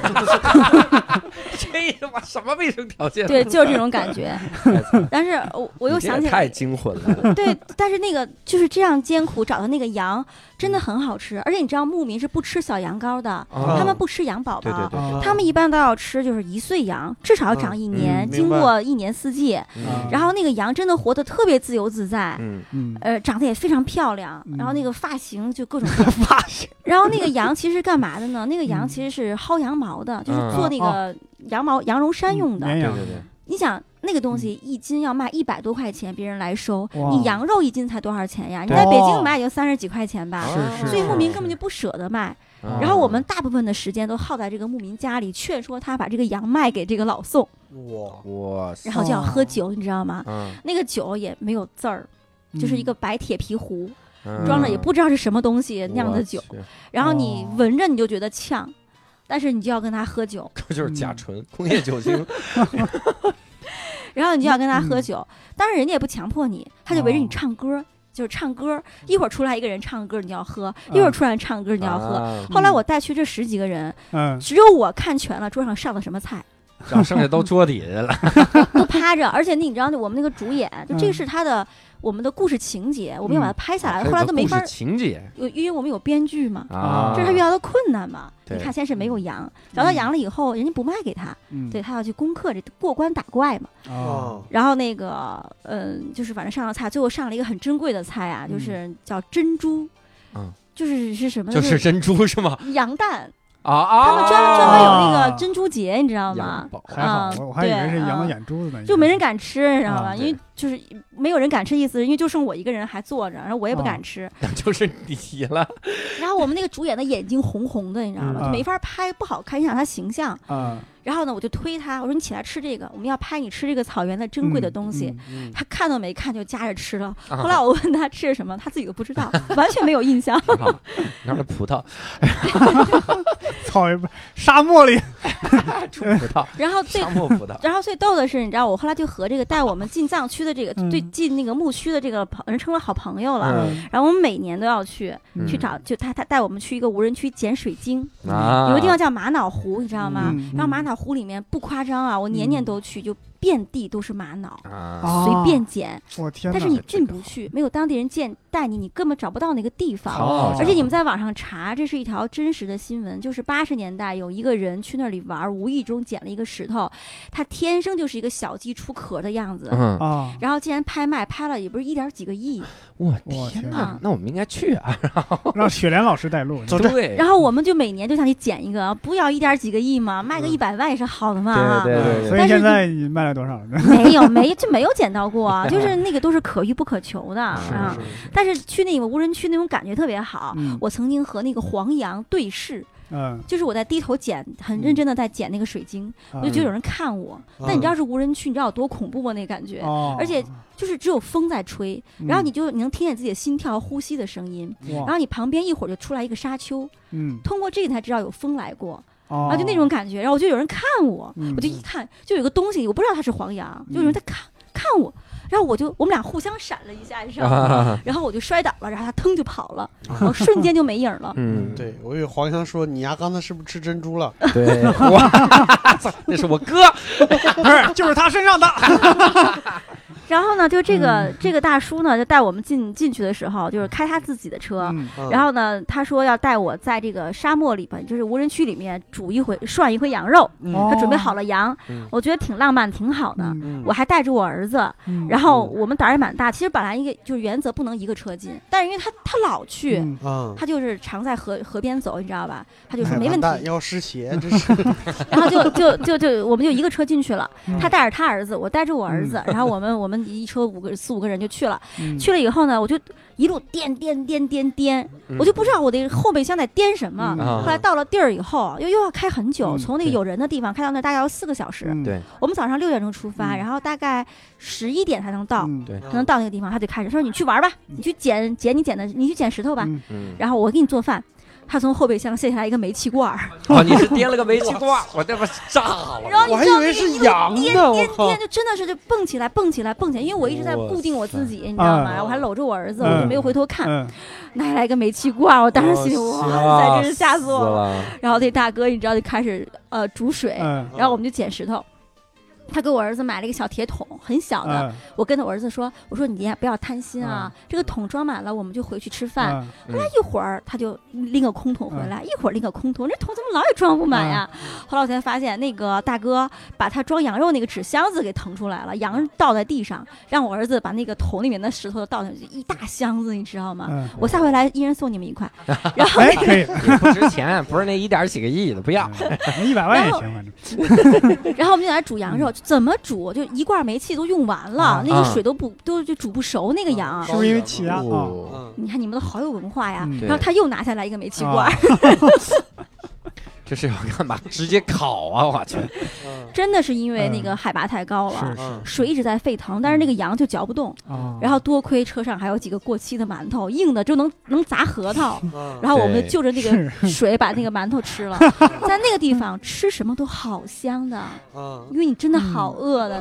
A: 这他妈什么卫生条件？
D: 对，就是这种感觉。
A: 太惨了，
D: 但是我我又
A: 你这也
D: 想起
A: 太
D: 来，
A: 惊魂了。嗯
D: 对，但是那个就是这样艰苦找的那个羊真的很好吃，而且你知道牧民是不吃小羊羔的，
A: 啊
D: 他们不吃羊宝
A: 对对
D: 宝。
A: 对，
B: 啊
D: 他们一般都要吃，就是一岁羊，至少要长一
A: 嗯
D: 年，
C: 嗯
D: 经
C: 明白
D: 过一年四季。
A: 嗯
D: 然后那个羊真的活得特别自由自在，
A: 嗯
B: 嗯，
D: 呃，长得也非常漂亮，然后那
B: 嗯
D: 个发型 就各种
B: 发现
D: 然后那个羊其实干嘛的呢？那个羊
B: 嗯
D: 其实是薅羊毛的，就是
A: 嗯
D: 做那个羊毛、羊绒衫用的。
B: 绵
A: 对
B: 嗯羊嗯
A: 对对，
D: 你想那个东西一斤要卖一百多块钱，别人来收，
B: 哇
D: 你羊肉一斤才多少钱呀？你
B: 对
D: 在北京买也就三十几块钱吧。
B: 是
C: 啊
B: 是
D: 所以
B: 是哦
D: 牧民根本就不舍得卖，
A: 嗯
D: 然后我们大部分的时间都耗在这个牧民家里，劝说他把这个羊卖给这个老宋，
C: 我
A: 哇塞，
D: 然后就要喝
B: 哦
D: 酒，你知道吗？
A: 嗯
D: 那个酒也没有字儿，就是一
B: 嗯
D: 个白铁皮壶，
A: 嗯
D: 装着也不知道是什么东西酿的酒，
A: 我去
D: 然后你
B: 哦
D: 闻着你就觉得呛，但是你就要跟他喝酒，
A: 就是甲醇、
D: 嗯
A: 工业酒 精，
D: 然后你就要跟他喝
B: 嗯
D: 酒，当然人家也不强迫你，他就围着你
B: 哦
D: 唱歌，就是唱歌，一会儿出来一个人唱歌你就要喝，一会儿
B: 嗯
D: 出来唱歌你就要喝。
A: 啊
D: 后来我带去这十几个人，
B: 嗯
D: 只有我看全了桌上上的什么菜，
A: 然后啊剩下都桌底下了。
D: 都趴着，而且你知道我们那个主演，就这
B: 嗯
D: 是他的我们的故事情节，我们要把它拍下来，后来都没法
A: 嗯啊还有个故事，情节
D: 有因为我们有编剧嘛，
A: 啊，
D: 这是他遇到的困难嘛。你
A: 对
D: 看，先是没有羊，找到
B: 嗯
D: 羊了以后，人家不卖给他，
B: 嗯
D: 对他要去攻克这过关打怪嘛。
B: 啊
A: 哦
D: 然后那个，嗯，就是反正上了菜，最后上了一个很珍贵的菜啊，就是叫珍珠，
A: 嗯，
D: 就是是什么呢？
A: 就是珍珠是吗？
D: 羊蛋，
A: 啊
D: 他
A: 啊！
D: 们专门专门有那个
B: 哦
D: 珍珠节，你知道吗
A: 羊？宝
B: 还好
D: 啊，
B: 我我还以为是
D: 对
B: 羊的
D: 嗯
B: 眼珠子呢，
D: 就没人敢吃，你知道
B: 啊
D: 吧？因为就是没没有人敢吃意思，因为就剩我一个人还坐着，然后我
A: 啊
D: 也不敢吃。
A: 那就是你了。
D: 然后我们那个主演的眼睛红红的，你知道吗？
B: 嗯
D: 就
A: 啊
D: 没法拍，不好看，影响他形象。
B: 啊，
D: 然后呢，我就推他，我说你起来吃这个，我们要拍你吃这个草原的珍贵的东西。
B: 嗯
C: 嗯，
D: 他看都没看就夹着 吃了。
A: 啊
D: 后来我问他吃什么，他自己都不知道，完全没有 印象。
A: 挺好那儿的葡 萄，
B: 草原沙漠里，
A: 出葡萄，
D: 然后最
A: 沙漠葡萄。
D: 然后最逗的是，你知道，我后来就和这个带我们进藏区的这个、
B: 嗯
D: 对进那个牧区的这个朋人成了好朋友了。
B: 嗯
D: 然后我们每年都要去
A: 嗯
D: 去找，就他他带我们去一个无人区捡水晶，
A: 啊，
D: 嗯有个地方叫玛瑙湖，你知道吗？
B: 嗯
D: 啊然后玛瑙湖里面不夸张啊，我年年都去，就遍地都是玛瑙。
A: 啊，
B: 啊
D: 随便捡，
B: 我天哪，
D: 但是你进
A: 这个
D: 不去，没有当地人见带你，你根本找不到那个地方。
A: 好家伙
D: 而且你们在网上查，这是一条真实的新闻，就是八十年代有一个人去那里玩，无意中捡了一个石头，他天生就是一个小鸡出壳的样子，
A: 嗯，哎
B: 啊，
D: 然后竟然拍卖拍了也不是一点几个亿，
A: 我
B: 我
A: 天
B: 天
A: 哪
D: 哪，
A: 那我们应该去啊。
B: 让雪莲老师带路， 嗯
C: 走这
A: 对，
D: 然后我们就每年就想去捡一个，不要一点几个亿嘛，卖个一百万也是好的嘛
A: 嗯
D: 啊。
A: 对对对
B: 所以现在你卖了多少 呢？
D: 没有，没就没有捡到 过，就是那个都是可遇不可求的
A: 是
D: 啊
A: 是。
D: 但是去那个无人区那种感觉特别好。
B: 嗯
D: 啊我曾经和那个黄羊对视，
B: 嗯，
D: 就是我在低头捡，很认真的在捡那个水晶，我
B: 嗯
D: 就觉得有人看我。但你
C: 啊
D: 知道是无人区，你知道有多恐怖吗？那个感觉，
B: 哦，
D: 而且就是只有风在吹，然后你就你能听见自己的心跳、呼吸的声音，
B: 嗯，
D: 然
B: 哇
D: 后你旁边一会儿就出来一个沙丘，
B: 嗯，
D: 通过这个你才知道有风来过，
B: 然
D: 然后就那种感觉，然后我就有人看我，
B: 嗯
D: 我就一看就有个东西，我不知道它是黄羊，就有人
B: 嗯
D: 在看看我，然后我就我们俩互相闪了一下，你知道吗？
A: 啊，
D: 然后我就摔倒了，然后他腾就跑了，我瞬间就没影儿了。
A: 嗯，
C: 对我以为黄香说你呀，刚才是不是吃珍珠了？
A: 对，哇，那是我哥，
B: 不是，就是他身上的，
D: 然后呢，就这个
B: 嗯
D: 这个大叔呢，就带我们进进去的时候，就是开他自己的车。
B: 嗯
C: 嗯
D: 然后呢，他说要带我在这个沙漠里边，就是无人区里面煮一回涮一回羊肉，
C: 嗯
B: 哦
D: 他准备好了羊
A: 嗯，
D: 我觉得挺浪漫，挺好的。
B: 嗯
C: 嗯
D: 我还带着我儿子，
B: 嗯
D: 然后我们胆儿也蛮大。其实本来一个就是原则不能一个车进，但是因为他他老去，
B: 嗯
C: 嗯，
D: 他就是常在河河边走，你知道吧？他就
C: 哎
D: 说没问
C: 完蛋
D: 题，嗯
C: 要湿鞋，真是
D: 然后就就就就我们就一个车进去了
B: 嗯，
D: 他带着他儿子，我带着我儿子，然后我们我们一车五个四五个人就去了。
B: 嗯
D: 去了以后呢，我就一路颠颠颠颠颠，
A: 嗯
D: 我就不知道我的后备箱在颠什么。
A: 啊
D: 后来到了地儿以后，又又要开很久，
B: 嗯
D: 从那个
A: 对
D: 有人的地方开到那儿大概要四个小时。
B: 嗯
A: 对
D: 我们早上六点钟出发，
B: 嗯
D: 然后大概十一点才能到。
B: 嗯
A: 对
D: 可能到那个地方，他就开始说：“你去玩吧，你去捡捡你捡的，你去捡石头吧。
B: 嗯
A: 嗯，
D: 然后我给你做饭。”他从后备箱卸下来一个煤气罐儿，
A: 哦，你是颠了个煤气罐，我这不炸了
D: 然后
C: 我还
D: 你知
C: 以
D: 道那
C: 为
D: 个
C: 是
D: 一路
C: 羊呢，我
D: 颠
C: 靠
D: 颠，！就真的是就蹦起来，蹦起来，蹦起来，因为我一直在
A: 哇
D: 固定我自己，你知
B: 啊
D: 道吗？然后我还搂着我儿子，我就
B: 嗯
D: 没有回头看。
B: 嗯
D: 拿来一个煤气罐，我当时心里哇塞，真是哦吓死我了。
A: 了！
D: 然后那大哥你知道就开始呃煮水，
B: 嗯
D: 然后我们就捡石头。他给我儿子买了一个小铁桶，很小的。
B: 嗯
D: 我跟着我儿子说：“我说你呀，不要贪心啊，这个桶装满了，我们就回去吃饭。
B: 嗯
A: 嗯
D: 一会儿他就拎个空桶回来，一会儿拎个空桶，这桶怎么老也装不满呀？后来我才发现，那个大哥把他装羊肉那个纸箱子给腾出来了，羊倒在地上，让我儿子把那个桶里面的石头倒进去，一大箱子，你知道吗？
B: 嗯，
D: 我下回来一人送你们一块。啊然后
B: 哎，可以，
A: 也不值钱，不是那一点几个亿的，不要。
B: 一百万也行，反正
D: 然后我们就在那煮羊肉，怎么煮就一罐煤气都用完了，
B: 嗯啊
D: 那个
A: 啊
D: 水都不都就煮不熟那个羊。
C: 啊
B: 是不是因为气压啊？
A: 哦，
C: 嗯
D: 你看你们都好有文化呀！
B: 嗯
A: 对
D: 然后他又拿下来一个煤气罐，
B: 啊
A: 这是要干嘛？直接烤啊！我去，
C: 嗯
D: 真的是因为那个海拔太高了，
B: 嗯是嗯
C: 嗯
D: 水一直在沸腾，但是那个羊就嚼不动。
B: 啊，
D: 然后多亏车上还有几个过期的馒头，硬的就能能砸核 桃。
C: 嗯
D: 然后我们
A: 对
D: 就就着那个
B: 是
D: 水把那个馒头吃 了，在那个地方吃什么都好香的，
C: 嗯，
D: 因为你真的好饿的。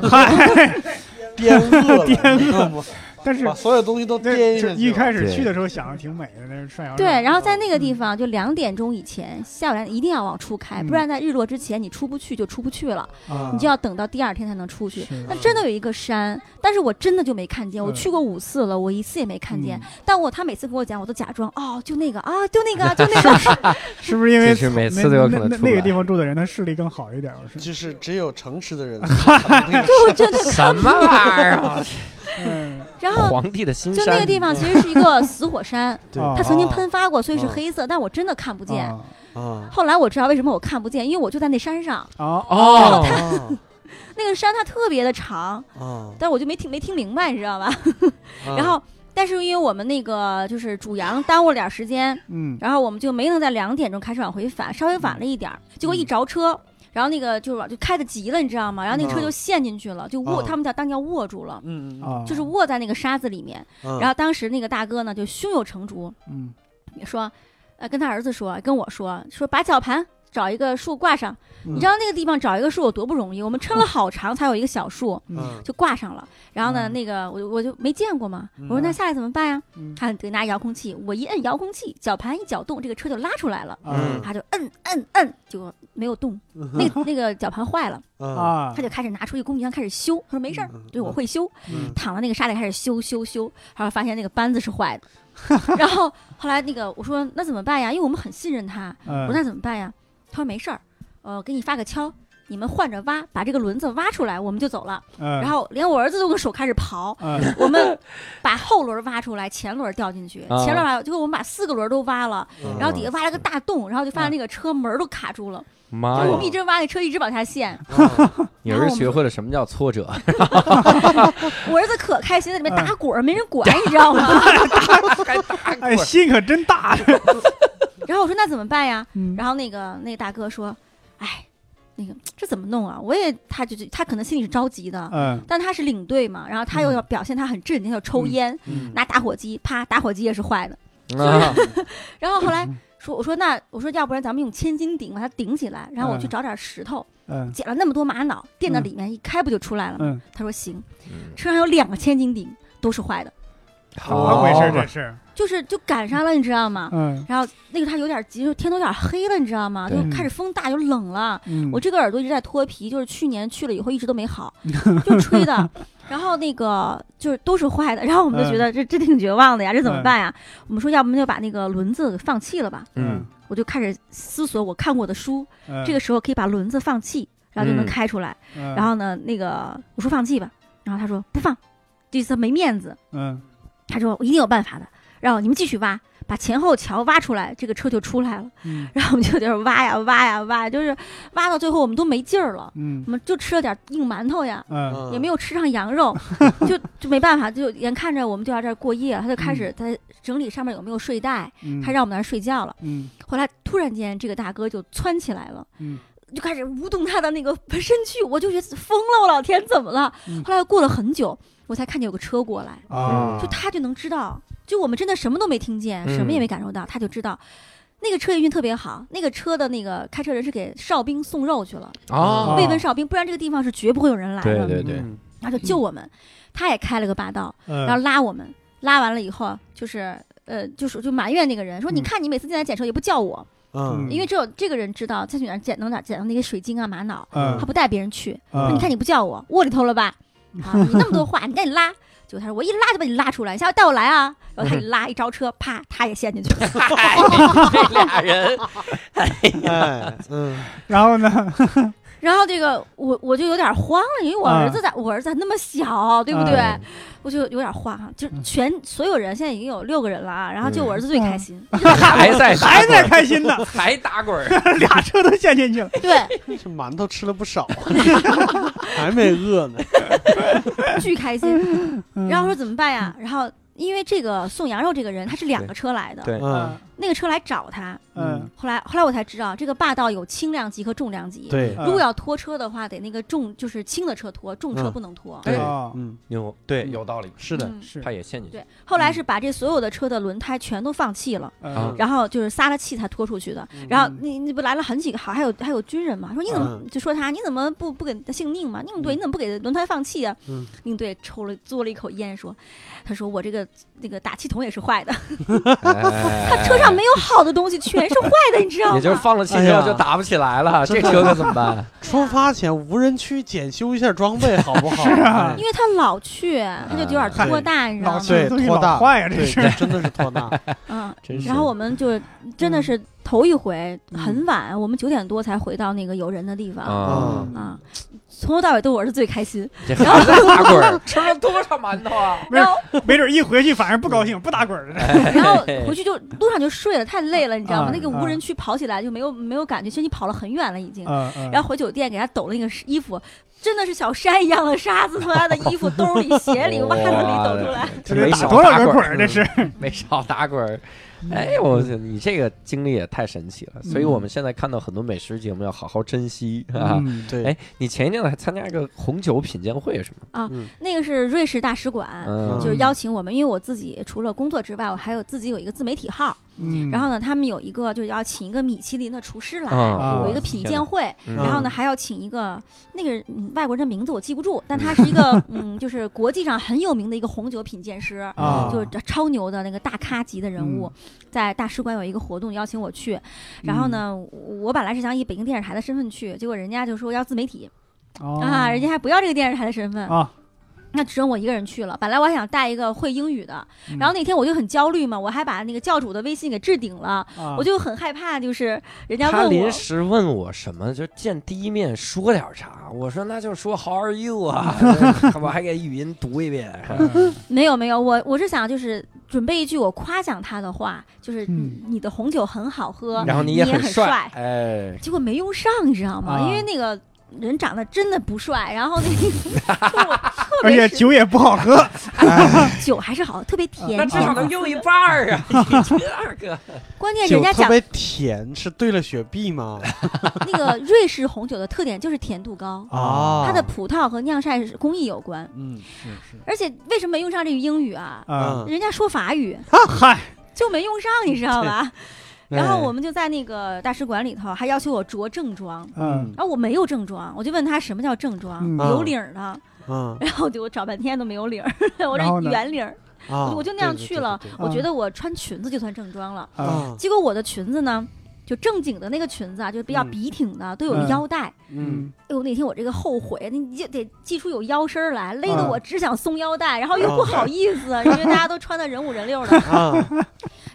C: 颠饿了，
B: 颠
C: 你知道吗
B: 但是
C: 把所有东西都
B: 那
C: 颠
B: 就
C: 下
B: 一
C: 去了。
B: 开始
A: 对
B: 去的时候想的挺美的，那是涮羊肉，
D: 对，然后在那个地方，就两点钟以前，下午两点一定要往出开，
B: 嗯
D: 不然在日落之前你出不去就出不去了，
B: 啊
D: 你就要等到第二天才能出去。
B: 是啊
D: 那真的有一个山，但是我真的就没看见，我
B: 嗯
D: 去过五次了，我一次也没看见。但我他每次跟我讲，我都假装哦，就那个啊，就那个，就那个。
B: 是不是因为
A: 其实每
B: 那
A: 次都有可能
B: 那那
A: 出来
B: 那个地方住的人，他视力更好一点，我是，
C: 就是只有诚实 的人才能那个
D: 就我真的
A: 什么玩意儿啊？
B: 嗯，
D: 然后
A: 皇帝的新
D: 就那个
A: 山，
D: 地方其实是一个死 火山，
C: 对
B: 啊
D: 它曾经喷发过，所以
B: 哦
D: 是黑色，但我真的看不见。
B: 啊
C: 啊
B: 哦
D: 后来我知道为什么我看不见，因为我就在那山上，
B: 啊
A: 哦
C: 啊
D: 那个山它特别的长，
C: 啊，
D: 但我就没听没听明白，你知道吧？
C: 啊
D: 然后，但是因为我们那个就是主阳耽误了点儿时间，
B: 嗯，
D: 然后我们就没能在两点钟开始往回返，
C: 嗯
D: 稍微晚了一点儿。结果一着车，然后那个就是往就开的急了，你知道吗？然后那个车
C: 嗯
D: 就陷进去了，就握、
C: 哦
D: 他们叫当叫握住了，
C: 嗯嗯嗯
B: 啊，
D: 就是握在那个沙子里面。
C: 嗯，
D: 然后当时那个大哥呢就胸有成竹，
B: 嗯，
D: 说，呃，跟他儿子说，跟我说，说把绞盘。找一个树挂上，
B: 嗯
D: 你知道那个地方找一个树有多不容易？我们撑了好长才有一个小树，
C: 嗯
D: 就挂上了。然后呢，
B: 嗯
D: 那个我就我就没见过嘛，我说
C: 嗯
D: 那下来怎么办呀？
B: 嗯
D: 他得拿遥控器，我一摁遥控器，绞盘一搅动，这个车就拉出来了。
B: 啊
D: 他就摁摁摁，就没有动，
B: 嗯
D: 那个那 个绞盘坏了，
C: 啊，
B: 啊，
D: 他就开始拿出一个工具箱开始修。他说没事儿，
C: 嗯
D: 对我会修。
C: 嗯
D: 躺到那个沙里开始修修修，然后发现那个扳子是坏的。 然后后来那个我说那怎么办呀？因为我们很信任他，我
B: 嗯
D: 说那怎么办呀？他说没事儿，呃，给你发个锹，你们换着挖，把这个轮子挖出来，我们就走了。
B: 嗯，
D: 然后连我儿子都跟手开始刨，
B: 嗯
D: 我们把后轮挖出来，前轮掉进去，
A: 啊
D: 前轮挖，结果我们把四个轮都挖了，
C: 嗯
D: 然后底下挖了个大洞，然后就发现那个车门儿都卡住了，就
A: 妈
D: 是我
A: 呀
D: 们！一直挖，那车一直往下陷。
C: 啊
A: 你儿子学会了什么叫挫折，
D: 我儿子可开心，在里面
B: 嗯
D: 打滚儿，没人管，你知道吗？
B: 哎，心可真大，
D: 然后我说那怎么办呀？
B: 嗯
D: 然后那个那个大哥说，哎，那个这怎么弄啊？我也他就他可能心里是着急的，
B: 嗯
D: 但他是领队嘛，然后他又要表现他很镇定，要抽烟，
C: 嗯
D: 拿打火机，啪，打火机也是坏的。
A: 啊
D: 然后后来
B: 嗯
D: 说，我说那我说要不然咱们用千斤顶把它顶起来，然后我去
B: 嗯
D: 找点石头，
B: 嗯
D: 捡了那么多玛瑙垫到
B: 嗯
D: 里面，一开不就出来了吗？
B: 嗯，
D: 他说行，
A: 嗯
D: 车上有两个千斤顶都是坏的，
B: 怎么回
A: 好啊
B: 嗯事？
A: 嘛
B: 啊这是，
D: 就是就赶上了，你知道吗？
B: 嗯
D: 然后那个他有点急，就天都有点黑了，你知道吗？就
B: 对
D: 开始风大，就冷了。
B: 嗯，
D: 我这个耳朵一直在脱皮，就是去年去了以后一直都 没好，就吹的。然后那个就是都是坏的，然后我
B: 嗯
D: 们就觉得这这挺绝望的呀，这怎么办呀？我们说要不就把那个轮子给放弃了吧。
A: 嗯，
D: 我就开始思索我看过的书，
B: 嗯
D: 这个，时候可以把轮子放弃，然后就能
A: 嗯
D: 开出来。
B: 然
D: 然后呢，那个我说放弃吧，然后他说不放，这次没面子。
B: 嗯
D: 他说我一定有办法的，然后你们继续挖，把前后桥挖出来，这个车就出来了。
B: 嗯
D: 然后我们就在这儿挖呀挖呀挖，就是挖到最后我们都没劲儿 了，
B: 嗯
D: 我们就吃了点硬馒头呀，
B: 嗯
C: 嗯
D: 也没有吃上羊肉， 就就没办法，就眼看着我们就要这儿过夜了，他就开始在整理上面有没有睡袋，
B: 嗯，
D: 他让我们在那儿睡觉了。
B: 嗯
D: 后来突然间这个大哥就窜起来了。
B: 嗯
D: 就开始舞动他的那个身躯，我就觉得疯了，我老天怎么了
B: 嗯？
D: 后来过了很久，我才看见有个车过来，
B: 啊，
D: 就他就能知道，就我们真的什么都没听见，
A: 嗯
D: 什么也没感受到，他就知道。那个车运气特别好，那个车的那个开车人是给哨兵送肉去了，
B: 嗯
A: 啊，
D: 慰问哨兵，不然这个地方是绝不会有人来的。
A: 对对对，
C: 嗯
D: 然后就救我们，他也开了个霸道，
B: 然
A: 嗯
D: 然后拉我们，拉完了以后就是呃，就是就埋怨那个人说：“你
B: 嗯
D: 看你每次进来捡车也不叫我，
C: 嗯
D: 因为只有这个人知道再去哪儿捡能哪儿捡到那些水晶啊、玛瑙，
B: 嗯
D: 他不带别人去。
B: 嗯
D: 说你看你不叫我，窝里头 了吧？啊，你那么多话，你赶紧拉。结果他说我一拉就把你拉出来，你下回带我来啊。然后他一拉，一招车，啪，他也陷进去 了。
A: 这俩人
C: 哎嗯
B: 然后呢，
D: 然后这个我我就有点慌了，因为我
B: 嗯
D: 儿子在，我儿子还那么小，对不对？
A: 嗯
D: 我就有点慌哈。就是
B: 嗯
D: 全所有人现在已经有六个人了啊，然后就我儿子最开心，
A: 还在打
B: 还
A: 滚
B: 在
A: 儿
B: 开心呢，
A: 还打滚儿，
B: 俩车都陷进去了，
D: 对，
C: 这馒头吃了不少，啊 还没饿 呢。
D: 巨开心。
B: 嗯
D: 然后我说怎么办呀？然后因为这个送羊肉这个人他是两个车来的，
A: 对
C: 嗯，
D: 那个车来找他。
B: 嗯
D: 后来后来我才知道，这个霸道有轻量级和重量级。
C: 对，
D: 如果要拖车的话，得那个重就是轻的车拖，重车
C: 嗯
D: 不能拖。
A: 对
B: 啊
C: 嗯，
A: 有对有道理，
C: 是的，
D: 嗯
B: 是
A: 他也陷进去，
D: 对，后来是把这所有的车的轮胎全都放弃了，
B: 嗯
D: 然后就是撒了气才拖出去的。然后
B: 嗯
D: 你你不来了很几个，好还有还有军人嘛，说你怎么
C: 嗯
D: 就说他你怎么不不给他性命嘛？宁队你怎么不给轮胎放弃啊
C: 嗯？
D: 宁队抽了嘬了一口烟说，他说我这个那个打气筒也是坏的，
A: 他
D: 车上没有好的东西，全是坏的，你知道吗？
A: 哎也就是放了气哎之后
C: 哎呀
A: 就打不起来了，这
C: 真的
A: 车可怎么办？
C: 出发前无人区检修一下装备好不好？
B: 是
A: 嗯
B: 啊
C: 哎
D: 因为他老去，他就有点拖大，你知道
B: 老
D: 吗？
B: 去东西老坏呀，这
C: 对，
B: 是
C: 这真的是拖 大。
D: 嗯，
A: 真是
D: 然后我们就真的是头一回，
B: 嗯
D: 很晚，我们九点多才回到那个有人的地方
A: 啊，
C: 嗯
D: 啊。从头到尾都我儿子最 开心，
A: 这还在打滚 儿，吃了多少馒头啊？
B: 没事
D: 然 后
B: 没准一回去反而不高兴，不打滚儿
C: 哎
B: 了。
D: 然后回去就路上就睡了，太累了，你知道吗？
A: 嗯
B: 啊
D: 那个无人区跑起来就没有没有感觉，其实你跑了很远了已经。
B: 嗯嗯
D: 然后回酒店给他抖了那个衣服，真的是小山一样的沙子从他的衣服兜 里、鞋里、袜子里抖出来。
B: 这
A: 没
B: 得打
A: 少
B: 多少
A: 打
B: 个
A: 滚
B: 滚
A: 儿
B: 儿？这是
A: 没少打滚儿。
D: 嗯
A: 哎，我你这个经历也太神奇了，所以我们现在看到很多美食节目要好好珍惜啊。
B: 嗯
C: 对，
A: 哎，你前一阵子还参加一个红酒品鉴会是吗？
D: 那个是瑞士大使馆，
A: 嗯，
D: 啊就是邀请我们，因为我自己除了工作之外，我还有自己有一个自媒体号。
B: 嗯，
D: 然后呢，他们有一个就是要请一个米其林的厨师来。
A: 啊
D: 有一个品鉴，会，
A: 嗯
D: 然后呢还要请一个那个嗯外国人的名字我记不住，但他是一个嗯， 就是国际上很有名的一个红酒品鉴师，
C: 嗯
B: 啊，
D: 就是超牛的那个大咖级的人物，在大使馆有一个活动邀请我去，然后呢，我本来是想以北京电视台的身份去，结果人家就说要自媒体
B: 哦
D: 啊，人家还不要这个电视台的身份
B: 啊。
D: 那只剩我一个人去了。本来我还想带一个会英语的，
B: 嗯
D: 然后那天我就很焦虑嘛，我还把那个教主的微信给置顶了，
B: 啊
D: 我就很害怕，就是人家
A: 他
D: 问我
A: 临，时问我什么，就见第一面说点啥，我说那就说 How are you 啊，我还给语音读一遍。
B: 哎
D: 嗯没有没有，我我是想就是准备一句我夸奖他的话，就是
B: 嗯
D: 你的红酒很好喝，
A: 然后你
D: 你也
A: 很
D: 很
A: 帅
D: 帅，
A: 哎，
D: 结果没用上，你知道吗？
B: 啊
D: 因为那个人长得真的不帅，然后那个我特
B: 而且
D: 别是
B: 酒也不好喝，
D: 酒还是好，特别甜。
A: 啊那至少能用一半儿 啊，一二个。
D: 关键
C: 酒
D: 人家
C: 特
D: 讲
C: 别甜，是兑了雪碧吗？
D: 那个瑞士红酒的特点就是甜 度高，
B: 啊
D: 它的葡萄和酿晒是工艺有关。
C: 嗯
B: 是是
D: 而且为什么没用上这个英语啊？
B: 啊，
C: 嗯
D: 人家说法语
B: 嗨，
D: 就没用上，你知道
C: 嗯
D: 吧？然
C: 哎
D: 后我
A: 们
D: 们就在那个大使馆里头，还要求我着正装。
C: 哎
B: 嗯
D: 然后我没有正装，我就问他什么叫正装，
B: 嗯
C: 啊
D: 有领儿的。
C: 嗯
D: 然后就我找半天都没有领儿， 我
B: 然后
D: 这
B: 呢嗯
D: 圆领儿。
C: 啊，
D: 我就那样
C: 对
D: 去了。
C: 对对对
D: 我觉得我穿裙子就算正装了。
C: 对
B: 啊，
C: 啊
D: 结果我的裙子呢，就正经的那个裙子啊，就比较
C: 嗯
D: 笔挺的，都有
B: 嗯
D: 腰带。
C: 嗯，
D: 哎呦，那天我这个后悔，你就得系出有腰身儿来，勒得
C: 嗯
B: 啊
D: 我只想松腰带，然后又
C: 啊。
D: 不好意思，因为大家都穿的人五人六的
C: 啊，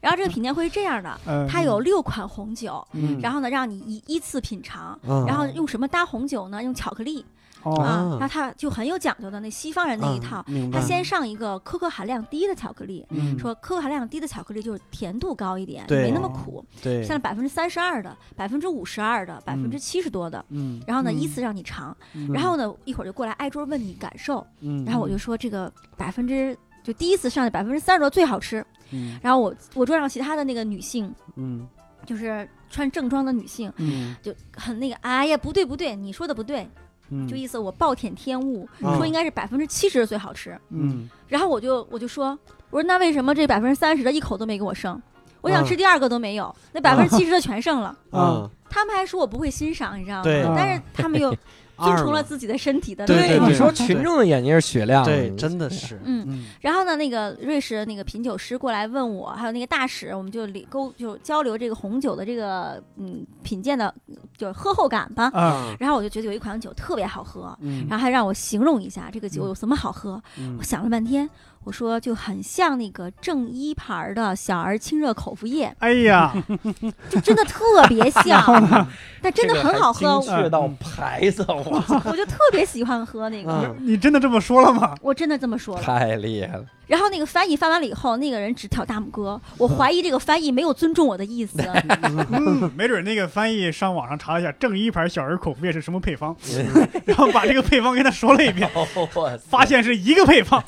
D: 然后这个品鉴会是这样的，
B: 嗯
D: 它有六款红酒，
B: 嗯
D: 然后呢让你一依次品尝。
C: 嗯
D: 然后用什么搭红酒呢？用巧克力
B: 哦
D: 啊
C: 啊，
D: 然后它就很有讲究的那西方人那一套
C: 嗯，明
D: 它
C: 白，
D: 先上一个可可含量低的巧克力，
B: 嗯
D: 说可可含量低的巧克力就是甜度高一点，
C: 对
D: 没那么苦，
C: 对，
D: 像百分之三十二的、百分之五十二的、百分之七十多的。
C: 嗯，
D: 然后呢，
B: 嗯
D: 依次让你尝，
C: 嗯
D: 然后呢，一会儿就过来挨桌问你感受，
C: 嗯，
D: 然后我就说这个百分之就第一次上的百分之三十多最好吃，
C: 嗯
D: 然后我我桌上其他的那个女性
C: 嗯
D: 就是穿正装的女性
C: 嗯
D: 就很那个，哎呀不对不对，你说的不对，
C: 嗯，
D: 就意思我暴殄天物，
C: 嗯
D: 说应该是百分之七十最好吃，
B: 嗯
C: 嗯
D: 然后我就我就说，我说那为什么这百分之三十的一口都没给我剩？我想
C: 嗯
D: 吃第二个都没有，那百分之七十的全剩了。
C: 啊，
D: 他们还说我不会欣赏，你知道
C: 对嗯
D: 吗？但是他们又遵从嗯 了
C: 二嘛
D: 自己的身体的
C: 对
D: 那
C: 对
D: 种
A: 你
C: 对
A: 说群众的眼睛是雪亮的，
C: 对，真的是，
D: 嗯
C: 嗯
D: 然后呢，那个瑞士那个品酒师过来问我，还有那个大使，我们就里沟就交流这个红酒的这个嗯品鉴的，就是喝后感吧。
B: 啊，
D: 然后我就觉得有一款酒特别好喝，
C: 嗯，
D: 然后还让我形容一下这个酒有什么好喝。
C: 嗯
D: 我想了半天，我说就很像那个正一牌儿的小儿清热口服液，
B: 哎呀，
D: 就真的特别
C: 嗯
D: 像，但真的很好喝，嗯
A: 精确到牌子，哇，
D: 我就特别喜欢喝那个。
C: 嗯
B: 你真的这么说了 吗？
D: 我真的这么说 了，
A: 太厉害了！
D: 然后那个翻译翻完了以后，那个人只挑大拇哥，我怀疑这个翻译没有尊重我的 意思，
B: 嗯，没准那个翻译上网上查了一下，正一牌小儿口服液是什么配方，
C: 嗯
B: 然后把这个配方跟他说了一 遍，
D: 哦
A: 哇塞
B: 发现是一个配 方。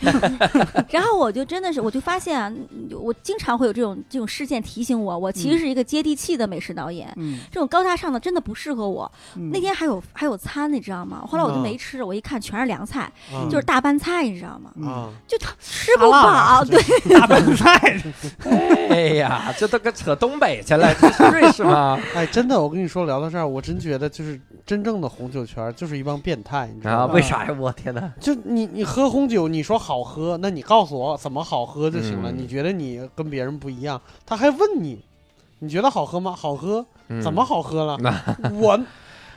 D: 然后我就真的是，我就发现啊，我经常会有这种这种事件提醒我，我其
C: 嗯
D: 实是一个接地气的美食导演，
B: 嗯，
D: 这种高大上的真的不适合我。那天还有还有餐，你知道吗？后来我就
C: 嗯
D: 没吃，我一看全是凉菜，
C: 啊
D: 就是大拌菜，你知道吗？
C: 啊，
D: 就它吃不
B: 麻
D: 饱，对，
B: 大拌 菜，
A: 哎呀，这都跟扯东北去了，这是瑞士吗？
C: 哎，真的，我跟你说，聊到这儿，我真觉得就是真正的红酒圈儿就是一帮变态，你知
A: 啊，
C: 道
D: 嗯
C: 吗？
A: 为啥呀？我天哪！
C: 就你你喝红酒，你说好喝，那你告诉我怎么好喝就行了。
A: 嗯
C: 你觉得你跟别人不一样，他还问你，你觉得好喝吗？好喝，
A: 嗯
C: 怎么？好喝了？我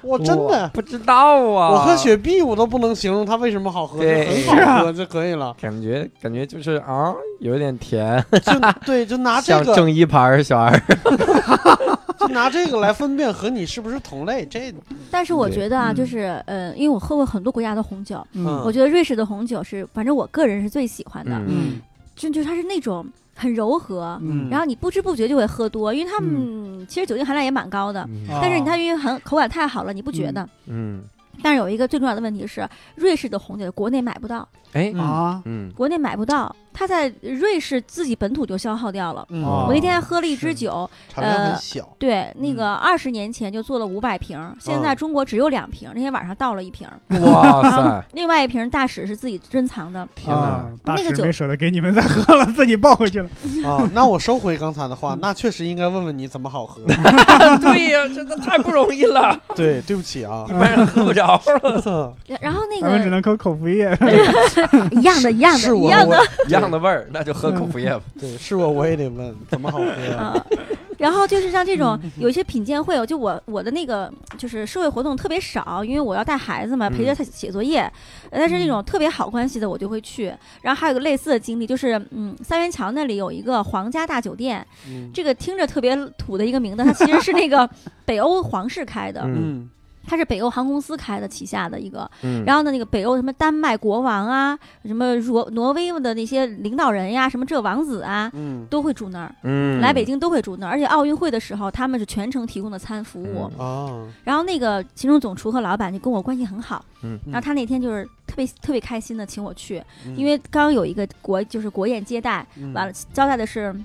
C: 我真的。
A: 不知道啊，
C: 我喝雪碧，我都不能形容它为什么好喝，就
A: 对。
C: 很
B: 是
C: 好
B: 啊
C: 喝就可以了
A: 感觉感觉就是啊，有点甜，
C: 就对，就拿这
A: 像
C: 个，
A: 正一牌儿小
D: 啊
A: 儿。
C: 就拿这个来分辨和你是不是同类。这，
D: 但是我
A: 对
D: 觉得啊，
B: 嗯
D: 就是呃，因为我喝过很多国家的红酒，
C: 嗯
D: 我觉得瑞士的红酒是，反正我个人是最喜欢的，
A: 嗯
D: 就就是它是那种很柔和，
B: 嗯
D: 然后你不知不觉就会喝多，因为嗯他们其实酒精含量也蛮高的，
A: 嗯
D: 但是你它因为很口感太好了，你不觉得。
A: 嗯，
D: 但是有一个最重要的问题是，瑞士的红酒国内买不到，
A: 哎，
C: 嗯
B: 啊，
A: 嗯，
D: 国内买不到，它在瑞士自己本土就消耗掉了。
C: 嗯
A: 哦
D: 我那天还喝了一支
B: 是
D: 酒，
E: 产量
D: 呃
E: 很小，
D: 对，那
B: 嗯
D: 个二十年前就做了五百瓶，现在
A: 哦
E: 嗯
D: 中国只有两瓶，那天晚上倒了一瓶，
A: 嗯 哇塞，
D: 另外一瓶大使是自己珍藏的。
A: 天哪！
B: 啊，大
D: 那个
B: 师
D: 酒
B: 没舍得给你们再喝了，自己抱回去了。
C: 啊，那我收回刚才的话，那确实应该问问你怎么好喝。
A: 对呀，真的太不容易了，
C: 对，对不起啊
A: 一，般人喝不 着。
D: 然后那
B: 咱们只
D: 个
B: 能喝口服 液。
D: 一样的，一样
C: 是
D: 的，一
C: 我
D: 样的。
A: 一样的味儿，那就喝口服液吧。
C: 对，是我我也得问怎么好喝。
D: 嗯，然后就是像这
A: 嗯
D: 种有一些品鉴会，我就我我的那个就是社会活动特别少，因为我要带孩子嘛，陪着
A: 嗯
D: 他写作业。呃但是那种特别好关系的，我就会去。然后还有个类似的经历，就是嗯，三元桥那里有一个皇家大酒店，
C: 嗯
D: 这个听着特别土的一个名字，它其实是那 个北欧皇室开的，
A: 嗯
C: 嗯
D: 它是北欧航空公司开的旗下的一个。
A: 嗯，
D: 然后呢，那个北欧什么丹麦国王啊，什么挪挪威的那些领导人呀，什么这王子啊，
C: 嗯
D: 都会住那儿。
A: 嗯
D: 来北京都会住那儿，而且奥运会的时候他们是全程提供的餐服务。
A: 嗯
C: 啊，
D: 然后那个秦中总厨和老板就跟我关系很好，
A: 嗯
D: 然后他那天就是特别特别开心的请我去，
C: 嗯
D: 因为刚有一个国就是国宴接待，
A: 嗯
D: 完了，招待的是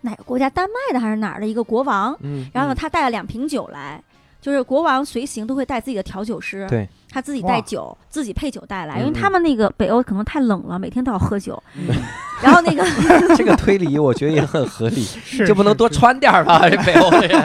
D: 哪个国家丹麦的还是哪儿的一个国王，
A: 嗯
D: 然后呢
C: 嗯
D: 他带了两瓶酒来。就是国王随行都会带自己的调酒师，
A: 对
D: 他自己
B: 哇
D: 带酒，自己配酒带来，因为
A: 嗯嗯
D: 他们那个北欧可能太冷了，每天都要喝酒。
B: 嗯
D: 然后 那个
A: 这个推理我觉得也很合理，
B: 是
A: 就不能多
B: 是是
A: 穿点儿 吗？这北欧人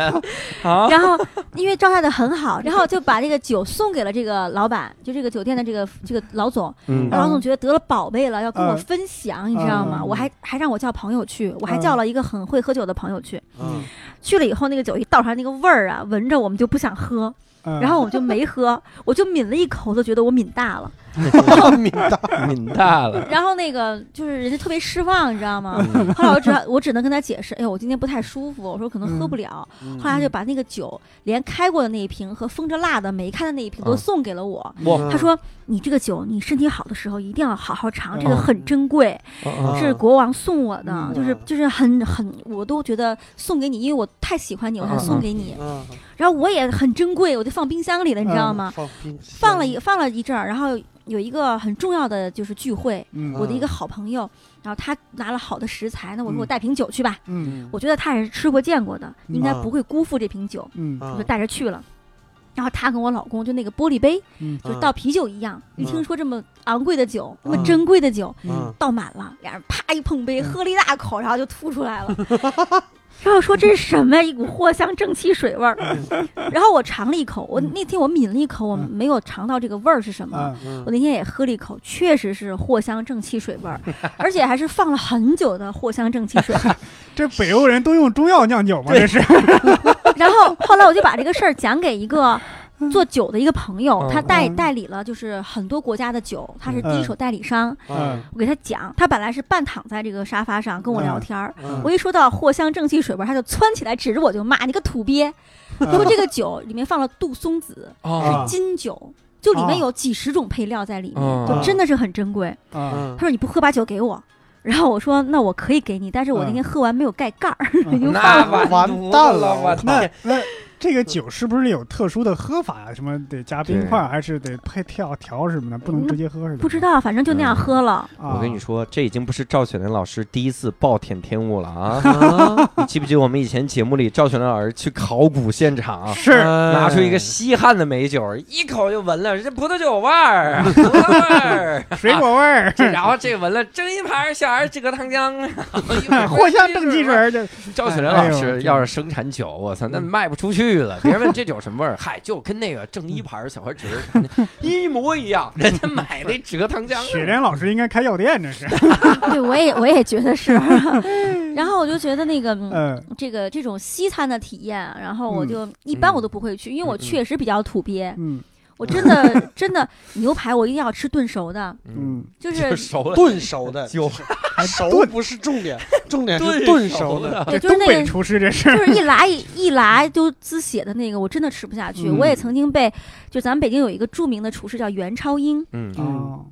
A: 啊，
D: 然后因为招待的很 好，然后就把这个酒送给了这个老板，就这个酒店的这个这个老总。
A: 嗯
D: 然后老总觉得得了宝贝了，要跟我
B: 嗯
D: 分享，你知道吗？
B: 嗯
D: 我还还让我叫朋友去，我还
B: 嗯
D: 叫了一个很会喝酒的朋友去。
C: 嗯
D: 去了以后，那个酒一倒出来，那个味儿啊，闻着我们就不想喝，
B: 嗯
D: 然后我们就没喝，我就抿了一口，就觉得我抿大了。
C: 嗯敏大，
A: 抿大了，
D: 然后那个就是人家特别失望，你知道吗？
A: 嗯
D: 后来我只我只能跟他解释，哎呦，我今天不太舒服，我说可能喝不
B: 嗯
D: 了。
C: 嗯
D: 后来他就把那个酒连开过的那一瓶和封着蜡的没开的那一瓶都
A: 嗯
D: 送给了我。
A: 我
D: 他说：“你这个酒，你身体好的时候一定要好好尝，这个
B: 嗯
D: 很珍贵，
A: 嗯
D: 是国王送我的，
B: 嗯
D: 就是
C: 嗯
D: 就是很很，我都觉得送给你，因为我太喜欢你，我才
A: 嗯
D: 送
A: 嗯
D: 给你。
C: 嗯，
D: 然后我也很珍贵，我就放冰箱里了，你知道
B: 嗯
D: 吗？
C: 放冰箱
D: 放了一放了一阵儿，然后有一个很重要的就是聚会，
B: 嗯
D: 我的一个好朋友，然后他拿了好的食材，那我说我
B: 嗯
D: 带瓶酒去吧，
B: 嗯
C: 嗯
D: 我觉得他也是吃过见过的，应该
C: 嗯
D: 不会辜负这瓶酒。”
B: 嗯
C: 啊
D: 我就带着去了。然后他跟我老公就那个玻璃杯，
B: 嗯
D: 就是倒啤酒一样。一听
C: 嗯
D: 说这么昂贵的酒，
B: 啊
C: 嗯
D: 那么珍贵的酒，
C: 嗯
D: 倒满了，俩人啪一碰杯，
B: 嗯
D: 喝了一大口，然后就吐出来 了。然后说这是什么呀？一股藿香正气水味儿。然后我尝了一口，我
B: 嗯
D: 那天我抿了一口，我
B: 嗯
D: 没有尝到这个味儿是什么。
B: 啊
C: 嗯
D: 我那天也喝了一口，确实是藿香正气水味儿，而且还是放了很久的藿香正气水。
B: 这北欧人都用中药酿酒吗？这 是
D: 然后后来我就把这个事儿讲给一个做酒的一个朋友
A: 嗯，
D: 他代
B: 嗯
D: 代理了就是很多国家的酒，他是第一手代理商。
C: 嗯
D: 我给他讲，他本来是半躺在这个沙发上跟我聊天儿。
C: 嗯
D: 我一说到藿香正气水味儿，他就窜起来指着我就骂：“你个土鳖！”
B: 嗯
D: 说这个酒里面放了杜松子，
A: 哦
B: 啊
D: 金酒，就里面
B: 哦
D: 有几十种配料在里面，
A: 嗯
D: 就真的是很珍贵。
B: 啊，
C: 嗯
D: 他说：“你不喝把酒给我。”然后我说：“那我可以给你，但是我那
B: 嗯
D: 天喝完没有盖盖儿， 已经放
A: 那
D: 了。
A: 完
C: 完
A: 蛋
C: 蛋
A: 了，
C: 了
A: 我
B: 那
A: 天！
B: 那嗯这个酒是不是有特殊的喝法呀、什么得加冰块，还是得配调调什么的？不能直接喝是吧？
D: 嗯不知道，反正就那样喝了。
B: 啊。
A: 我跟你说，这已经不是赵雪莲老师第一次暴殄天物了啊！
C: 啊，
A: 你记不记得我们以前节目里赵雪莲老师去考古现场？
B: 是
A: 拿
C: 拿
A: 出一个西汉的美酒，一口就闻了，这葡萄酒味 儿，葡萄味儿，
B: 水果味儿，
A: 这然后这闻了，蒸一盘小孩几个汤浆，然 后一
B: 藿香正气水
A: 儿。
B: 儿， 这
A: 赵雪莲老师要是生产酒，我操，那卖不出去了。别人问这酒什么味儿，嗨，就跟那个正一盘小黑纸一模一样，人家买 那几个汤浆。
B: 雪莲老师应该开药店，这 是。
D: 对，我也我也觉得是。 然后我就觉得那个、嗯
B: 嗯
D: 这个这种西餐的体验，然后我
B: 嗯
D: 就、一般
A: 嗯
D: 我都不会去，因为我
A: 嗯嗯
D: 确实比较土鳖。
B: 嗯
D: 我真的真的牛排我一定要吃炖熟的，
A: 嗯，
B: 嗯，
D: 就是
A: 熟了，
C: 炖熟的
A: 酒
C: 熟
B: 炖
C: 不是重点，重点是
A: 炖
C: 炖熟的。
A: 的，
D: 对，就是
B: 啊东
D: 那
B: 北
D: 个。
B: 厨师这是。
D: 就是一来一一来就滋血的那个，我真的吃不下去。
B: 嗯
D: 我也曾经被，就咱们北京有一个著名的厨师叫袁超英，
A: 嗯
B: 哦，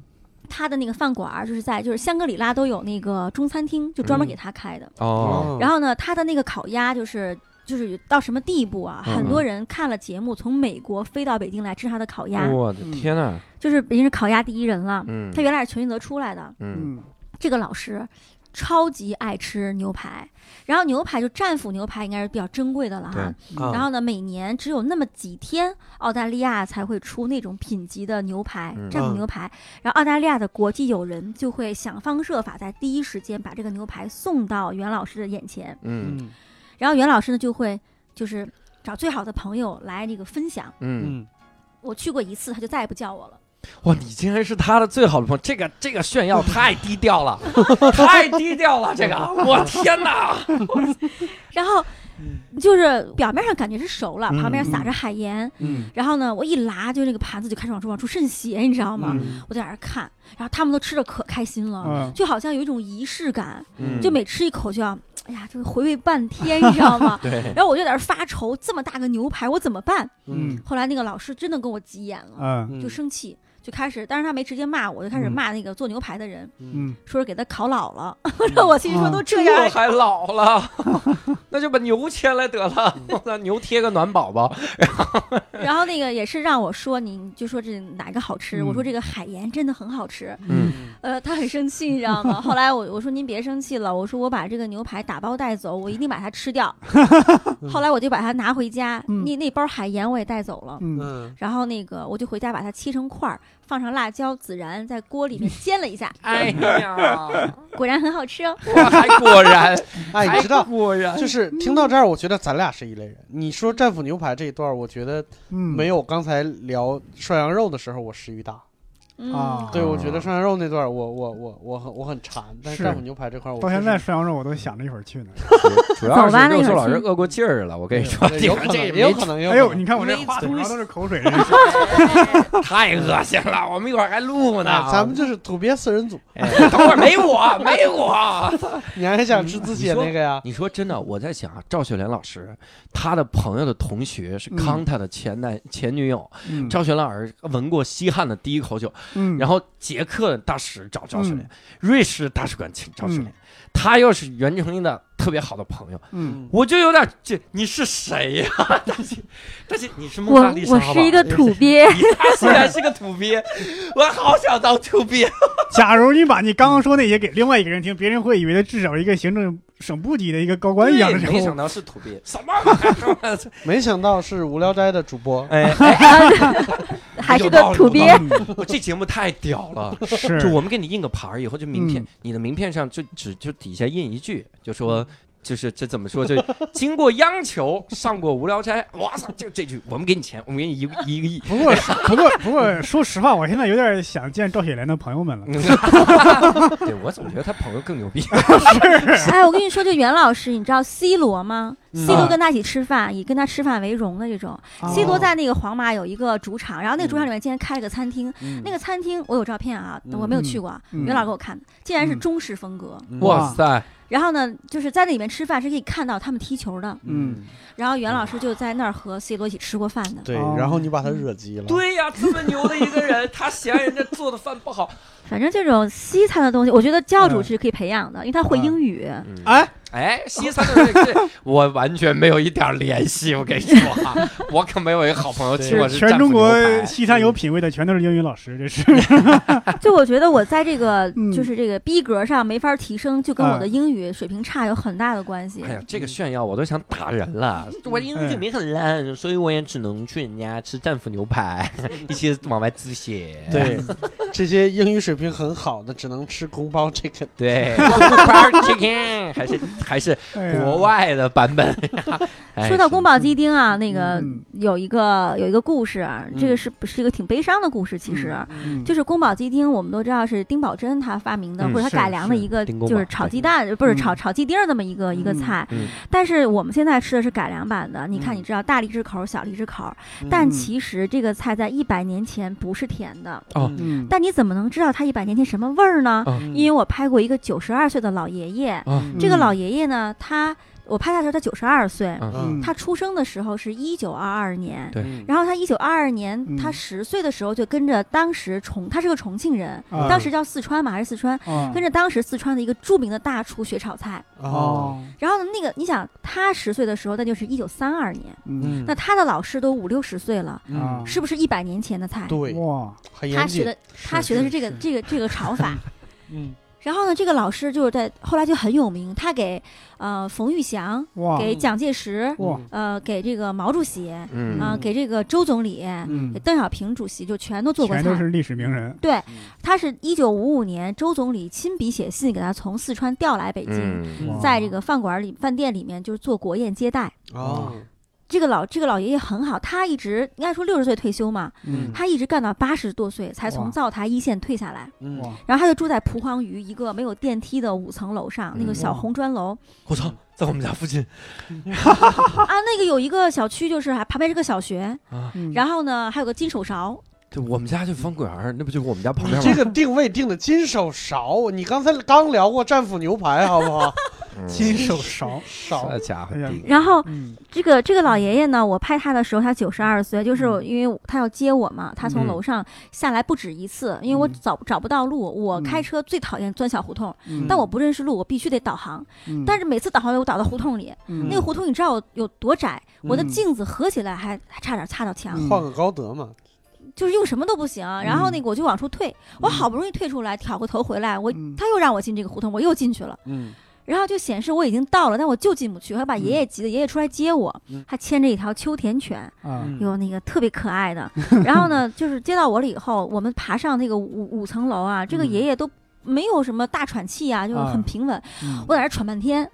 D: 他的那个饭馆儿就是在就是香格里拉都有那个中餐厅，就专门
A: 嗯
D: 给他开的。
C: 嗯
A: 哦，
D: 然后呢，他的那个烤鸭就是就是到什么地步啊？
A: 嗯
D: 很多人看了节目，从美国飞到北京来吃他的烤鸭，
A: 我的
B: 嗯
A: 天呐，
D: 就是北京是烤鸭第一人了。
A: 哦嗯
D: 他原来是全聚德出来的，
A: 嗯
B: 嗯
D: 这个老师超级爱吃牛排，然后牛排就战斧牛排应该是比较珍贵的了哈。
A: 嗯
C: 啊
D: 然后呢，每年只有那么几天，澳大利亚才会出那种品级的牛排
A: 嗯，
D: 战斧牛排。然后澳大利亚的国际友人就会想方设法在第一时间把这个牛排送到袁老师的眼前，
A: 嗯
C: 嗯
D: 然后袁老师呢就会就是找最好的朋友来那个分享。
A: 嗯，
C: 嗯，
D: 我去过一次，他就再也不叫我了。
A: 哇，你竟然是他的最好的朋友，这个这个炫耀太低调 了，太低调了，这个，我天哪！
D: 然后就是表面上感觉是熟了，
A: 嗯
D: 旁边撒着海盐，
A: 嗯
D: 然后呢，我一拉就那个盘子就开始往出往出渗血，你知道吗？
C: 嗯
D: 我在那儿看，然后他们都吃的可开心了。
B: 嗯
D: 就好像有一种仪式感，
A: 嗯？
D: 就每吃一口就要，哎呀，就回味半天，你知道 吗
A: 对，
D: 然后我就在那儿发愁，这么大个牛排我怎么办？
B: 嗯
D: 后来那个老师真的跟我急眼了，
B: 嗯
D: 就生气，就开始，但是他没直接骂我，就开始
B: 嗯
D: 骂那个做牛排的人，
B: 嗯
D: 说是给他烤老了。让 我心里说
B: 啊
D: 都这样了，
A: 还老了，那就把牛牵来得了，那牛贴个暖宝宝。
D: 然后那个也是让我说，你你就说这哪个好吃？
B: 嗯
D: 我说这个海盐真的很好吃。
A: 嗯
D: 呃，他很生气，你知道吗？后来我我说您别生气了，我说我把这个牛排打包带走，我一定把它吃 掉。后来我就把它拿回家，
B: 嗯
D: 那那包海盐我也带走了。
B: 嗯
C: 嗯
D: 然后那个我就回家把它切成块儿，放上辣椒、孜然，在锅里面煎了一下，
A: 哎呀，
D: 果然很好吃哦。
A: 我还果然，
C: 哎，你知道，
A: 果然
C: 就是听到这儿，我觉得咱俩是一类人。你说战斧牛排这一段，我觉得
B: 嗯，
C: 没有刚才聊涮羊肉的时候我食欲大。
D: 嗯，
B: 啊
C: 对，我觉得涮羊肉那段我，我我我我很我很馋，但
B: 是
C: 是战斧牛排这块儿我
B: 到
C: 确
B: 现在
C: 实
B: 涮羊肉我都想着一会儿去呢。
A: 主要
D: 走
A: 是
D: 吧那
A: 六
D: 会儿
A: 兽老师
D: 去
A: 饿过劲儿了，我跟你说，
C: 对
A: 这
C: 有
A: 个
C: 可能，
A: 嗯这
C: 也
A: 没
C: 有可能，也有
B: 哎呦，
C: 可能
B: 你看我这
A: 没
B: 话筒上都是口水，真是
A: 太恶心了，我们一会儿还录呢。
C: 哎咱们就是土鳖四人组，
A: 啊哎等会儿没我， 没我。
C: 你还想吃自己的那个呀？
A: 你说真的，我在想啊，赵雪莲老师，她的朋友的同学是康泰的前男、前女友，
B: 嗯
A: 赵雪莲老师闻过西汉的第一口酒，
B: 嗯，
A: 然
B: 后
A: 后捷克大使找赵雪莲，瑞士大使馆请赵雪莲，
B: 嗯
A: 他又是袁成英的特别好的朋友，
B: 嗯，
A: 我就有点这你是谁 呀、大姐，大姐你是
D: 我
A: 蒙娜丽莎
D: 我
A: 吧哎
D: 是一个土 鳖，
A: 你他虽然是个土鳖， 我好想当土鳖。
B: 假如你把你刚刚说那些给另外一个人听，别人会以为他至少一个行政省部级的一个高官一样的
A: 对
B: 人
A: 没
B: 物
A: 想。到是土鳖，什么玩意儿？
C: 没想到是无聊斋的主 播，
A: 哎，
D: 还是
A: 有道
D: 个
A: 理
D: 土
A: 有
D: 鳖
A: 道。我这节目太屌了。
B: 是
A: 就我们给你印个牌儿，以后就名片，
B: 嗯
A: 你的名片上就只就底下印一句，就说就是这怎么说，就 经过央求，上过无聊斋，哇操，就这句，我们给你钱，我们给你一一 个亿。
B: 不过不过不过，说实话，我现在有点想见赵雪莲的朋友们
A: 嗯
B: 了。
A: 对我总觉得他朋友更牛逼。
D: 哎，我跟你说，这袁老师，你知道 C 罗吗
C: 嗯
D: ？C 罗跟他一起吃饭，以跟他吃饭为荣的这种。C
B: 啊
D: 罗
C: 多
D: 在那个皇马有一个主场，然后那个主场里面竟然开了个餐厅，
C: 嗯
D: 那个餐厅我有照片啊，
C: 嗯
D: 我没有去过啊，
B: 嗯
D: 袁老师给我看的，竟然是
B: 嗯
D: 中式风格。
C: 嗯
A: 哇塞，
D: 然后呢，就是在那里面吃饭是可以看到他们踢球的，
C: 嗯，
D: 然后袁老师就在那儿和 C 罗一起吃过饭的。
C: 对，
B: 哦
C: 然后你把他惹急了，
A: 对呀、这么牛的一个人，他嫌人家做的饭不 好。
D: 反正这种西餐的东西，我觉得教主是可以培养的，因为他会英语。
C: 哎，
A: 哎，西餐的 这这，我完全没有一点联系。我跟你说啊， 我可没有一个好朋友请我吃
B: 全
A: 战斧
B: 中
A: 牛
B: 国
A: 排
B: 西餐有品位的全都是英语老师，这是。
D: 就我觉得我在这个、
B: 嗯
D: 就是这个逼格上没法提升，就跟
B: 啊
D: 我的英语水平差有很大的关系。
A: 哎呀，这个炫耀我都想打人了！ 我英语
B: 哎
A: 水平很烂，所以我也只能去人家吃战斧牛排， 一起往外滋血。
C: 对，这些英语水平很好的只能吃宫保这个，
A: 对，Fried chicken 还是还是
B: 哎呀
A: 国外的版本。哎
D: 说到宫保鸡丁啊，那个
B: 嗯
D: 有一个有一个故事啊，这
C: 嗯
D: 个是是一个挺悲伤的故事，其实。
B: 嗯
D: 就是宫保鸡丁，我们都知道是丁宝桢他发明的，
A: 嗯
D: 或者他
B: 是
D: 改良的
B: 是
D: 一个，
A: 丁公
D: 就是
A: 宝
D: 炒
A: 对
D: 鸡蛋，不是
B: 嗯
D: 炒炒鸡丁儿这么一个一个
B: 嗯
D: 菜
A: 嗯。
D: 但是我们现在吃的是改良版的，你看，
C: 嗯
D: 你知道大荔枝口、小荔枝口，
C: 嗯
D: 但其实这个菜在一百年前不是甜的。
A: 哦
B: 嗯
D: 但你怎么能知道它一百年前什么味儿呢？
A: 哦
C: 嗯
B: 嗯
D: 因为我拍过一个九十二岁的老爷爷，
A: 啊
D: 这个老爷爷呢，他我拍他的时候他九十二岁，
C: 嗯
D: 他出生的时候是一九二二年。
A: 对
C: 嗯
D: 然后他一九二二年，
B: 嗯
D: 他十岁的时候就跟着当时重，他是个重庆人，
B: 啊
D: 当时叫四川嘛还是四川，
B: 啊
D: 跟着当时四川的一个著名的大厨学炒菜。
C: 哦，
D: 然后呢，那个你想，他十岁的时候，那就是一九三二年，
B: 嗯
D: 那他的老师都五六十岁了，
B: 啊
C: 嗯，
D: 是不是一百年前的菜？
C: 对，
B: 哇，
C: 很
D: 他
C: 严
D: 学
C: 谨，
D: 的他学的是这个这个这个炒法。
C: 嗯
D: 然后呢，这个老师就是在后来就很有名，他给呃冯玉祥、
B: 哇
D: 给蒋介石、
B: 哇
C: 嗯
D: 呃给这个毛主席啊、
A: 嗯
B: 啊
D: 给这个周总理、
B: 嗯
D: 给，邓小平主席就全都做过
B: 全都
D: 菜。
B: 是历史名人，
D: 对，
C: 嗯
D: 他是一九五五年周总理亲笔写信给他从四川调来北京，
A: 嗯
C: 嗯
D: 在
B: 哦
D: 这个饭馆里、饭店里面就是做国宴接待。
C: 哦，
D: 这个老这个老爷爷很好，他一直应该说六十岁退休嘛，
B: 嗯
D: 他一直干到八十多岁才
B: 哇
D: 从灶台一线退下来。
C: 嗯，
B: 哇，
D: 然后他就住在蒲黄榆一个没有电梯的五层楼上，那个
A: 嗯
D: 小
B: 哇
D: 红砖楼
E: 我操，在我们家附近
D: 啊，那个有一个小区，就是还旁边是个小学，
B: 嗯
D: 然后呢还有个金手勺，
A: 对，我们家就方果园儿，那不就我们家旁
C: 你
A: 边
C: 这
A: 吗？
C: 个定位定的金手勺，你刚才刚聊过战斧牛排，好不好？
A: 嗯
B: 金手勺，
C: 勺，
A: 这家伙
B: 哎呀
A: 顶
D: 然后
B: 嗯嗯
D: 这个这个老爷爷呢，我拍他的时候他九十二岁，就是我因为他要接我嘛，他从
A: 嗯
D: 楼上下来不止一次，因为我
B: 嗯
D: 找找不到路，我开
B: 嗯
D: 车最讨厌钻小胡同，
B: 嗯
D: 但我不认识路，我必须得导航，
B: 嗯
D: 但是每次导航我倒到胡同里，
B: 嗯
D: 那个胡同你知道有有多窄，我的
B: 嗯
D: 镜子合起来还还差点擦到墙。
B: 嗯
C: 换个高德嘛，
D: 就是用什么都不行，然
B: 嗯
D: 后那个我就往出退，我好不容易退出来，挑过头回来，我
B: 嗯
D: 他又让我进这个胡同，我又进去了，
C: 嗯
D: 然后就显示我已经到了，但我就进不去，还把
B: 嗯
D: 爷爷急的，爷爷出来接我
C: 嗯，
D: 他牵着一条秋田犬，
B: 啊
C: 嗯
D: 有那个特别可爱的， 然后呢，就是接到我了以后，我们爬上那个五五层楼啊，这个
B: 嗯
D: 爷爷都。没有什么大喘气啊，就是很
B: 啊
D: 平稳。
B: 嗯
D: 我在那儿喘半天，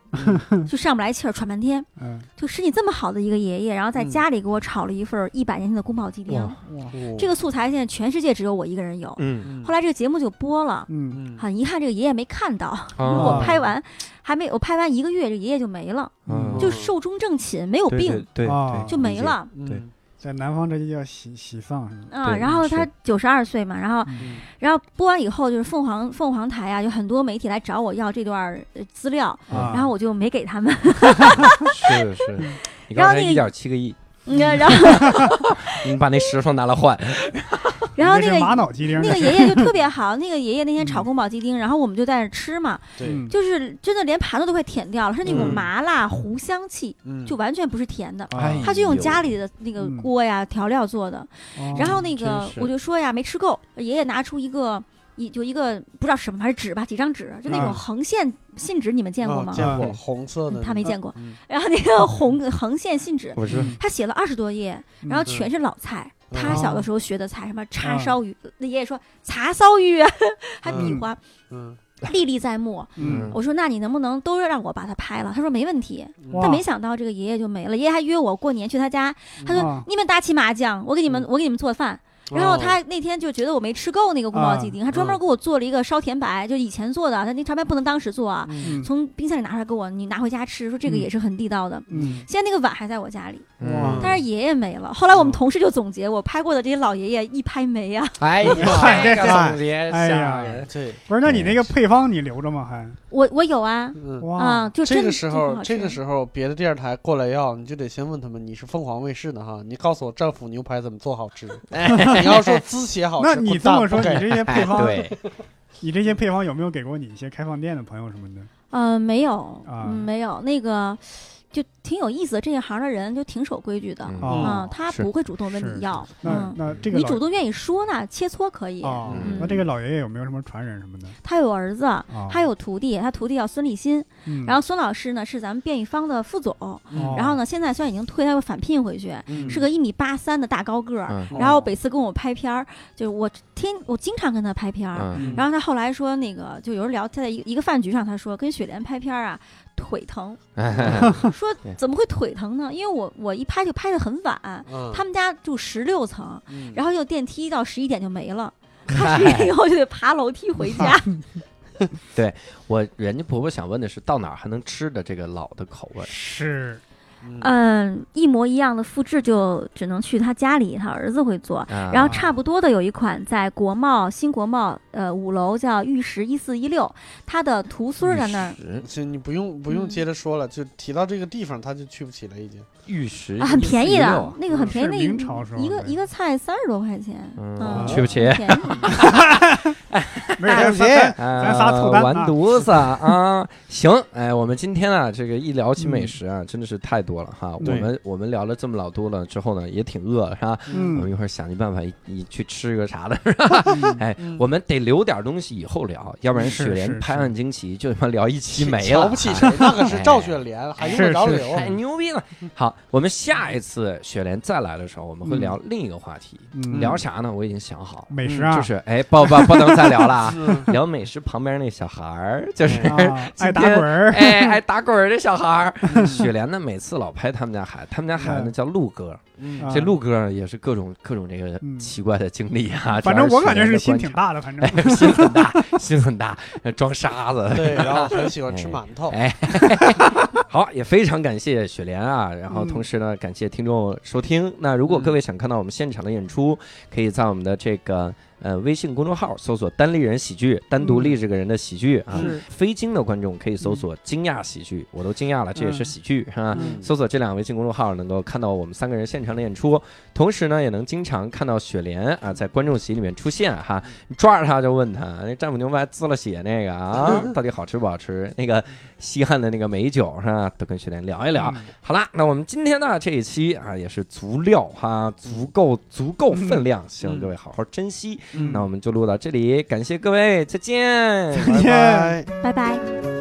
C: 嗯
D: 就上不来气儿，喘半天。
B: 嗯
D: 就身体这么好的一个爷爷，然后在
C: 嗯
D: 家里给我炒了一份一百年前的宫保鸡丁。
A: 哇
B: 哇
C: 嗯
D: 这个素材现在全世界只有我一个人有。
A: 嗯
D: 后来这个节目就播了，
B: 嗯
C: 嗯
D: 很遗憾这个爷爷没看到。
A: 啊
D: 我拍完还没，我拍完一个月，这个爷爷就没了，
A: 嗯
D: 就寿终正寝，没有
A: 对
D: 病
A: 对对
B: 啊
A: 嗯对
D: 就没了。
A: 对
C: 嗯
B: 在南方这就叫喜喜丧是吗？
D: 啊，
A: 对
D: 然后他
A: 是
D: 九十二岁嘛，然后
B: 嗯
D: 然后播完以后就是凤凰凤凰台啊，有很多媒体来找我要这段儿呃资料，
B: 啊
D: 然后我就没给他们，
A: 是是。你
D: 然
A: 刚
D: 后
A: 才
D: 那个
A: 一点七个亿，
D: 嗯然后
A: 你把那石头拿来换，
D: 然后
B: 那
D: 那
B: 是玛
D: 个
B: 瑙鸡丁，
D: 那个
B: 是
D: 爷爷就特别好，那个爷爷那天炒宫保鸡丁，然后我们就在那儿吃嘛，
B: 嗯
D: 就是真的连盘子都快舔掉了，是那种
A: 嗯
D: 麻辣糊香气，
C: 嗯
D: 就完全不是甜的。
B: 啊
A: 哎
D: 他就用家里的那个
B: 嗯
D: 锅呀、调料做的。
B: 哦
D: 然后那
C: 嗯真
D: 个
C: 是
D: 我就说呀，没吃够，爷爷拿出一个一就一个不知道什么还是纸吧，几张纸，就那种
B: 啊
D: 横线信纸，你们见过
C: 啊
D: 吗？
C: 见过
B: 嗯
C: 红色的，
D: 嗯他没见过
C: 嗯。
D: 然后那个红横线信纸，
A: 我是
B: 嗯
D: 他写了二十多页，
B: 嗯
D: 然后全是老菜。
C: 嗯
D: 他小的时候学的菜，什么叉
B: 啊
D: 烧鱼，那爷爷说叉烧鱼啊， 还比
B: 嗯
D: 划，
C: 嗯，
D: 历历在目。
B: 嗯
D: 我说那你能不能都让我把它拍了？他说没问题。
C: 哦
B: 嗯哇
D: 但没想到这个爷爷就没了，爷爷还约我过年去他家，他说、
B: 哇
D: 你们打起麻将，我给你们、
C: 嗯
D: 我给你们做饭。然
C: 哦
D: 后他那天就觉得我没吃够那个宫保鸡丁，他专门给我做了一个烧甜白，就以前做的，他那长白不能当时做啊，
B: 嗯
D: 从冰箱里拿出来给我，你拿回家吃，说这个也是很地道的。
B: 嗯
D: 现在那个碗还在我家里，
A: 嗯
D: 但是爷爷没了。后来我们同事就总结，我拍过的这些老爷爷一拍没啊，
A: 哎呀，
B: 看这
A: 个
B: 看
A: 总结
B: 哎
A: 吓
B: 呀
A: 人，
C: 这
B: 不是，那你那个配方你留着吗？还
D: 我我有啊，
C: 嗯。
D: 啊，
B: 哇
D: 就真
C: 这
D: 的
C: 个时
D: 真的很
C: 候，
D: 好
C: 这
D: 吃
C: 个时候，别的电视台过来要，你就得先问他们，你是凤凰卫视的哈，你告诉我战斧牛排怎么做好 吃。哎你要说滋血好吃，
B: 那你
C: 滚
B: 这
C: 蛋
B: 么说，
C: 不
B: 你
C: 给
B: 这些配 方，
A: 对，
B: 你这些配方有没有给过你一些开放店的朋友什么的？
D: 呃，没有，
B: 啊
D: 嗯，没有那个，就挺有意思的。这一行的人就挺守规矩的，
A: 嗯
D: 啊，
B: 哦，
D: 他
A: 是
D: 不会主动问
B: 是
D: 你要，
B: 那
D: 嗯，
B: 那这个
D: 你
B: 老
D: 主动愿意说那切磋可以。
B: 哦
A: 嗯，
B: 那这个老爷爷有没有什么传人什么的？
D: 他有儿子，
B: 啊，
D: 嗯他有徒弟，他徒弟叫孙立新，
B: 嗯，
D: 然后孙老师呢是咱们变异方的副总，
B: 哦
D: 然后呢现在虽然已经退，他又返聘回去，
C: 嗯
D: 是个一米八三的大高个儿。
A: 嗯
D: 然后每次跟我拍片儿，就是我天，我经常跟他拍片儿。
A: 嗯，
D: 然后他后来说，那个就有人聊，他在一一个饭局上，他说跟雪莲拍片儿啊，腿疼。 说
A: 对
D: 怎么会腿疼呢？因为我我一拍就拍得很晚，
C: 嗯
D: 他们家住十六层，
C: 嗯
D: 然后又电梯到十一点就没了，他十一点以后就得爬楼梯回家。
A: 我人家婆婆想问的是，到哪儿还能吃的这个老的口味？
B: 是
C: 嗯
D: 嗯，一模一样的复制就只能去他家里，他儿子会做。
A: 啊
D: 然后差不多的有一款在国贸新国贸呃五楼叫玉石一四一六，他的徒孙儿在那儿
A: 儿
C: 就你不用不用接着说了，就提到这个地方他就去不起了，已经。
A: 玉石
D: 啊很便宜的
A: 146，
D: 那个很便宜，
B: 是
D: 那
B: 明朝时候
D: 一个
B: 的
D: 一个菜三十多块钱，
A: 嗯
D: 嗯，
A: 去不起。
D: 便宜。
B: 没事，
C: 对不起
B: 咱
A: 咱
B: 仨凑单啊
A: 完呃犊子啊！ 行，哎，我们今天啊，这个一聊起美食
B: 嗯
A: 啊，真的是太多了哈。我
C: 对
A: 们我们聊了这么老多了之后呢，也挺饿了是吧？我们
B: 嗯
A: 一会儿想尽办法一一去吃个啥的，是 吧？哎，
C: 嗯
A: 我们得留点东西以后聊，要不然
B: 是
A: 雪
B: 是
A: 莲
B: 是
A: 拍案惊奇就他妈聊一期没
C: 瞧
A: 了哎
C: 不，起谁？那可是赵雪莲，还用得着
B: 是是
C: 留？，
A: 太牛逼了。好，我们下一次雪莲再来的时候，我们会聊另一个话题，
B: 嗯，
A: 聊啥呢？我已经想好了，
B: 美食啊，
A: 就是哎，不不不能再聊了啊
C: 嗯
A: 聊美食旁边那小孩儿，就是
B: 啊爱打
A: 今天
B: 滚儿，
A: 哎，爱打滚儿的小孩儿。
C: 嗯
A: 雪莲呢，每次老拍他们家孩子，他们家孩子呢叫陆哥，
C: 嗯
B: 啊
A: 这陆哥也是各种各种这个
B: 嗯
A: 奇怪的经历啊。
B: 反正我感觉
A: 主要
B: 是
A: 是雪
B: 心
A: 莲
B: 挺
A: 的
B: 大的，反正
A: 观察， 心很大，心很大，装沙子。
C: 对，然后很喜欢吃馒头。
A: 哎，好，也非常感谢雪莲啊，然
C: 嗯
A: 后同时呢，感谢听众收听。那如果各位想看到我们现场的演出，可以在我们的这个呃微信公众号搜索“单立人喜剧”，单独立这个人的喜剧啊。
C: 嗯是
A: 非京的观众可以搜索“惊讶喜剧”，我都惊讶了，这也是喜剧哈。
C: 嗯
A: 搜索这两个微信公众号，能够看到我们三个人现场的演出，同时呢，也能经常看到雪莲啊在观众席里面出现哈。你抓着他就问他，哎那战斧牛排滋了血那个啊，到底好吃不好吃？那个西汉的那个美酒是吧？都跟雪莲聊一聊。
B: 嗯
A: 好啦，那我们今天呢这一期啊也是足料哈，足够足够分量，希望各位好好珍
B: 嗯
A: 惜。那我们就录到这里，感谢各位，再见。
C: 拜拜。
A: 拜
D: 拜拜。
A: 拜。